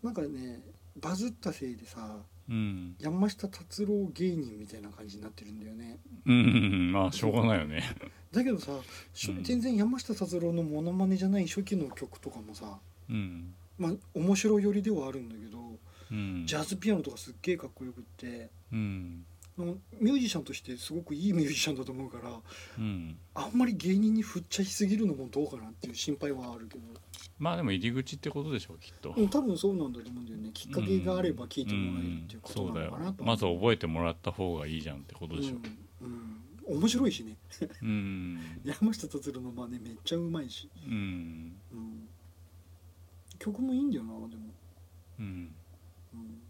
Speaker 2: なんかねバズったせいでさ
Speaker 1: うん
Speaker 2: 山下達郎芸人みたいな感じになってるんだよね
Speaker 1: うんうんまあしょうがないよね
Speaker 2: だけどさ、初
Speaker 1: うん
Speaker 2: 全然山下達郎のモノマネじゃない初期の曲とかもさ
Speaker 1: うん
Speaker 2: まあ面白寄りではあるんだけど、
Speaker 1: うん
Speaker 2: ジャズピアノとかすっげえかっこよくって
Speaker 1: うん
Speaker 2: あのミュージシャンとしてすごくいいミュージシャンだと思うから
Speaker 1: うん
Speaker 2: あんまり芸人に振っちゃいすぎるのもどうかなっていう心配はあるけど
Speaker 1: まあでも入り口ってことでしょうきっと
Speaker 2: うん多分そうなんだと思うんだよねきっかけがあれば聞いてもらえるっていうこと
Speaker 1: うん
Speaker 2: なのかな
Speaker 1: そうだ
Speaker 2: と
Speaker 1: よまず
Speaker 2: は
Speaker 1: 覚えてもらった方がいいじゃんってことでしょ
Speaker 2: うん、うん面白いしね <laughs>
Speaker 1: うん
Speaker 2: 山下達郎の真似めっちゃうまいし、
Speaker 1: うん
Speaker 2: うん、曲もいいんだよなでも、
Speaker 1: うん
Speaker 2: うん、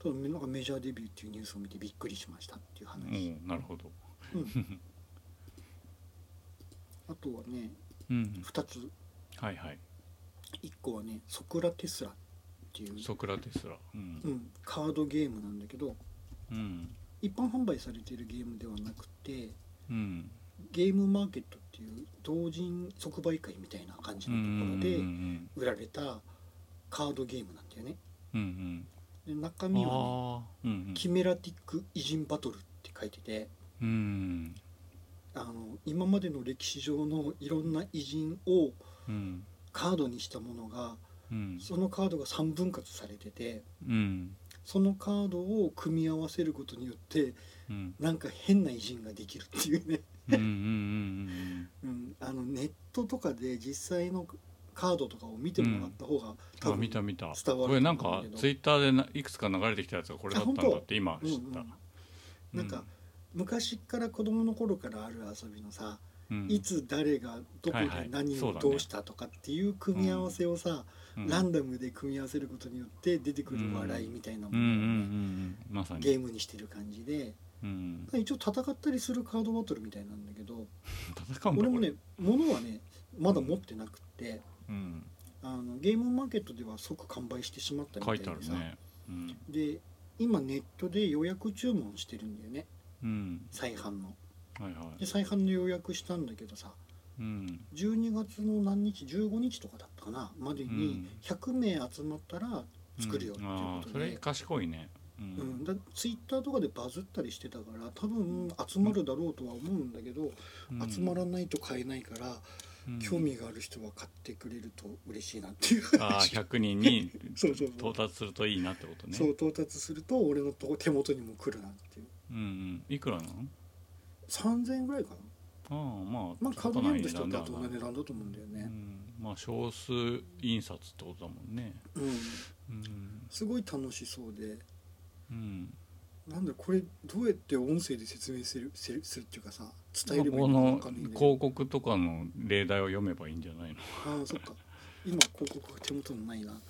Speaker 2: ただなんかメジャーデビューっていうニュースを見てびっくりしましたっていう
Speaker 1: う
Speaker 2: 話、
Speaker 1: んなるほど
Speaker 2: うん、あとはね
Speaker 1: うん
Speaker 2: 2つ
Speaker 1: はいはい
Speaker 2: 1個はね「ソクラテスラ」っていう、
Speaker 1: ソクラテスラうん
Speaker 2: うん、カードゲームなんだけど
Speaker 1: うん
Speaker 2: 一般販売されているゲームではなくて
Speaker 1: うん
Speaker 2: ゲームマーケットっていう同人即売会みたいな感じ
Speaker 1: うんう
Speaker 2: のところ
Speaker 1: ん
Speaker 2: で
Speaker 1: うん
Speaker 2: 売られたカードゲームなんだよね。
Speaker 1: うん
Speaker 2: で中
Speaker 1: うん
Speaker 2: 身は、ね
Speaker 1: ああうんうん
Speaker 2: 「キメラティック偉人バトル」って書いてて
Speaker 1: うん
Speaker 2: あの今までの歴史上のいろんな偉人を
Speaker 1: うん
Speaker 2: カードにしたものが
Speaker 1: うん
Speaker 2: そのカードが3分割されてて
Speaker 1: うん
Speaker 2: そのカードを組み合わせることによって
Speaker 1: うん
Speaker 2: なんか変な偉人ができるっていうね、
Speaker 1: うんうんうん
Speaker 2: うん、あのネットとかで実際のカードとかを見てもらった方が、
Speaker 1: うんあ見た見た
Speaker 2: 伝わる
Speaker 1: これなんかツイッターでないくつか流れてきたやつがこれだったんだ
Speaker 2: あ
Speaker 1: っ
Speaker 2: 本
Speaker 1: て今
Speaker 2: うん
Speaker 1: 知っ
Speaker 2: うん
Speaker 1: た
Speaker 2: なんか昔から子供の頃からある遊びのさ、
Speaker 1: うん
Speaker 2: いつ誰がどこ
Speaker 1: はい
Speaker 2: で
Speaker 1: はい
Speaker 2: 何
Speaker 1: そう
Speaker 2: を
Speaker 1: だね
Speaker 2: どうしたとかっていう組み合わせをさ、
Speaker 1: うん
Speaker 2: ランダムで組み合わせることによって出てくる笑いみたいな
Speaker 1: うん
Speaker 2: も
Speaker 1: う
Speaker 2: の
Speaker 1: んう
Speaker 2: を
Speaker 1: ん
Speaker 2: ね、
Speaker 1: うんまさ
Speaker 2: ゲ
Speaker 1: に
Speaker 2: ームにしてる感じで
Speaker 1: うん
Speaker 2: 一応戦ったりするカードバトルみたいなんだけど
Speaker 1: 戦うんだ
Speaker 2: 俺も
Speaker 1: これ
Speaker 2: ね物はねまだ持ってなくって
Speaker 1: うん
Speaker 2: あのゲームマーケットでは即完売してしまったみ
Speaker 1: 書
Speaker 2: たい
Speaker 1: い
Speaker 2: で
Speaker 1: てある
Speaker 2: さ、
Speaker 1: ねうん
Speaker 2: で今ネットで予約注文してるんだよね
Speaker 1: うん
Speaker 2: 再販の。
Speaker 1: はいはい
Speaker 2: で再販の予約したんだけどさ
Speaker 1: うん
Speaker 2: 12月の何日15日とかだったかなまでに100名集まったら作るよっていう
Speaker 1: あ
Speaker 2: こ
Speaker 1: あ
Speaker 2: と
Speaker 1: そ
Speaker 2: で、
Speaker 1: れ賢いねう
Speaker 2: うんん、だツイッターとかでバズったりしてたから多分集まるだろうとは思うんだけど、
Speaker 1: うん
Speaker 2: 集まらないと買えないから、
Speaker 1: うん
Speaker 2: 興味がある人は買ってくれると嬉しいなっていう <laughs>
Speaker 1: ああ
Speaker 2: 話
Speaker 1: 100人に
Speaker 2: そうそうそう
Speaker 1: 到達するといいなってことね
Speaker 2: そう到達すると俺のとこ手元にも来るなっていう
Speaker 1: うんうんいくらなの
Speaker 2: 3000円ぐらいかな
Speaker 1: ああまあ
Speaker 2: まあカードゲームとしては
Speaker 1: ちょっ
Speaker 2: 妥
Speaker 1: と
Speaker 2: 当
Speaker 1: ない
Speaker 2: な
Speaker 1: 値段だ
Speaker 2: 値段だと思うんだよ
Speaker 1: なう
Speaker 2: ね、
Speaker 1: んまあ少数印刷ってことだもんね
Speaker 2: うん
Speaker 1: うん
Speaker 2: すごい楽しそうで
Speaker 1: うん
Speaker 2: なんだこれどうやって音声で説明するするするっていうかさ伝えればいい
Speaker 1: こ
Speaker 2: の
Speaker 1: の
Speaker 2: かわかんないんだけど
Speaker 1: 広告とかの例題を読めばいいんじゃないの
Speaker 2: ああそっか今広告が手元にないな <laughs>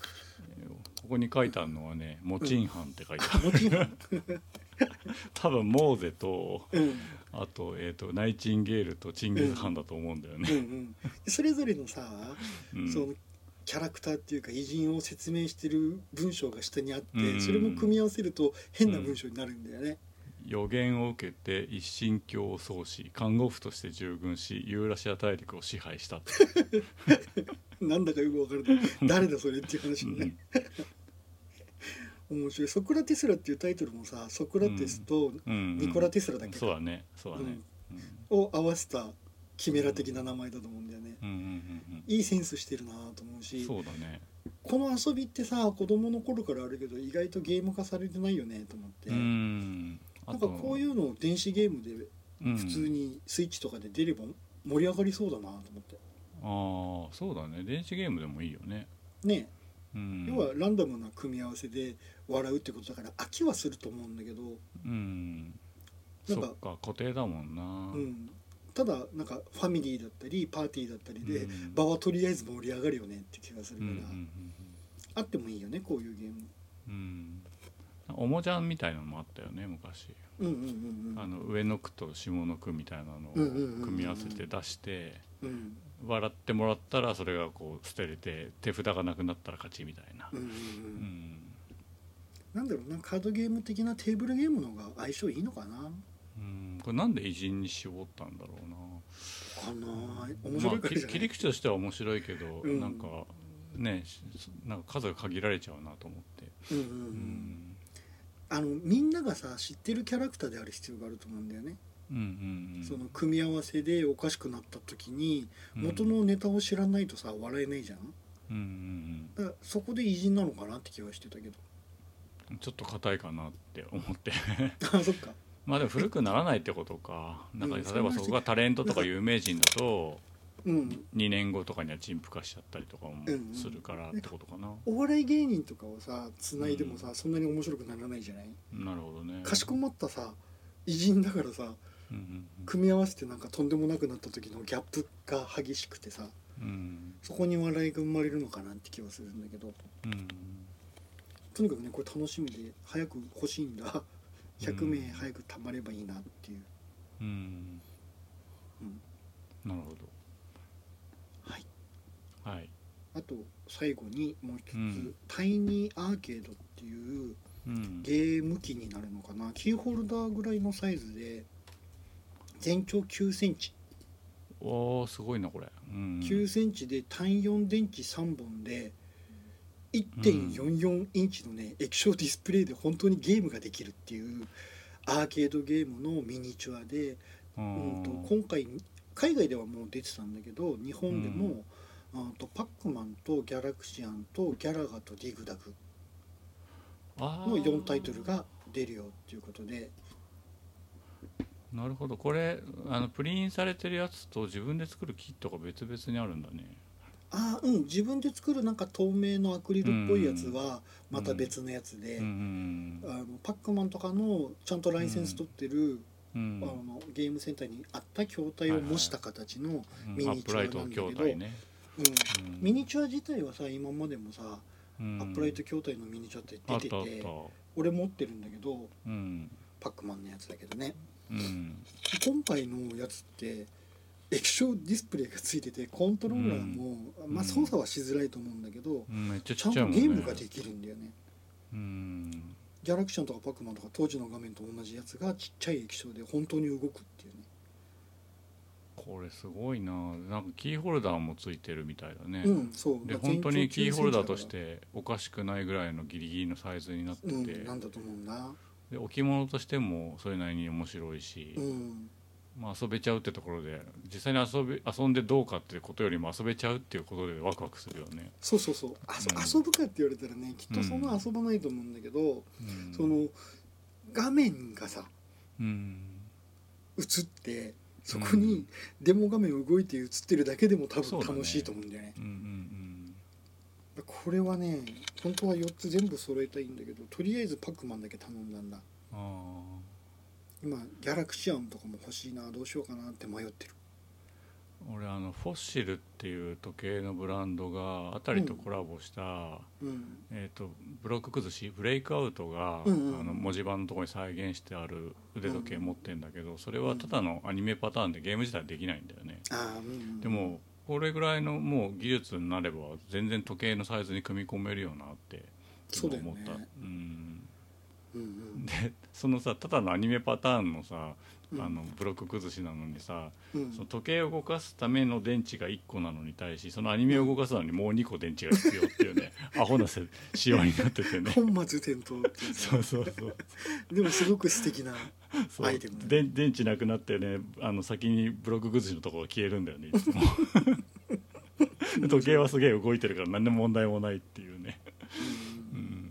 Speaker 1: ここに書いてあるのはね「モチンハン」って書いてある
Speaker 2: モチーフ
Speaker 1: <laughs> 多分モーゼと
Speaker 2: うん
Speaker 1: あと,、えー、とナイチンゲールとチンギス・ハンだと思うんだよ
Speaker 2: うん
Speaker 1: ね、
Speaker 2: うん、それぞれのさ、
Speaker 1: うん、
Speaker 2: <laughs> そのキャラクターっていうか偉人を説明してる文章が下にあって、
Speaker 1: うん
Speaker 2: それも組み合わせると変な文章になるんだよね。
Speaker 1: 予言を受けて一神教を創始看護婦として従軍しユーラシア大陸を支配したって、
Speaker 2: なんだかよく
Speaker 1: <laughs>
Speaker 2: わかるない誰だそれっていう話
Speaker 1: う
Speaker 2: に <laughs> ね
Speaker 1: ん、
Speaker 2: 面白い「ソクラテスラ」っていうタイトルもさソクラテスと
Speaker 1: うん
Speaker 2: ニコラテスラだっけ
Speaker 1: そうだねそうだね、うん
Speaker 2: を合わせたキメラ的な名前だと思うんだよね。
Speaker 1: うんうんうん
Speaker 2: いいセンスしてるなと思う
Speaker 1: うん
Speaker 2: し
Speaker 1: そうだね
Speaker 2: この遊びってさ子供の頃からあるけど意外とゲーム化されてないよねと思って、
Speaker 1: うん
Speaker 2: なんかこういうのを電子ゲームで普
Speaker 1: 普
Speaker 2: 通にスイッチとかで出れば盛り上がりそうだなと思って
Speaker 1: ああそうだね電子ゲームでもいいよね、
Speaker 2: ね、
Speaker 1: うん、
Speaker 2: 要はランダムな組み合わせで笑うってことだから飽きはすると思うんだけど、
Speaker 1: うん
Speaker 2: な
Speaker 1: そ
Speaker 2: んか
Speaker 1: っか固定だもんな
Speaker 2: う、ん、ただなんかファミリーだったりパーティーだったりで、
Speaker 1: うん
Speaker 2: 場はとりあえず盛り上がるよねって気がする
Speaker 1: うんう
Speaker 2: か
Speaker 1: ん
Speaker 2: ら、
Speaker 1: うん
Speaker 2: あってもいいよねこういうゲーム
Speaker 1: うんうんおもちゃみたいなのもあったよね昔
Speaker 2: うんうんうんうん
Speaker 1: あの上の句と下の句みたいなのを
Speaker 2: うんうんうんうん
Speaker 1: 組み合わせて出して
Speaker 2: うん
Speaker 1: 笑ってもらったらそれがこう捨てれて手札がなくなったら勝ちみたいな
Speaker 2: うんうんう
Speaker 1: うんん
Speaker 2: なんだろうなカードゲーム的なテーブルゲームの方が相性いいのかな
Speaker 1: うんこれなんで偉人に絞ったんだろうな
Speaker 2: かな面白いからじ
Speaker 1: ま
Speaker 2: ゃ
Speaker 1: あ
Speaker 2: な
Speaker 1: き切
Speaker 2: い
Speaker 1: り口としては面白いけど、
Speaker 2: うん
Speaker 1: なんかねしなんか数が限られちゃうなと思って
Speaker 2: うんうん
Speaker 1: う
Speaker 2: う
Speaker 1: んん
Speaker 2: あのみんながさ知ってるキャラクターである必要があると思うんだよね
Speaker 1: うんうんうん
Speaker 2: その組み合わせでおかしくなった時に元のネタを知らないとさ笑えないじゃん
Speaker 1: うんうん
Speaker 2: だからそこで偉人なのかなって気はしてたけど <laughs>
Speaker 1: うんちょっと硬いかなって思って <laughs>
Speaker 2: あそっか
Speaker 1: まあでも古くならないってことかなんか
Speaker 2: うん
Speaker 1: 例えばそこがタレントとか有名人だと
Speaker 2: うん
Speaker 1: 2年後とかには陳腐化しちゃったりとかも
Speaker 2: うんうん
Speaker 1: するからってことかな、
Speaker 2: お笑い芸人とかをさ繋いでもさ、そんなに面白くならないじゃない
Speaker 1: なるほどね
Speaker 2: かしこまったさ偉人だからさ
Speaker 1: うん
Speaker 2: 組み合わせてなんかとんでもなくなった時のギャップが激しくてさ
Speaker 1: うんうん
Speaker 2: そこに笑いが生まれるのかなって気はするんだけど
Speaker 1: うん
Speaker 2: とにかくねこれ楽しみで早く欲しいんだ <laughs> 100
Speaker 1: うん
Speaker 2: 名早く貯まればいいなっていう、
Speaker 1: うんうん
Speaker 2: うん
Speaker 1: なるほ
Speaker 2: はい、
Speaker 1: どはい
Speaker 2: あと最後にもう一つ、
Speaker 1: うん
Speaker 2: タイニーアーケードっていう
Speaker 1: うん
Speaker 2: ゲーム機になるのかなキーホルダーぐらいのサイズで全長9センチ
Speaker 1: おーすごいなこれ、うん、
Speaker 2: 9センチで単4電池3本で1.44インチのね液晶ディスプレイで本当にゲームができるっていうアーケードゲームのミニチュアで、うんと今回海外ではもう出てたんだけど日本でも、うん、とパックマンとギャラクシアンとギャラガとディグダグの4タイトルが出るよっていうことで
Speaker 1: あーなるほどこれあのプリンされてるやつと自分で作るキットが別々にあるんだね
Speaker 2: ああうん自分で作るなんか透明のアクリルっぽいやつはまた別のやつで。
Speaker 1: うん
Speaker 2: あのパックマンとかのちゃんとライセンス取ってる、
Speaker 1: うん
Speaker 2: あのゲームセンターにあった筐体を模した形の、
Speaker 1: うん
Speaker 2: ミ
Speaker 1: ア
Speaker 2: ニ
Speaker 1: ップ
Speaker 2: チュア
Speaker 1: ライ
Speaker 2: なんだけど
Speaker 1: ト筐体ね、
Speaker 2: うん
Speaker 1: うん
Speaker 2: ミニチュア自体はさ今までもさ、
Speaker 1: うん
Speaker 2: アップライト筐体のミニチュアって出て
Speaker 1: あったあ
Speaker 2: て
Speaker 1: っ
Speaker 2: 俺持ってるんだけど
Speaker 1: たうん
Speaker 2: パックマンのやつだけどね
Speaker 1: うん
Speaker 2: 今回のやつって液晶ディスプレイがついててコントローラーも、
Speaker 1: ん
Speaker 2: まあ、
Speaker 1: うん
Speaker 2: 操作はしづらいと思うんだけど、
Speaker 1: うんめっちゃ
Speaker 2: ち
Speaker 1: ち
Speaker 2: ゃ
Speaker 1: っ
Speaker 2: ん
Speaker 1: ちゃい
Speaker 2: と
Speaker 1: もんね
Speaker 2: ゲームができるんだよね
Speaker 1: うん
Speaker 2: ギャラクシャンとかパックマンとか当時の画面と同じやつがちっちゃい液晶で本当に動くっていうね
Speaker 1: これすごいななんかキーホルダーもついてるみたいだね、
Speaker 2: うん、そう
Speaker 1: で
Speaker 2: まあ全
Speaker 1: 本当に
Speaker 2: 長
Speaker 1: キーホルダーと
Speaker 2: 9
Speaker 1: し
Speaker 2: センチ
Speaker 1: ておかしくないぐらいのギリギリのサイズになってて、
Speaker 2: だからうん、なんだと思うな、
Speaker 1: で置物としてもそれなりに面白いし、
Speaker 2: うん、
Speaker 1: まあ、遊べちゃうってところで実際に遊び遊んでどうかってことよりも遊べちゃうっていうことでワクワクするよね。
Speaker 2: そうそうそうあそ、
Speaker 1: うん
Speaker 2: 遊ぶかって言われたらねきっとそんな遊ばないと思うんだけど、
Speaker 1: うん
Speaker 2: その画面がさ
Speaker 1: うん
Speaker 2: 映ってそこにデモ画面動いて映ってるだけでも多
Speaker 1: そう
Speaker 2: 分
Speaker 1: だね
Speaker 2: 楽しいと思うんだよね
Speaker 1: うんうん
Speaker 2: これはね本当は4つ全部揃えたいんだけどとりあえずパックマンだけ頼んだんだ
Speaker 1: うんあ
Speaker 2: 今ギャラクシアンとかも欲しいなどうしようかなって迷ってる
Speaker 1: ー俺あのフォッシルっていう時計のブランドがあたりとコラボした、
Speaker 2: うん
Speaker 1: えー、とブロック崩しブレイクアウトが、
Speaker 2: うんうん
Speaker 1: あの文字盤のところに再現してある腕時計持ってんだけどそれはただのアニメパターンでゲーム自体はできないんだよね。
Speaker 2: ああうんうん
Speaker 1: でもこれぐらいのもう技術になれば全然時計のサイズに組み込めるよなって
Speaker 2: そうだよね
Speaker 1: 思ったうん
Speaker 2: うんうん
Speaker 1: でそのさただのアニメパターンのさ、
Speaker 2: うん
Speaker 1: あのブロック崩しなのにさ
Speaker 2: うん
Speaker 1: その時計を動かすための電池が1個なのに対しそのアニメを動かすのにもう2個電池が必要っていう
Speaker 2: <laughs>
Speaker 1: ねアホなせ仕様になっててね。
Speaker 2: 本末転倒っていう
Speaker 1: そうそうそう
Speaker 2: でもすごく
Speaker 1: <laughs>
Speaker 2: 素敵な
Speaker 1: そう
Speaker 2: アイテムね
Speaker 1: で電池なくなってねあの先にブロック崩しのところが消えるんだよねいつもで時計はすげえ動いてるから何でも問題もないっていうねうん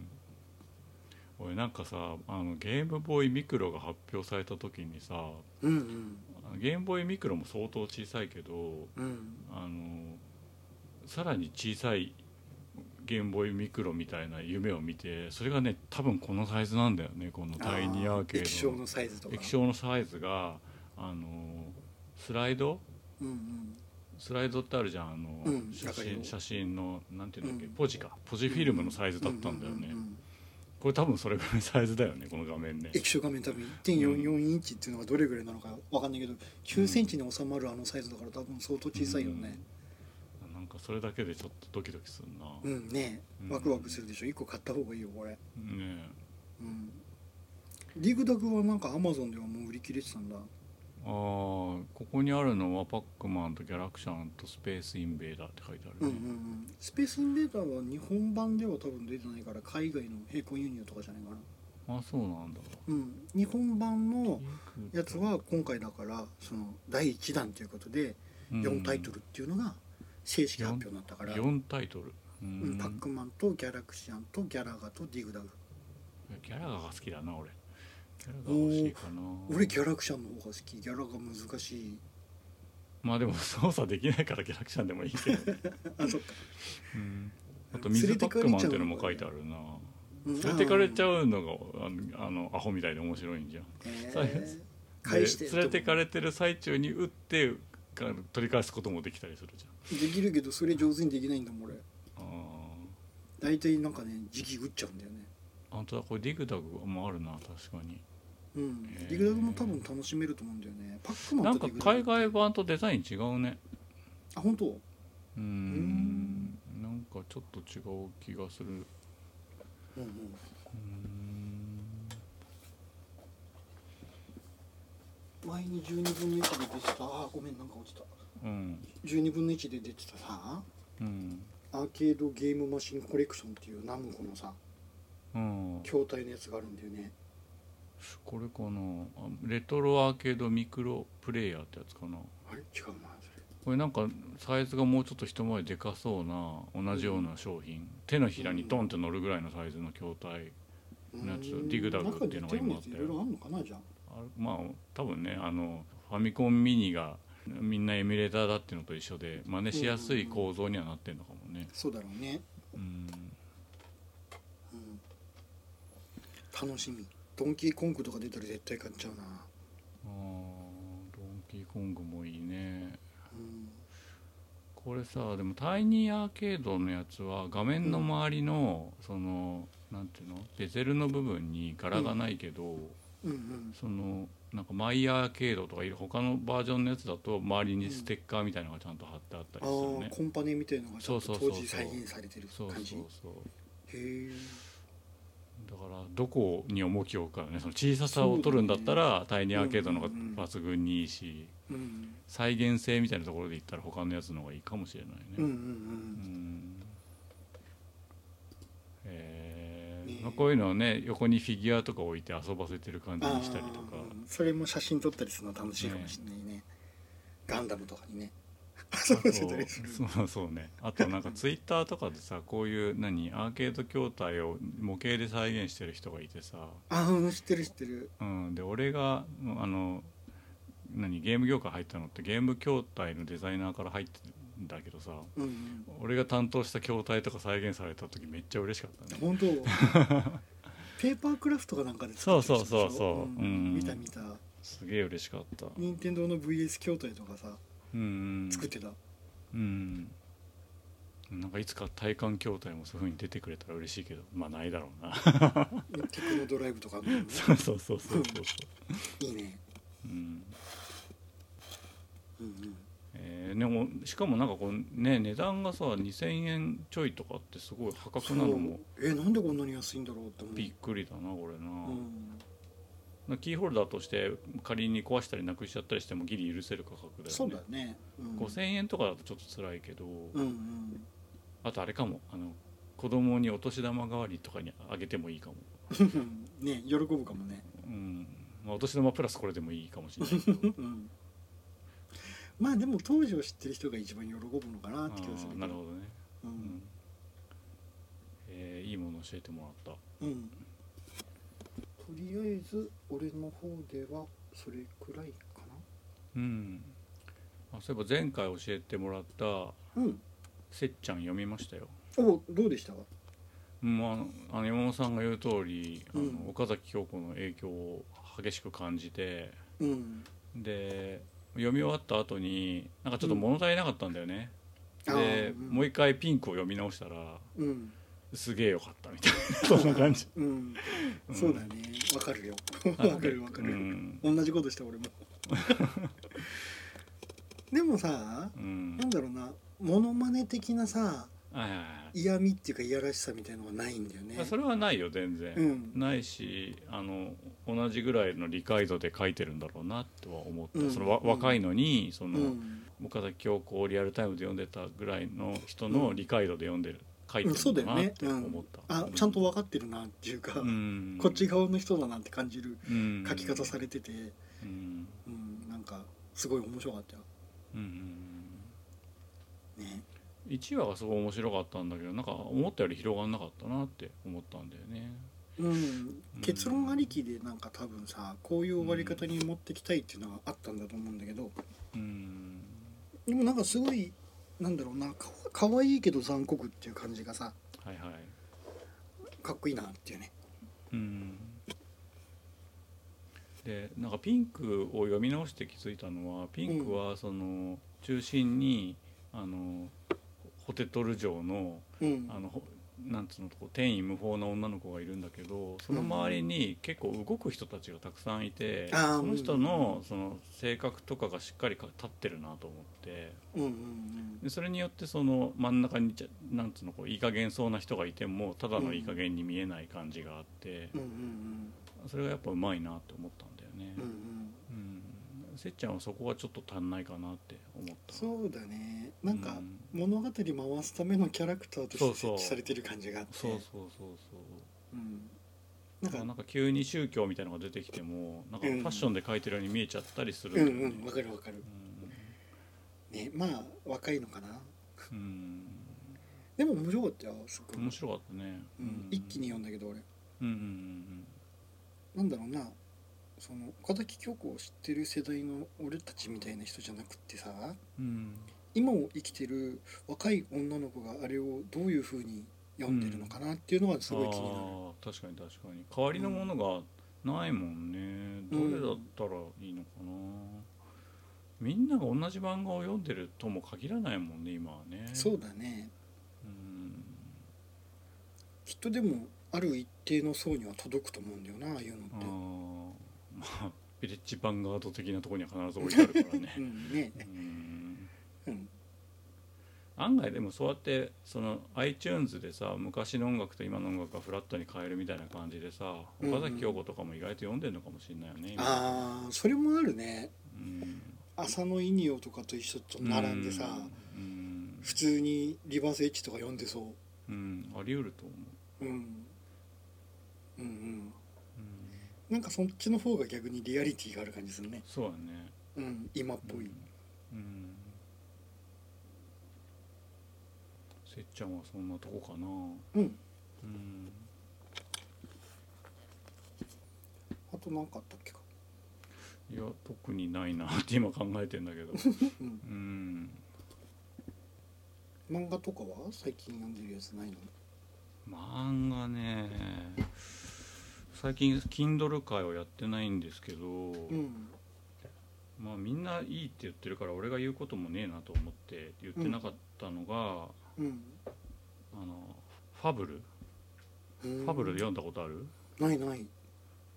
Speaker 1: 俺なんかさあのゲームボーイミクロが発表された時にさ
Speaker 2: うんうん
Speaker 1: あのゲームボーイミクロも相当小さいけど
Speaker 2: うん
Speaker 1: あのさらに小さいゲームボーイミクロみたいな夢を見てそれがね多分このサイズなんだよねこのタイニーアーケ
Speaker 2: 液
Speaker 1: ード
Speaker 2: 晶のサイズとか
Speaker 1: 液晶のサイズがあのスライド
Speaker 2: うんうん
Speaker 1: スライドってあるじゃんあの、
Speaker 2: うん
Speaker 1: 写
Speaker 2: わかるよ
Speaker 1: 真写真のなんていうんだっけ、
Speaker 2: うん
Speaker 1: ポジかポジフィルムのサイズだったんだよね、
Speaker 2: うん
Speaker 1: これ多分それぐらいサイズだよねこの画面ね
Speaker 2: 液晶画面多分1.44インチっていうのがどれぐらいなのかわかんないけど9センチに収まるあのサイズだから多分相当小さいよね
Speaker 1: うんなんかそれだけでちょっとドキドキするな、
Speaker 2: うん、ね
Speaker 1: うん
Speaker 2: ワクワクするでしょ1個買った方がいいよこれ
Speaker 1: ね
Speaker 2: うんリグダグはなんかアマゾンではもう売り切れてたんだ
Speaker 1: えあーここにあるのはパックマンとギャラクシャンとスペースインベーダーって書いてあ
Speaker 2: うん
Speaker 1: る
Speaker 2: うんう
Speaker 1: ね、
Speaker 2: んスペースインベーダーは日本版では多分出てないから海外の並行輸入とかじゃないかな
Speaker 1: あそうなんだ
Speaker 2: うん日本版のやつは今回だからその第1弾ということで4タイト
Speaker 1: ル
Speaker 2: ルっていうのが正式発表になったから、
Speaker 1: 4タイトルう
Speaker 2: うんん、パックマンとギャラクシアンとギャラガとディグダグ
Speaker 1: ギャラガが好きだな俺ギャラガ欲しいかな
Speaker 2: 俺ギャラクシアンの方が好きギャラが難しい
Speaker 1: まあでも操作できないからギャラクシャンでもいいけど、
Speaker 2: あそっか、
Speaker 1: うん、あと水パックマンっていうのも書いてあるな
Speaker 2: うん
Speaker 1: 連れてかれちゃ
Speaker 2: う、
Speaker 1: うのがあのあのアホみたいで面白いんじゃん
Speaker 2: え
Speaker 1: そう
Speaker 2: ー
Speaker 1: です、
Speaker 2: 返して
Speaker 1: で連れてかれてる最中に打ってか取り返すこともできたりするじ
Speaker 2: できるけどそれ上手にできないんだもん俺
Speaker 1: ゃんあ
Speaker 2: 大体なんかね時期打っちゃうんだよね
Speaker 1: あ本当だこれディグダグもあるな確かに
Speaker 2: うん
Speaker 1: へー
Speaker 2: ディグダグも多分楽しめると思うんだよねパックマ
Speaker 1: なん
Speaker 2: ンと
Speaker 1: か
Speaker 2: ディグダグ
Speaker 1: 海外版とデザイン違うね
Speaker 2: あ本当
Speaker 1: うーんなんかちょっと違う気がするう
Speaker 2: う
Speaker 1: ー
Speaker 2: んうん
Speaker 1: ん
Speaker 2: 前に12分の1で出てたあーごめんなんか落ちた
Speaker 1: うん
Speaker 2: 12分の1で出てたさ
Speaker 1: うん
Speaker 2: アーケードゲームマシンコレクションっていうナムコのさ
Speaker 1: うん
Speaker 2: 筐体のやつがあるんだよね
Speaker 1: これかなあレトロアーケードミクロプレイヤーってやつかな
Speaker 2: あれ違うなそれ
Speaker 1: これなんかサイズがもうちょっと一回りでかそうな同じような商品、手のひらにドンって乗るぐらいのサイズの筐体
Speaker 2: うーん
Speaker 1: やつディグダグっていうのが今あった
Speaker 2: 中に
Speaker 1: よ
Speaker 2: 出てるやついろいろあんのかなじゃあ
Speaker 1: あまあ多分ねあのファミコンミニがみんなエミュレーターだっていうのと一緒で真似しやすい構造にはなってるのかもね
Speaker 2: そうだろうね、
Speaker 1: うん
Speaker 2: うん、楽しみドンキーコングとか出たら絶対買っちゃうな
Speaker 1: あードンキーコングもいいね
Speaker 2: うん
Speaker 1: これさでもタイニーアーケードのやつは画面の周りの、そのなんていうのベゼルの部分に柄がないけど、
Speaker 2: うんうん
Speaker 1: そのなんかマイヤーアーケードとかいる他のバージョンのやつだと周りにステッカーみたいなのがちゃんと貼ってあった
Speaker 2: あ
Speaker 1: りする
Speaker 2: ー
Speaker 1: ね、
Speaker 2: コンパネみたいのがちょっと
Speaker 1: そうそうそう
Speaker 2: 当
Speaker 1: そう
Speaker 2: 時再現されてる
Speaker 1: そうそう
Speaker 2: 感じ
Speaker 1: そう
Speaker 2: へえ
Speaker 1: だからどこに重きを置くかねその小ささを取るんだったらタイニーアーケードの方が抜群にいいし
Speaker 2: うん
Speaker 1: 再現性みたいなところで言ったら他のやつの方がいいかもしれないね
Speaker 2: うんうんう
Speaker 1: うんんえ
Speaker 2: ねえ
Speaker 1: ーまあこういうのをね横にフィギュアとか置いて遊ばせてる感じ
Speaker 2: あ
Speaker 1: にしたりとか
Speaker 2: ーそれも写真撮ったりするの楽しいかもしれないねガンダムとかにね
Speaker 1: あ
Speaker 2: 遊ば
Speaker 1: と
Speaker 2: せたりする
Speaker 1: そうそうねあとなんかツイッターとかでさこういう何アーケード筐体を模型で再現してる人がいてさ、
Speaker 2: ああ知ってる知ってる
Speaker 1: うん、で俺があの何ゲーム業界入ったのってゲーム筐体のデザイナーから入ってんだけどさ
Speaker 2: うんうん
Speaker 1: 俺が担当した筐体とか再現された時めっちゃ嬉しかったね
Speaker 2: 本当ペーパークラフトかなんかでたやつでしょ
Speaker 1: そうそうそうそううんうん
Speaker 2: 見た見た
Speaker 1: すげえ嬉しかったう
Speaker 2: 任天堂の VS 筐体とかさ
Speaker 1: ん
Speaker 2: 作ってた、
Speaker 1: うんなんかいつか体感筐体もそういうふうに出てくれたら嬉しいけどまあないだろうな
Speaker 2: テクノドライブとかあるもんね
Speaker 1: そう <laughs> そうそうそうそう
Speaker 2: いいね、
Speaker 1: うん
Speaker 2: うんうん、
Speaker 1: えーでもしかもなんかこうね値段がさ2000円ちょいとかってすごい破格なのも
Speaker 2: そうえなんでこんなに安いんだろうって思う
Speaker 1: びっくりだなこれな、
Speaker 2: うん、
Speaker 1: キーホルダーとして仮に壊したりなくしちゃったりしてもギリ許せる価格だよね
Speaker 2: そうだね、うん、
Speaker 1: 5,000円とかだとちょっと辛いけど、
Speaker 2: うんうん
Speaker 1: あとあれかもあの子供にお年玉代わりとかにあげてもいいかも、
Speaker 2: ね喜ぶかもね
Speaker 1: うんまあ、お年玉プラスこれでもいいかもしれないけど
Speaker 2: うんまあでも当時を知ってる人が一番喜ぶのかな
Speaker 1: あ
Speaker 2: って気がするけ
Speaker 1: ーなるほどね、
Speaker 2: う
Speaker 1: うんんえーいいもの教えてもらっ
Speaker 2: うんとりあえず俺の方ではそれくらいか
Speaker 1: た、うん、あそういえば前回教えてもらった
Speaker 2: なうん
Speaker 1: せっちゃん読みましたよ
Speaker 2: おどうでした
Speaker 1: まあの、あの山本さんが言う通り、あの
Speaker 2: うん
Speaker 1: 岡崎京子の影響を激しく感じて
Speaker 2: うん
Speaker 1: で読み終わった後になんかちょっと物足りなかったんだよね、
Speaker 2: うんあ
Speaker 1: で、
Speaker 2: ーうん
Speaker 1: もう一回ピンクを読み直したら
Speaker 2: うん
Speaker 1: すげえよかったみたいな <laughs> そんな感じ、
Speaker 2: うん、
Speaker 1: ん
Speaker 2: そうだねわかるよわかるわか
Speaker 1: う
Speaker 2: る、
Speaker 1: ん
Speaker 2: 同じことし
Speaker 1: <laughs>
Speaker 2: た俺もでもさ
Speaker 1: うん
Speaker 2: なんだろうなモノマネ的なさ
Speaker 1: はいはいはい
Speaker 2: 嫌味っていうかいやらしさみたいのはないんだよね
Speaker 1: あそれはないよ全然、
Speaker 2: うん
Speaker 1: ないしあの同じぐらいの理解度で書いてるんだろうなとは思った、
Speaker 2: うん
Speaker 1: そのわ
Speaker 2: うん
Speaker 1: 若いのにその、
Speaker 2: うん
Speaker 1: 岡崎京子をリアルタイムで読んでたぐらいの人の理解度で読んでる、書いて
Speaker 2: う
Speaker 1: る
Speaker 2: んそうんだ
Speaker 1: だ
Speaker 2: よ
Speaker 1: なっ
Speaker 2: ね
Speaker 1: て
Speaker 2: う
Speaker 1: 思っ
Speaker 2: ん
Speaker 1: た、
Speaker 2: あちゃんと分かってるなっていうか、
Speaker 1: うん
Speaker 2: こっち側の人だなって感じる
Speaker 1: うん
Speaker 2: 書き方されてて、
Speaker 1: うん
Speaker 2: うん、なんかすごい面白かったよ
Speaker 1: うんうん
Speaker 2: ね
Speaker 1: 1話がすごい面白かったんだけどなんか思ったより広がんなかったなって思ったんだよね
Speaker 2: うん、結論ありきでなんか多分さこういう終わり方に持ってきたいっていうのはあったんだと思うんだけど
Speaker 1: うん
Speaker 2: でもなんかすごいなんだろうなかかわいいけど残酷っていう感じがさ
Speaker 1: はいはい
Speaker 2: かっこいいなっていうね
Speaker 1: うんでなんかピンクを読み直して気づいたのはピンクはその中心にあのホテトル城の
Speaker 2: うん
Speaker 1: あのほなんつうのこう天衣無縫な女の子がいるんだけどその周りに結構動く人たちがたくさんいて、
Speaker 2: あー
Speaker 1: その人のその性格とかがしっかりか立ってるなと思って
Speaker 2: うんうん
Speaker 1: でそれによってその真ん中にちゃなんつうのこういい加減そうな人がいてもただのいい加減に見えない感じがあって
Speaker 2: うんうんうん
Speaker 1: それがやっぱうまいなって思ったんだよね
Speaker 2: うんう。ん
Speaker 1: うんせっちゃんはそこがちょっと足んないかなって思った。
Speaker 2: そうだねなんか
Speaker 1: うん
Speaker 2: 物語回すためのキャラクターとして
Speaker 1: そう
Speaker 2: 設
Speaker 1: そう
Speaker 2: 置されてる感じがあって
Speaker 1: そうそうそうそう。
Speaker 2: うん
Speaker 1: な
Speaker 2: なんん
Speaker 1: か
Speaker 2: か
Speaker 1: なんか急に宗教みたいなのが出てきてもなんかフ
Speaker 2: う
Speaker 1: ァ
Speaker 2: ん
Speaker 1: ッションで書いてるように見えちゃったりする
Speaker 2: うんん
Speaker 1: だよね
Speaker 2: うんわかるわかる
Speaker 1: う
Speaker 2: ねまあ若いのかなん
Speaker 1: うん
Speaker 2: でも面白かったよすごい
Speaker 1: 面白かったね
Speaker 2: うん一気に読んだけど俺
Speaker 1: うんうん
Speaker 2: なんだろうなその岡崎京子を知ってる世代の俺たちみたいな人じゃなくってさ
Speaker 1: うんうん
Speaker 2: 今を生きてる若い女の子があれをどういうふうに読んでるのかなっていうのがすごい気になる、
Speaker 1: あー確かに確かに代わりのものがないもんねど
Speaker 2: うん
Speaker 1: れだったらいいのかなみんなが同じ漫画を読んでるとも限らないもんね今はね
Speaker 2: そうだね
Speaker 1: うん
Speaker 2: きっとでもある一定の層には届くと思うんだよなああいうのっ
Speaker 1: あ
Speaker 2: て
Speaker 1: ーまあヴィレッジヴァンガード的なところには必ず置いてあるからね
Speaker 2: <laughs> うんね
Speaker 1: うん
Speaker 2: うん
Speaker 1: 案外でもそうやってその iTunes でさ昔の音楽と今の音楽がフラットに変えるみたいな感じでさ
Speaker 2: うんうん
Speaker 1: 岡崎京子とかも意外と読んでるのかもしれないよね、今
Speaker 2: ああそれもあるね
Speaker 1: うん、
Speaker 2: 浅野イニオとかと一緒と並んでさ
Speaker 1: うん、
Speaker 2: 普通にリバースエッジとか読んでそ
Speaker 1: うん、あり得ると思う、
Speaker 2: う、うん、うんう
Speaker 1: う
Speaker 2: ん
Speaker 1: ん、
Speaker 2: なんかそっちの方が逆にリアリティがある感じするね。
Speaker 1: そうだね
Speaker 2: うん、今っぽい。
Speaker 1: うんせっちゃんはそんなとこかな
Speaker 2: うん。
Speaker 1: うん
Speaker 2: あと何かあったっけか。
Speaker 1: いや特にないなって今考えてんだけど
Speaker 2: う
Speaker 1: う
Speaker 2: ん。
Speaker 1: ん
Speaker 2: 漫画とかは最近読んでるやつないの？
Speaker 1: 漫画ね最近 Kindle 会をやってないんですけど、
Speaker 2: うん。
Speaker 1: まあみんないいって言ってるから俺が言うこともねえなと思って言ってなかったのが
Speaker 2: うん。
Speaker 1: 「あのファブル」ファブル読んだことある
Speaker 2: ないない。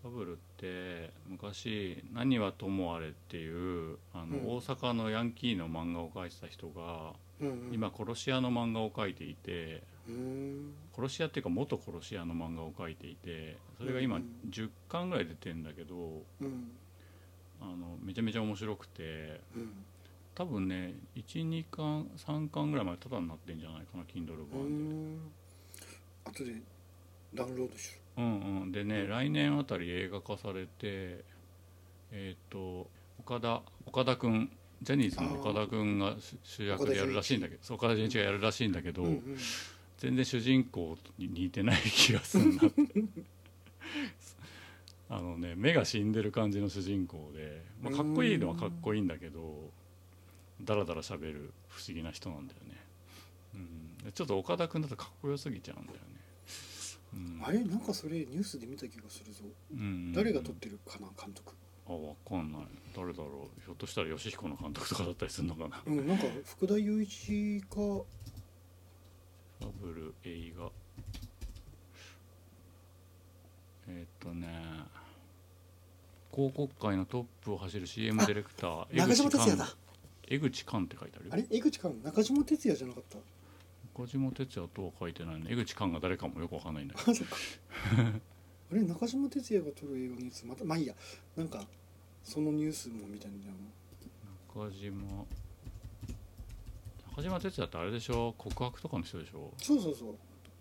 Speaker 1: ファブルって昔「何はともあれ」っていうあの、
Speaker 2: うん
Speaker 1: 大阪のヤンキーの漫画を描いてた人が
Speaker 2: うん、うん。。
Speaker 1: 今殺し屋の漫画を描いていて
Speaker 2: うーん。
Speaker 1: 殺し屋っていうか元殺し屋の漫画を描いていてそれが今
Speaker 2: うん
Speaker 1: 10巻ぐらい出てんだけど、
Speaker 2: うん。
Speaker 1: あのめちゃめちゃ面白くて
Speaker 2: うん。
Speaker 1: 多分ね12巻3巻ぐらいまでタダになってんじゃないかな Kindle
Speaker 2: うー
Speaker 1: 版で、
Speaker 2: ん。後でダウンロードし
Speaker 1: うんうん、でね来年あたり映画化されてえっ、と岡田岡田君ジャニーズの岡田君が主主役でやるらしいんだけどそう岡田准一がやるらしいんだけど、
Speaker 2: ろ。うん
Speaker 1: 全然主人公に似てない気がするな <laughs> あのね目が死んでる感じの主人公で、まあ、かっこいいのはかっこいいんだけどダラダラ喋る不思議な人なんだよね、うん、ちょっと岡田君だとかっこよすぎちゃうんだよね、
Speaker 2: う
Speaker 1: うん
Speaker 2: ん。あれなんかそれニュースで見た気がするぞ。
Speaker 1: うん
Speaker 2: 誰が撮ってるかな監督。
Speaker 1: あわかんない誰だろうひょっとしたら吉彦の監督とかだったりするのかな
Speaker 2: うん。なんか福田雄一か。
Speaker 1: ファブル映画えっとね広告界のトップを走る CM ディレクター
Speaker 2: 中島哲也だ
Speaker 1: 江口寛って書いてあるよ
Speaker 2: あれ江口寛中島哲也じゃなかった <laughs>
Speaker 1: 中島哲也とは書いてないね江口寛が誰かもよくわかんないんだけど
Speaker 2: あそっかあれ中島哲也が撮る映画のやつまたまあいいやなんかそのニュースもみたいな
Speaker 1: 中島中島哲也ってあれでしょ告白とかの人でしょ
Speaker 2: そうそうそう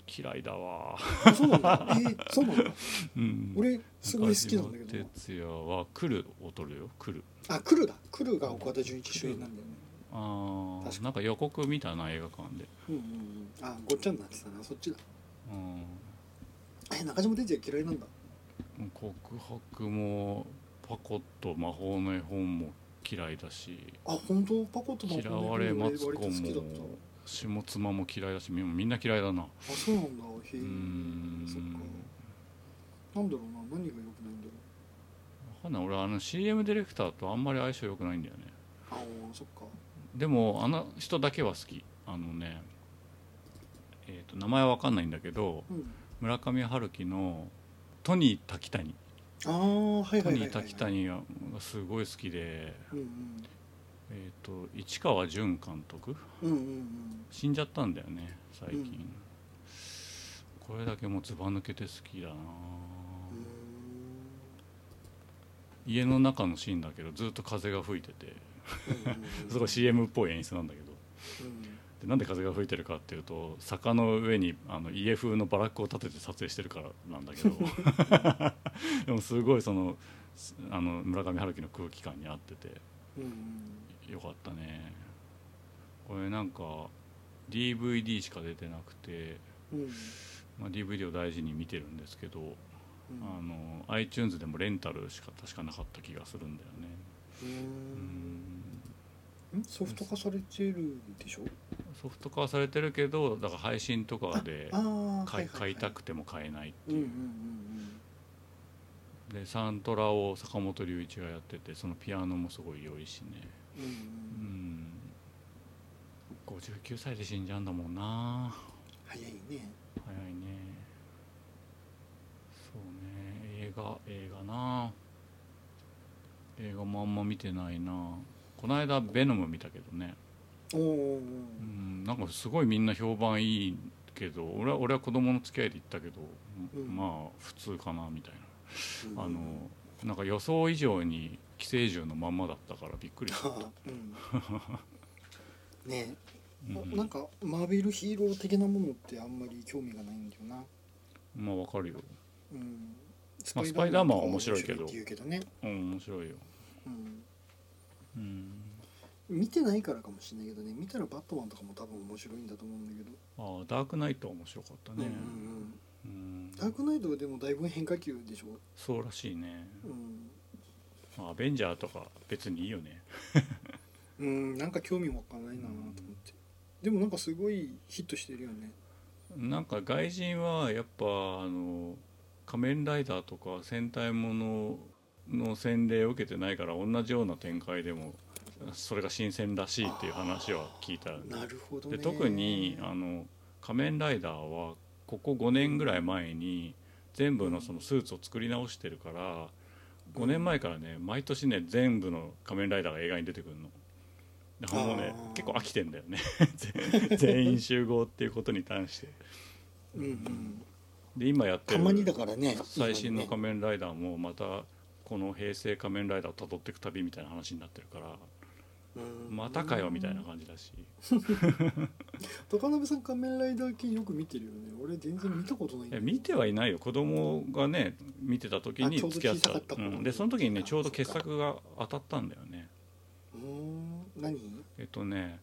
Speaker 1: 嫌いだわ、
Speaker 2: あそうなん <laughs> だえー、そうなんだ
Speaker 1: うん、
Speaker 2: 俺すごい好きなんだけ
Speaker 1: 中
Speaker 2: ど
Speaker 1: 島哲也は「来る」を取るよ「来る
Speaker 2: あクルだクルが岡田准一主演なんだよね」
Speaker 1: あ
Speaker 2: 確
Speaker 1: ー
Speaker 2: かに
Speaker 1: なんか予告見たな映画館で
Speaker 2: うんうんうんあごっちゃになってたなそっちだ
Speaker 1: うん
Speaker 2: え中島哲也嫌いなんだ
Speaker 1: 告白もパコッと魔法の絵本も嫌いだし
Speaker 2: あ本当パコッとパコ
Speaker 1: 嫌われマツコ
Speaker 2: 割と好きだっ
Speaker 1: も下妻も嫌いだしみみんな嫌いだな
Speaker 2: たあそうなんだへ
Speaker 1: う
Speaker 2: え
Speaker 1: ーん
Speaker 2: そっかなんだろうな何が良くないんだろう
Speaker 1: わかんない俺あの CM ディレクターとあんまり相性良くないんだよね
Speaker 2: ああそっか
Speaker 1: でもあの人だけは好きあのねえー、と名前はわかんないんだけど
Speaker 2: うん
Speaker 1: 村上春樹のトニー・滝谷
Speaker 2: ああはい
Speaker 1: ト
Speaker 2: はいはい、
Speaker 1: ニ
Speaker 2: は
Speaker 1: ー・
Speaker 2: い、
Speaker 1: 滝谷がすごい好きで、
Speaker 2: うんうん
Speaker 1: えー、と市川淳監督
Speaker 2: うんうんうん
Speaker 1: 死んじゃったんだよね最近、
Speaker 2: うん
Speaker 1: これだけもうずば抜けて好きだな、
Speaker 2: うーん
Speaker 1: 家の中のシーンだけどずっと風が吹いてて
Speaker 2: うんうんうん
Speaker 1: すごい CM っぽい演出なんだけど
Speaker 2: うん
Speaker 1: でなんで風が吹いてるかっていうと坂の上にあの家風のバラックを建てて撮影してるからなんだけど
Speaker 2: <laughs>
Speaker 1: でもすごいそのすあの村上春樹の空気感に合ってて
Speaker 2: うん
Speaker 1: よかったねこれなんか DVD しか出てなくて、
Speaker 2: うんうん
Speaker 1: まあ、DVD を大事に見てるんですけど
Speaker 2: うん
Speaker 1: あの iTunes でもレンタルしか確かなかった気がするんだよね
Speaker 2: うー
Speaker 1: うんん
Speaker 2: んソフト化されてるんでしょ
Speaker 1: ソフト化はされてるけどだから配信とかで
Speaker 2: ああ
Speaker 1: 買い
Speaker 2: ははは
Speaker 1: 買いたくても買えないって
Speaker 2: うんう
Speaker 1: い
Speaker 2: ん
Speaker 1: うう、でサントラを坂本龍一がやっててそのピアノもすごい良いしね
Speaker 2: うんうん
Speaker 1: う
Speaker 2: う
Speaker 1: んん59歳で死んじゃうんだもんな
Speaker 2: 早いね
Speaker 1: 早いねそうね映画映画な映画もあんま見てないなこの間ベノム見たけどね
Speaker 2: おーおーおー
Speaker 1: うんなんかすごいみんな評判いいけど俺は俺は子供の付き合いで行ったけど、
Speaker 2: うん
Speaker 1: まあ普通かなみたい
Speaker 2: うん
Speaker 1: なあのなんか予想以上に寄生獣のまんまだったからびっくりした、
Speaker 2: はあうんね
Speaker 1: う
Speaker 2: え、
Speaker 1: ん
Speaker 2: なんかマーベルヒーロー的なものってあんまり興味がないんだよな、
Speaker 1: まあわかるよ、
Speaker 2: うん、ス
Speaker 1: まあスパイダーマンは面白いけど
Speaker 2: 面白って言うけどね、
Speaker 1: うん、面白いよ、
Speaker 2: うん、
Speaker 1: うん、
Speaker 2: 見てないからかもしれないけどね見たらバットマンとかも多分面白いんだと思うんだけど、
Speaker 1: ああダークナイトは面白かったね、
Speaker 2: うんうんうん
Speaker 1: うん
Speaker 2: ダークナイトはでもだいぶ変化球でしょ、
Speaker 1: そうらしいね、
Speaker 2: うん
Speaker 1: まあ、アベンジャーとか別にいいよね
Speaker 2: うんなんか興味もわかんないなと思って、でもなんかすごいヒットしてるよね
Speaker 1: なんか外人はやっぱあの仮面ライダーとか戦隊ものの洗礼を受けてないから同じような展開でもそれが新鮮らしいっていう話は聞いたよね
Speaker 2: なるほどね
Speaker 1: で特にあの仮面ライダーはここ5年ぐらい前に全部のそのスーツを作り直してるから5年前からね毎年ね全部の仮面ライダーが映画に出てくるの。だからもうね
Speaker 2: あー
Speaker 1: 結構飽きてんだよね <laughs> 全全員集合っていうことに関して
Speaker 2: うんうん
Speaker 1: で今やって
Speaker 2: た
Speaker 1: る
Speaker 2: まにだからね
Speaker 1: 最新の
Speaker 2: 今
Speaker 1: 仮
Speaker 2: ね
Speaker 1: 面ライダーもまたこの平成仮面ライダーを辿っていく旅みたいな話になってるから
Speaker 2: うん
Speaker 1: またかよみたいな感じだし
Speaker 2: 高鍋さん仮面ライダー系よく見てるよね俺全然見たことないん
Speaker 1: い
Speaker 2: だ
Speaker 1: や
Speaker 2: よ
Speaker 1: 見てはいないよ子供がね見てた時に
Speaker 2: あちょうど
Speaker 1: 付き合って
Speaker 2: 小さかった
Speaker 1: た、う
Speaker 2: 頃
Speaker 1: ん、でその時にね
Speaker 2: あ
Speaker 1: ちょうど傑作が当たったんだよね
Speaker 2: うーん何
Speaker 1: えっとね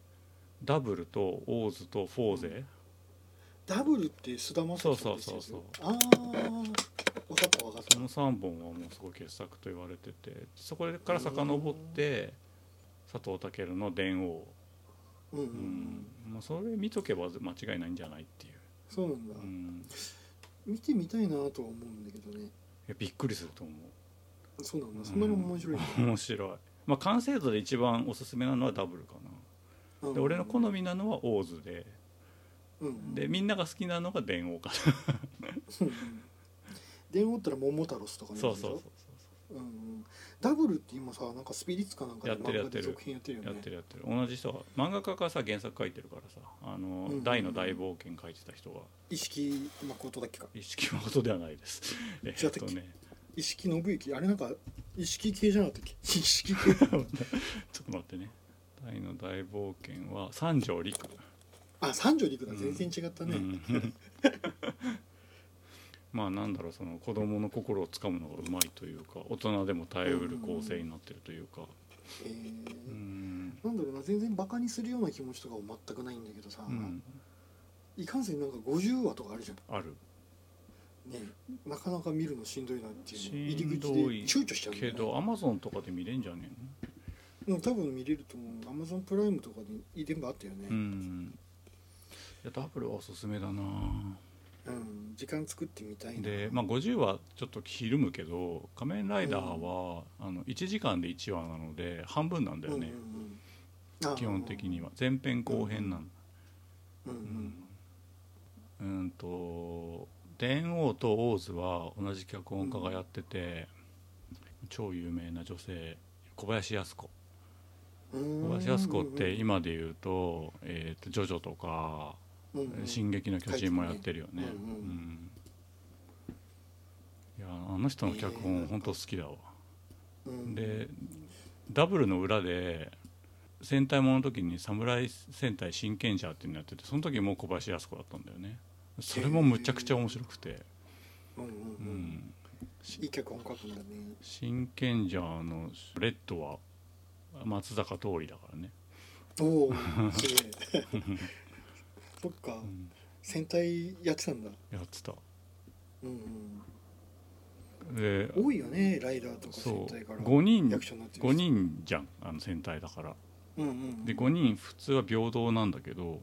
Speaker 1: ダブルとオーズとフォーゼ
Speaker 2: ダブルって菅田将暉さん
Speaker 1: そうそうそう
Speaker 2: ああーわかったわかった
Speaker 1: その3本はもうすごい傑作と言われててそこから遡って佐藤健の「伝王」
Speaker 2: うんう
Speaker 1: う
Speaker 2: んう
Speaker 1: んんまあ、それ見とけば間違いないんじゃないっていう、
Speaker 2: そうなんだ、
Speaker 1: うん、
Speaker 2: 見てみたいなとは思うんだけどね
Speaker 1: いやびっくりすると思
Speaker 2: そうなん
Speaker 1: う
Speaker 2: だそんなに面白いんだ、
Speaker 1: うん面白い、まあ、完成度で一番おすすめなのはダブルかなで俺の好
Speaker 2: の、
Speaker 1: みなのはオーズで
Speaker 2: うんうん、
Speaker 1: でみんなが好きなのが電王か
Speaker 2: うんうん電王ったら「桃太郎」とかね
Speaker 1: そうそうそうそう
Speaker 2: うんうん、ダブルって今さなんかスピリッツかなんかで
Speaker 1: やってる
Speaker 2: 漫画
Speaker 1: やって
Speaker 2: で
Speaker 1: る
Speaker 2: 続編やってるよね
Speaker 1: やってるやってる同じ人が漫画家がさ原作書いてるからさあの、
Speaker 2: うん
Speaker 1: 大の大冒険書いてた人が
Speaker 2: 意識誠だっけか
Speaker 1: 一色誠ではないですえ
Speaker 2: 違
Speaker 1: っ
Speaker 2: ったっ
Speaker 1: と
Speaker 2: け
Speaker 1: ね
Speaker 2: 意識信之あれなんか意識系じゃなかったっけ <laughs> 意
Speaker 1: <laughs>
Speaker 2: 識系
Speaker 1: ちょっと待ってね大の大冒険は三条陸
Speaker 2: あ三条陸だ
Speaker 1: うん
Speaker 2: 全然違ったね、
Speaker 1: うん、 <laughs> まあなんだろうその子供の心をつかむのがうまいというか大人でも耐えうる構成になってるというか、
Speaker 2: え
Speaker 1: う
Speaker 2: ー
Speaker 1: ん
Speaker 2: なんだろうな全然バカにするような気持ちとかは全くないんだけどさ、
Speaker 1: うん、
Speaker 2: いかんせんなんか50話とかあるじゃん
Speaker 1: ある
Speaker 2: ねなかなか見るのしんどいなっていうの
Speaker 1: し
Speaker 2: 入り
Speaker 1: ん
Speaker 2: 口
Speaker 1: ど
Speaker 2: で
Speaker 1: い
Speaker 2: 躊躇しちゃうんだ
Speaker 1: け
Speaker 2: よね
Speaker 1: どアマゾンとかで見れんじゃね
Speaker 2: うん多分見れると思うアマゾンプライムとかに全部あったよね
Speaker 1: えの、うん、いやダブルはおすすめだな
Speaker 2: うん時間作ってみたいな
Speaker 1: で、まあ、50はちょっとひるむけど「仮面ライダーは」あの1時間で1話なので半分なんだよね
Speaker 2: うん、うんうん、
Speaker 1: 基本的に
Speaker 2: は、
Speaker 1: は前編後編なの、
Speaker 2: うんうん
Speaker 1: うんと電王と王子は同じ脚本家がやってて、超有名な女性小林靖子小林靖子って今で言うと「えー、とジョジョ」とか
Speaker 2: うん
Speaker 1: 「進撃の巨人」もやってるよね、
Speaker 2: うんうん
Speaker 1: うんいやあの人の脚本本当好きだわ、
Speaker 2: うん
Speaker 1: でダブルの裏で戦隊ものの時に「侍戦隊真剣者」っていうのやっててその時もう小林靖子だったんだよねそれもむちゃくちゃ面白くて、
Speaker 2: うんうん
Speaker 1: う
Speaker 2: うん
Speaker 1: ん、
Speaker 2: いい脚本書くんだね
Speaker 1: 真剣者のレッドは松坂桃李だからね、
Speaker 2: おお
Speaker 1: <laughs>
Speaker 2: すげえ <laughs> そっか
Speaker 1: うん
Speaker 2: 戦隊やってたんだ
Speaker 1: やってた
Speaker 2: うん
Speaker 1: で
Speaker 2: うん多いよねライダーとか
Speaker 1: そ
Speaker 2: 戦
Speaker 1: う
Speaker 2: 隊から
Speaker 1: 5人
Speaker 2: 役者になってる
Speaker 1: 5人じゃんあの戦隊だから
Speaker 2: うんうん
Speaker 1: で5人普通は平等なんだけど、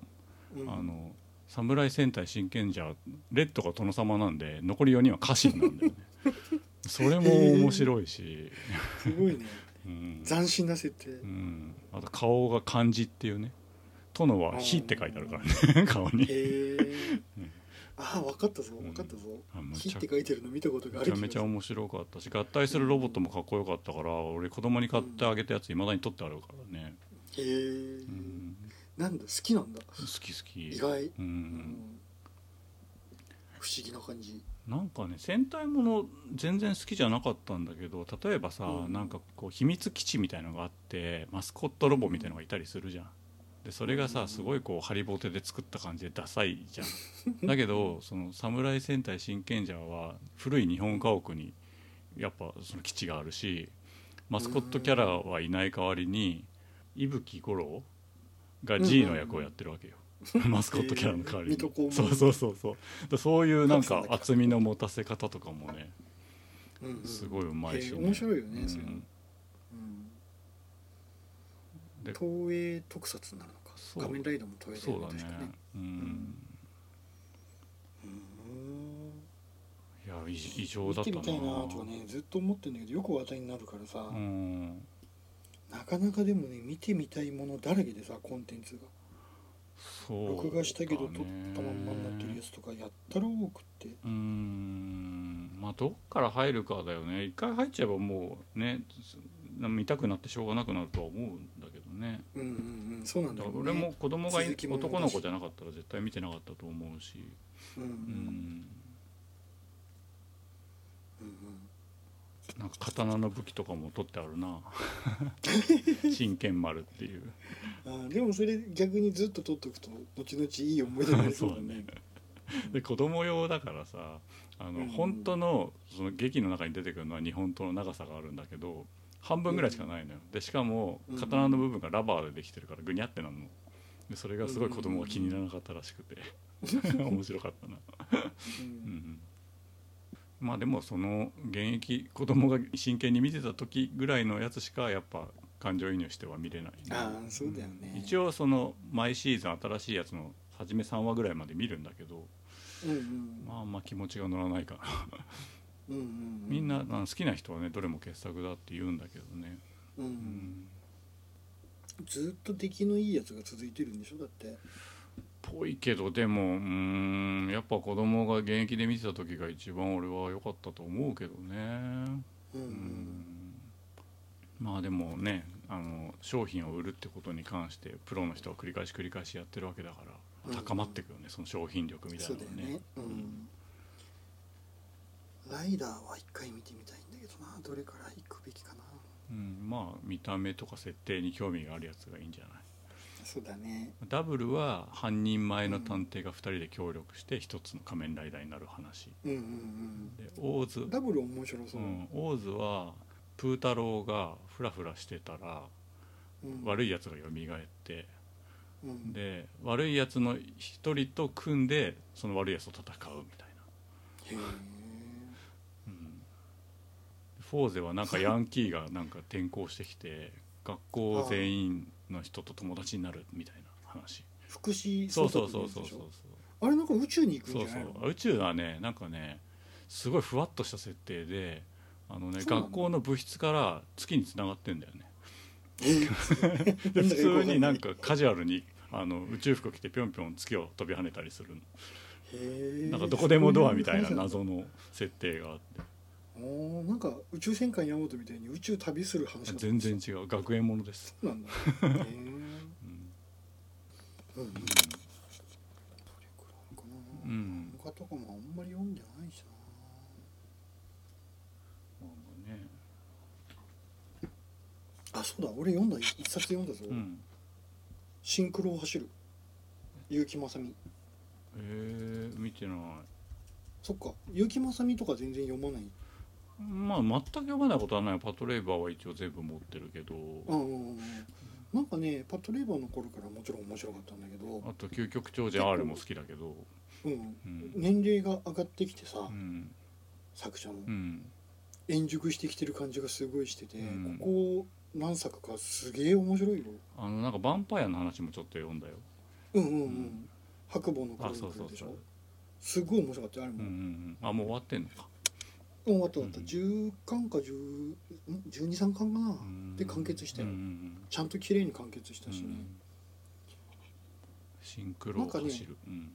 Speaker 2: うん
Speaker 1: あの侍戦隊真剣者レッドが殿様なんで残り4人は家臣なんだ
Speaker 2: <laughs>
Speaker 1: よねそれも面白いし、
Speaker 2: すごいね
Speaker 1: うん
Speaker 2: 斬新な設定
Speaker 1: うん、あと顔が漢字っていうね殿は「火」って書いてあるからね <laughs> 顔に
Speaker 2: へえ
Speaker 1: うん
Speaker 2: ああ分かったぞ
Speaker 1: うん
Speaker 2: 分かったぞ
Speaker 1: あむ
Speaker 2: 火
Speaker 1: ち
Speaker 2: っ
Speaker 1: ゃ
Speaker 2: て書いてるの見たことがあ
Speaker 1: めちゃ
Speaker 2: る気がす
Speaker 1: め
Speaker 2: る
Speaker 1: ちゃ面白かったし合体するロボットもかっこよかったから俺子供に買ってあげたやついまだに取ってあるからね、
Speaker 2: へえ
Speaker 1: うん、
Speaker 2: なんだ好きなんだ
Speaker 1: 好き好き
Speaker 2: 意外
Speaker 1: う、
Speaker 2: うんん不思議な感じ
Speaker 1: なんかね戦隊もの全然好きじゃなかったんだけど例えばさ、
Speaker 2: うん
Speaker 1: なんかこう秘密基地みたいのがあってマスコットロボみたいのがいたりするじゃん。でそれが
Speaker 2: う
Speaker 1: さ
Speaker 2: ん
Speaker 1: すごいこうハリボテで作った感じでダサいじゃん。だけどその侍戦隊真剣者は古い日本家屋にやっぱその基地があるしマスコットキャラはいない代わりに伊吹五郎が G の役をやってるわけよ。マスコットキャラの代わりに、
Speaker 2: えー水戸黄門
Speaker 1: そうそうそうそうだそういうなんか厚みの持たせ方とかもね
Speaker 2: うんうん
Speaker 1: すごいうまいし、ね
Speaker 2: へえ面白いよ
Speaker 1: う
Speaker 2: ね
Speaker 1: ん
Speaker 2: それうん
Speaker 1: で
Speaker 2: 東映特撮になるのか
Speaker 1: そう
Speaker 2: 仮面ライダーも東
Speaker 1: そ
Speaker 2: 映
Speaker 1: う
Speaker 2: だよ
Speaker 1: だね
Speaker 2: ね確かね
Speaker 1: うん、
Speaker 2: うーん
Speaker 1: いやい異常
Speaker 2: 見
Speaker 1: だってたな
Speaker 2: みたいなとはねずっと思ってんだけどよく話題になるからさ、
Speaker 1: うん
Speaker 2: なかなかでもね見てみたいものだらけでさコンテンツが
Speaker 1: そうだね
Speaker 2: 録画したけど撮ったまんまになってるやつとかやったら多くって
Speaker 1: うんまあどっから入るかだよね一回入っちゃえばもうね見たくなってしょうがなくなるとは思うんだけどね
Speaker 2: うんうんうんそうなんだ
Speaker 1: だか
Speaker 2: ろ
Speaker 1: ら
Speaker 2: うね
Speaker 1: 俺も、子供がい
Speaker 2: 続きものだし
Speaker 1: 男の子じゃなかったら絶対見てなかったと思うし
Speaker 2: うんうん
Speaker 1: うん
Speaker 2: うんうん、
Speaker 1: なんか刀の武器とかも取ってある
Speaker 2: <laughs>
Speaker 1: な真剣丸っていう
Speaker 2: あーでもそれ逆にずっと撮っとくと後々いい思い出になりそう
Speaker 1: <laughs>
Speaker 2: だ
Speaker 1: そうだ
Speaker 2: ね
Speaker 1: ねで子供用だからさあの、
Speaker 2: うん
Speaker 1: 本当のその劇の中に出てくるのは日本刀の長さがあるんだけど半分ぐらいしかないのよでしかも
Speaker 2: うん
Speaker 1: 刀の部分がラバーでできてるからぐにゃってなるのでそれがすごい子供が気にならなかったらし
Speaker 2: <laughs>
Speaker 1: くて面白かったな
Speaker 2: う
Speaker 1: うん
Speaker 2: ん
Speaker 1: うんまあでもその現役子供が真剣に見てた時ぐらいのやつしかやっぱ感情移入しては見れない、
Speaker 2: ああそうだよね
Speaker 1: 一応その毎シーズン新しいやつの初め3話ぐらいまで見るんだけど
Speaker 2: うんうん
Speaker 1: まああんま気持ちが乗らないから
Speaker 2: うんうんうん
Speaker 1: みんなあの好きな人はねどれも傑作だって言うんだけどね、
Speaker 2: うんう
Speaker 1: うんん、
Speaker 2: ずっと出来のいいやつが続いてるんでしょだって
Speaker 1: ぽいけどでもうーんやっぱ子供が現役で見てた時が一番俺は良かったと思うけどね
Speaker 2: うんう
Speaker 1: うんんまあでもねあの商品を売るってことに関してプロの人は繰り返し繰り返しやってるわけだから
Speaker 2: うん
Speaker 1: 高まっていくよねその商品力みたい
Speaker 2: そう
Speaker 1: な
Speaker 2: だ
Speaker 1: の
Speaker 2: よ
Speaker 1: はね
Speaker 2: ねうんライダーは一回見てみたいんだけどなどれから行くべきかな
Speaker 1: うん、まあ見た目とか設定に興味があるやつがいいんじゃない
Speaker 2: そうだね
Speaker 1: ダブルは半人前の探偵が2人で協力して一つの仮面ライダーになる話
Speaker 2: うんうんうん
Speaker 1: でオーズ、
Speaker 2: ダブル面白そうう、
Speaker 1: ん、オーズはプー太郎がフラフラしてたら
Speaker 2: うん
Speaker 1: 悪いやつが蘇って
Speaker 2: うん、へ
Speaker 1: で悪いやつの一人と組んでその悪いやつと戦うみたいな、
Speaker 2: え
Speaker 1: うん、フォーゼはなんかヤンキーがなんか転校してき
Speaker 2: <laughs>
Speaker 1: て学校全員の人と友達になるみたいな話
Speaker 2: 福祉
Speaker 1: そう
Speaker 2: 捜
Speaker 1: そう
Speaker 2: 索
Speaker 1: そう
Speaker 2: のや
Speaker 1: そう
Speaker 2: つでし
Speaker 1: そう
Speaker 2: ょあれなんか宇宙に行く
Speaker 1: そ
Speaker 2: んじ
Speaker 1: う
Speaker 2: ゃないの
Speaker 1: そう宇宙はねなんかねすごいふわっとした設定であのね
Speaker 2: そうなの
Speaker 1: 学校の部室から月につながってんだよ
Speaker 2: <laughs>
Speaker 1: ね
Speaker 2: な
Speaker 1: で
Speaker 2: ん
Speaker 1: 普
Speaker 2: だかよくわ
Speaker 1: 通
Speaker 2: かんない
Speaker 1: になんかカジュアルにあの宇宙服着てぴょんぴょん月を飛び跳ねたりするの
Speaker 2: へえ
Speaker 1: なんかどこでもドアみたいな謎の設定があって
Speaker 2: <laughs> おーなんか宇宙戦艦ヤマトみたいに宇宙旅する話だと
Speaker 1: 全
Speaker 2: 思ってた
Speaker 1: 然違う学園ものです、
Speaker 2: そうなんだへえ
Speaker 1: うん
Speaker 2: うんうんそれくらいか
Speaker 1: う
Speaker 2: な、
Speaker 1: ん
Speaker 2: 他とかもあんまり読んでないし
Speaker 1: まあね
Speaker 2: なあそうだ俺読んだ一冊読んだぞ、
Speaker 1: うん
Speaker 2: シンクロを走る結城正美
Speaker 1: えー、見てない
Speaker 2: そっか結城正美とか全然読まない
Speaker 1: まあ全く読まないことはないパトレーバーは一応全部持ってるけど
Speaker 2: うんうんうんうんなんかねパットレーバーの頃からもちろん面白かったんだけど、
Speaker 1: あと「究極超人 R」も好きだけど
Speaker 2: うん、
Speaker 1: うん
Speaker 2: 年齢が上がってきてさ、
Speaker 1: うん
Speaker 2: 作者の
Speaker 1: うん
Speaker 2: 円熟してきてる感じがすごいしてて、
Speaker 1: うん
Speaker 2: ここ何作かすげえ面白いよ
Speaker 1: あのなんかヴァンパイアの話もちょっと読んだよ
Speaker 2: うんうんうん、
Speaker 1: うん
Speaker 2: 白鵬の
Speaker 1: あ
Speaker 2: 頃
Speaker 1: そうそ
Speaker 2: の
Speaker 1: う
Speaker 2: でし
Speaker 1: そ
Speaker 2: ょ
Speaker 1: う
Speaker 2: すごい面白かったよあれ
Speaker 1: うん
Speaker 2: も、
Speaker 1: うんうんあもう終わってんのか
Speaker 2: 終わった終わった、
Speaker 1: うん
Speaker 2: 10巻か10ん123巻かな、
Speaker 1: うん
Speaker 2: で完結したよ、
Speaker 1: うんうん
Speaker 2: ちゃんと綺麗に完結し
Speaker 1: う
Speaker 2: た
Speaker 1: ん
Speaker 2: しね、
Speaker 1: シンクロを走るうん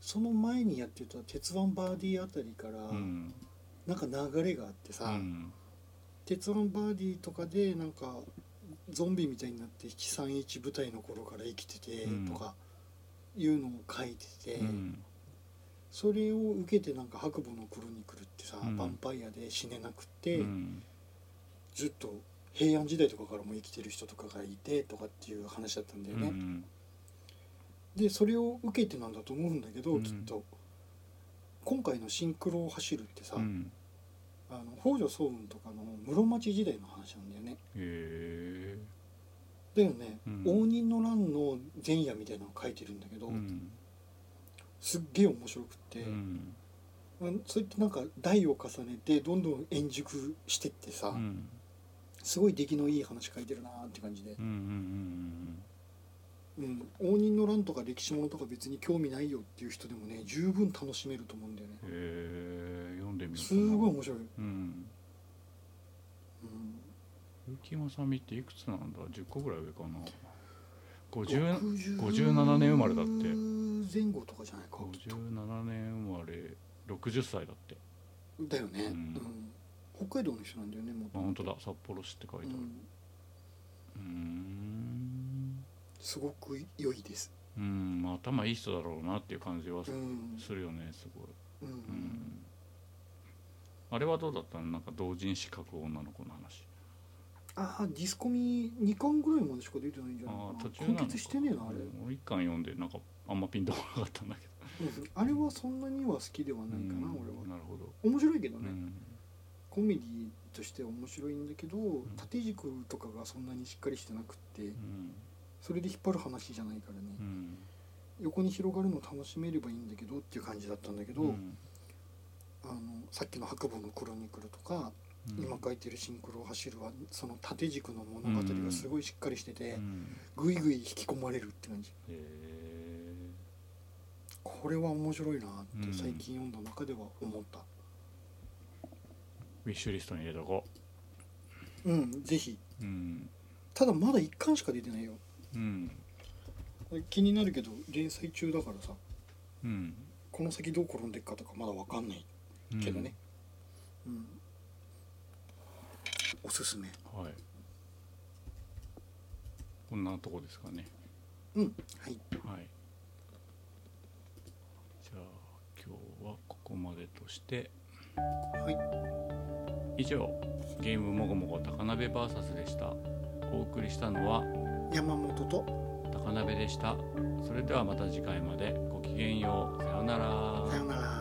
Speaker 2: その前にやってた「鉄腕バーディー」あたりから、
Speaker 1: うん
Speaker 2: なんか流れがあってさ、
Speaker 1: うん
Speaker 2: 鉄腕バーディーとかでなんかゾンビみたいになって七三一部隊の頃から生きてて
Speaker 1: うん
Speaker 2: とかいうのを書いてて、
Speaker 1: うん
Speaker 2: それを受けてなんか白母のクロニクルってさ、
Speaker 1: うん
Speaker 2: ヴァンパイアで死ねなくて、
Speaker 1: うん
Speaker 2: ずっと平安時代とかからも生きてる人とかがいてとかっていう話だったんだよね、
Speaker 1: うん
Speaker 2: でそれを受けてなんだと思うんだけど、
Speaker 1: うん
Speaker 2: きっと今回の「シンクロを走る」ってさ、
Speaker 1: うん
Speaker 2: あの北条早雲とかの室町時代の話なんだよね
Speaker 1: へえ
Speaker 2: だよね、
Speaker 1: うん
Speaker 2: 応仁の乱の前夜みたいなのを書いてるんだけど、
Speaker 1: うん
Speaker 2: すっげえ面白くって、
Speaker 1: うん
Speaker 2: うんそういってなんか代を重ねてどんどん円熟してってさ、
Speaker 1: うん
Speaker 2: すごい出来のいい話書いてるなーって感じで
Speaker 1: うんう、ん
Speaker 2: うん、応仁の乱とか歴史ものとか別に興味ないよっていう人でもね十分楽しめると思うんだよね
Speaker 1: うんうんへえ読んでみよう
Speaker 2: すごい
Speaker 1: い
Speaker 2: 面白い、
Speaker 1: うん
Speaker 2: うん、
Speaker 1: 雪まさみっていくつなんだ10個ぐらい上かな50
Speaker 2: 60
Speaker 1: 57年生まれだって
Speaker 2: 前後とかじゃないか
Speaker 1: 57年生まれ60歳だって
Speaker 2: だよね、
Speaker 1: う
Speaker 2: うんん北海道の人なんだよねも
Speaker 1: あ本当だ札幌市って書いてある
Speaker 2: うん
Speaker 1: うーん
Speaker 2: すごく良いです
Speaker 1: うんまあ頭いい人だろうなっていう感じは
Speaker 2: うん
Speaker 1: するよねすごい、
Speaker 2: うん
Speaker 1: うん、あれはどうだったのなんか同人誌書く女の子の話
Speaker 2: ああディスコミ2巻ぐらいまでしか出てないんじゃない
Speaker 1: ああ
Speaker 2: か
Speaker 1: 途中
Speaker 2: な
Speaker 1: なの
Speaker 2: 完
Speaker 1: か
Speaker 2: 結してねえなあれ、
Speaker 1: うん俺一巻読んでなんかあんまピンとこなかったんだけど
Speaker 2: うんあれはそんなには好きではないかな、
Speaker 1: うん
Speaker 2: 俺は
Speaker 1: なるほど、
Speaker 2: 面白いけど
Speaker 1: う
Speaker 2: ね、
Speaker 1: ん
Speaker 2: コメディとしては面白いんだけど縦軸とかがそんなにしっかりしてなくって
Speaker 1: うん
Speaker 2: それで引っ張る話じゃないからね、
Speaker 1: うん
Speaker 2: 横に広がるのを楽しめればいいんだけどっていう感じだったんだけど、
Speaker 1: うん
Speaker 2: あのさっきの「白鵬のクロニクル」とか、今書いてる「シンクロを走るは」その縦軸の物語がすごいしっかりしてて、
Speaker 1: うん
Speaker 2: ぐいぐい引き込まれるって感じ
Speaker 1: へえ
Speaker 2: これは面白いなっ
Speaker 1: うん
Speaker 2: て最近読んだ中では思った
Speaker 1: ウィッシュリストに入れとこ
Speaker 2: うん、ぜひ
Speaker 1: ううん
Speaker 2: ただまだ1巻しか出てないよ
Speaker 1: うん
Speaker 2: あ気になるけど連載中だからさ
Speaker 1: うん
Speaker 2: この先どう転んでいくかとかまだわかんない
Speaker 1: うん
Speaker 2: けどね、うんおすすめ
Speaker 1: はいこんなとこですかね
Speaker 2: うんはい
Speaker 1: はいじゃあ今日はここまでとして
Speaker 2: はい
Speaker 1: 以上「ゲームもごもご高鍋 VS」でしたお送りしたのは
Speaker 2: 山本と
Speaker 1: 高鍋でしたそれではまた次回までごきげんようさようなら
Speaker 2: さよなら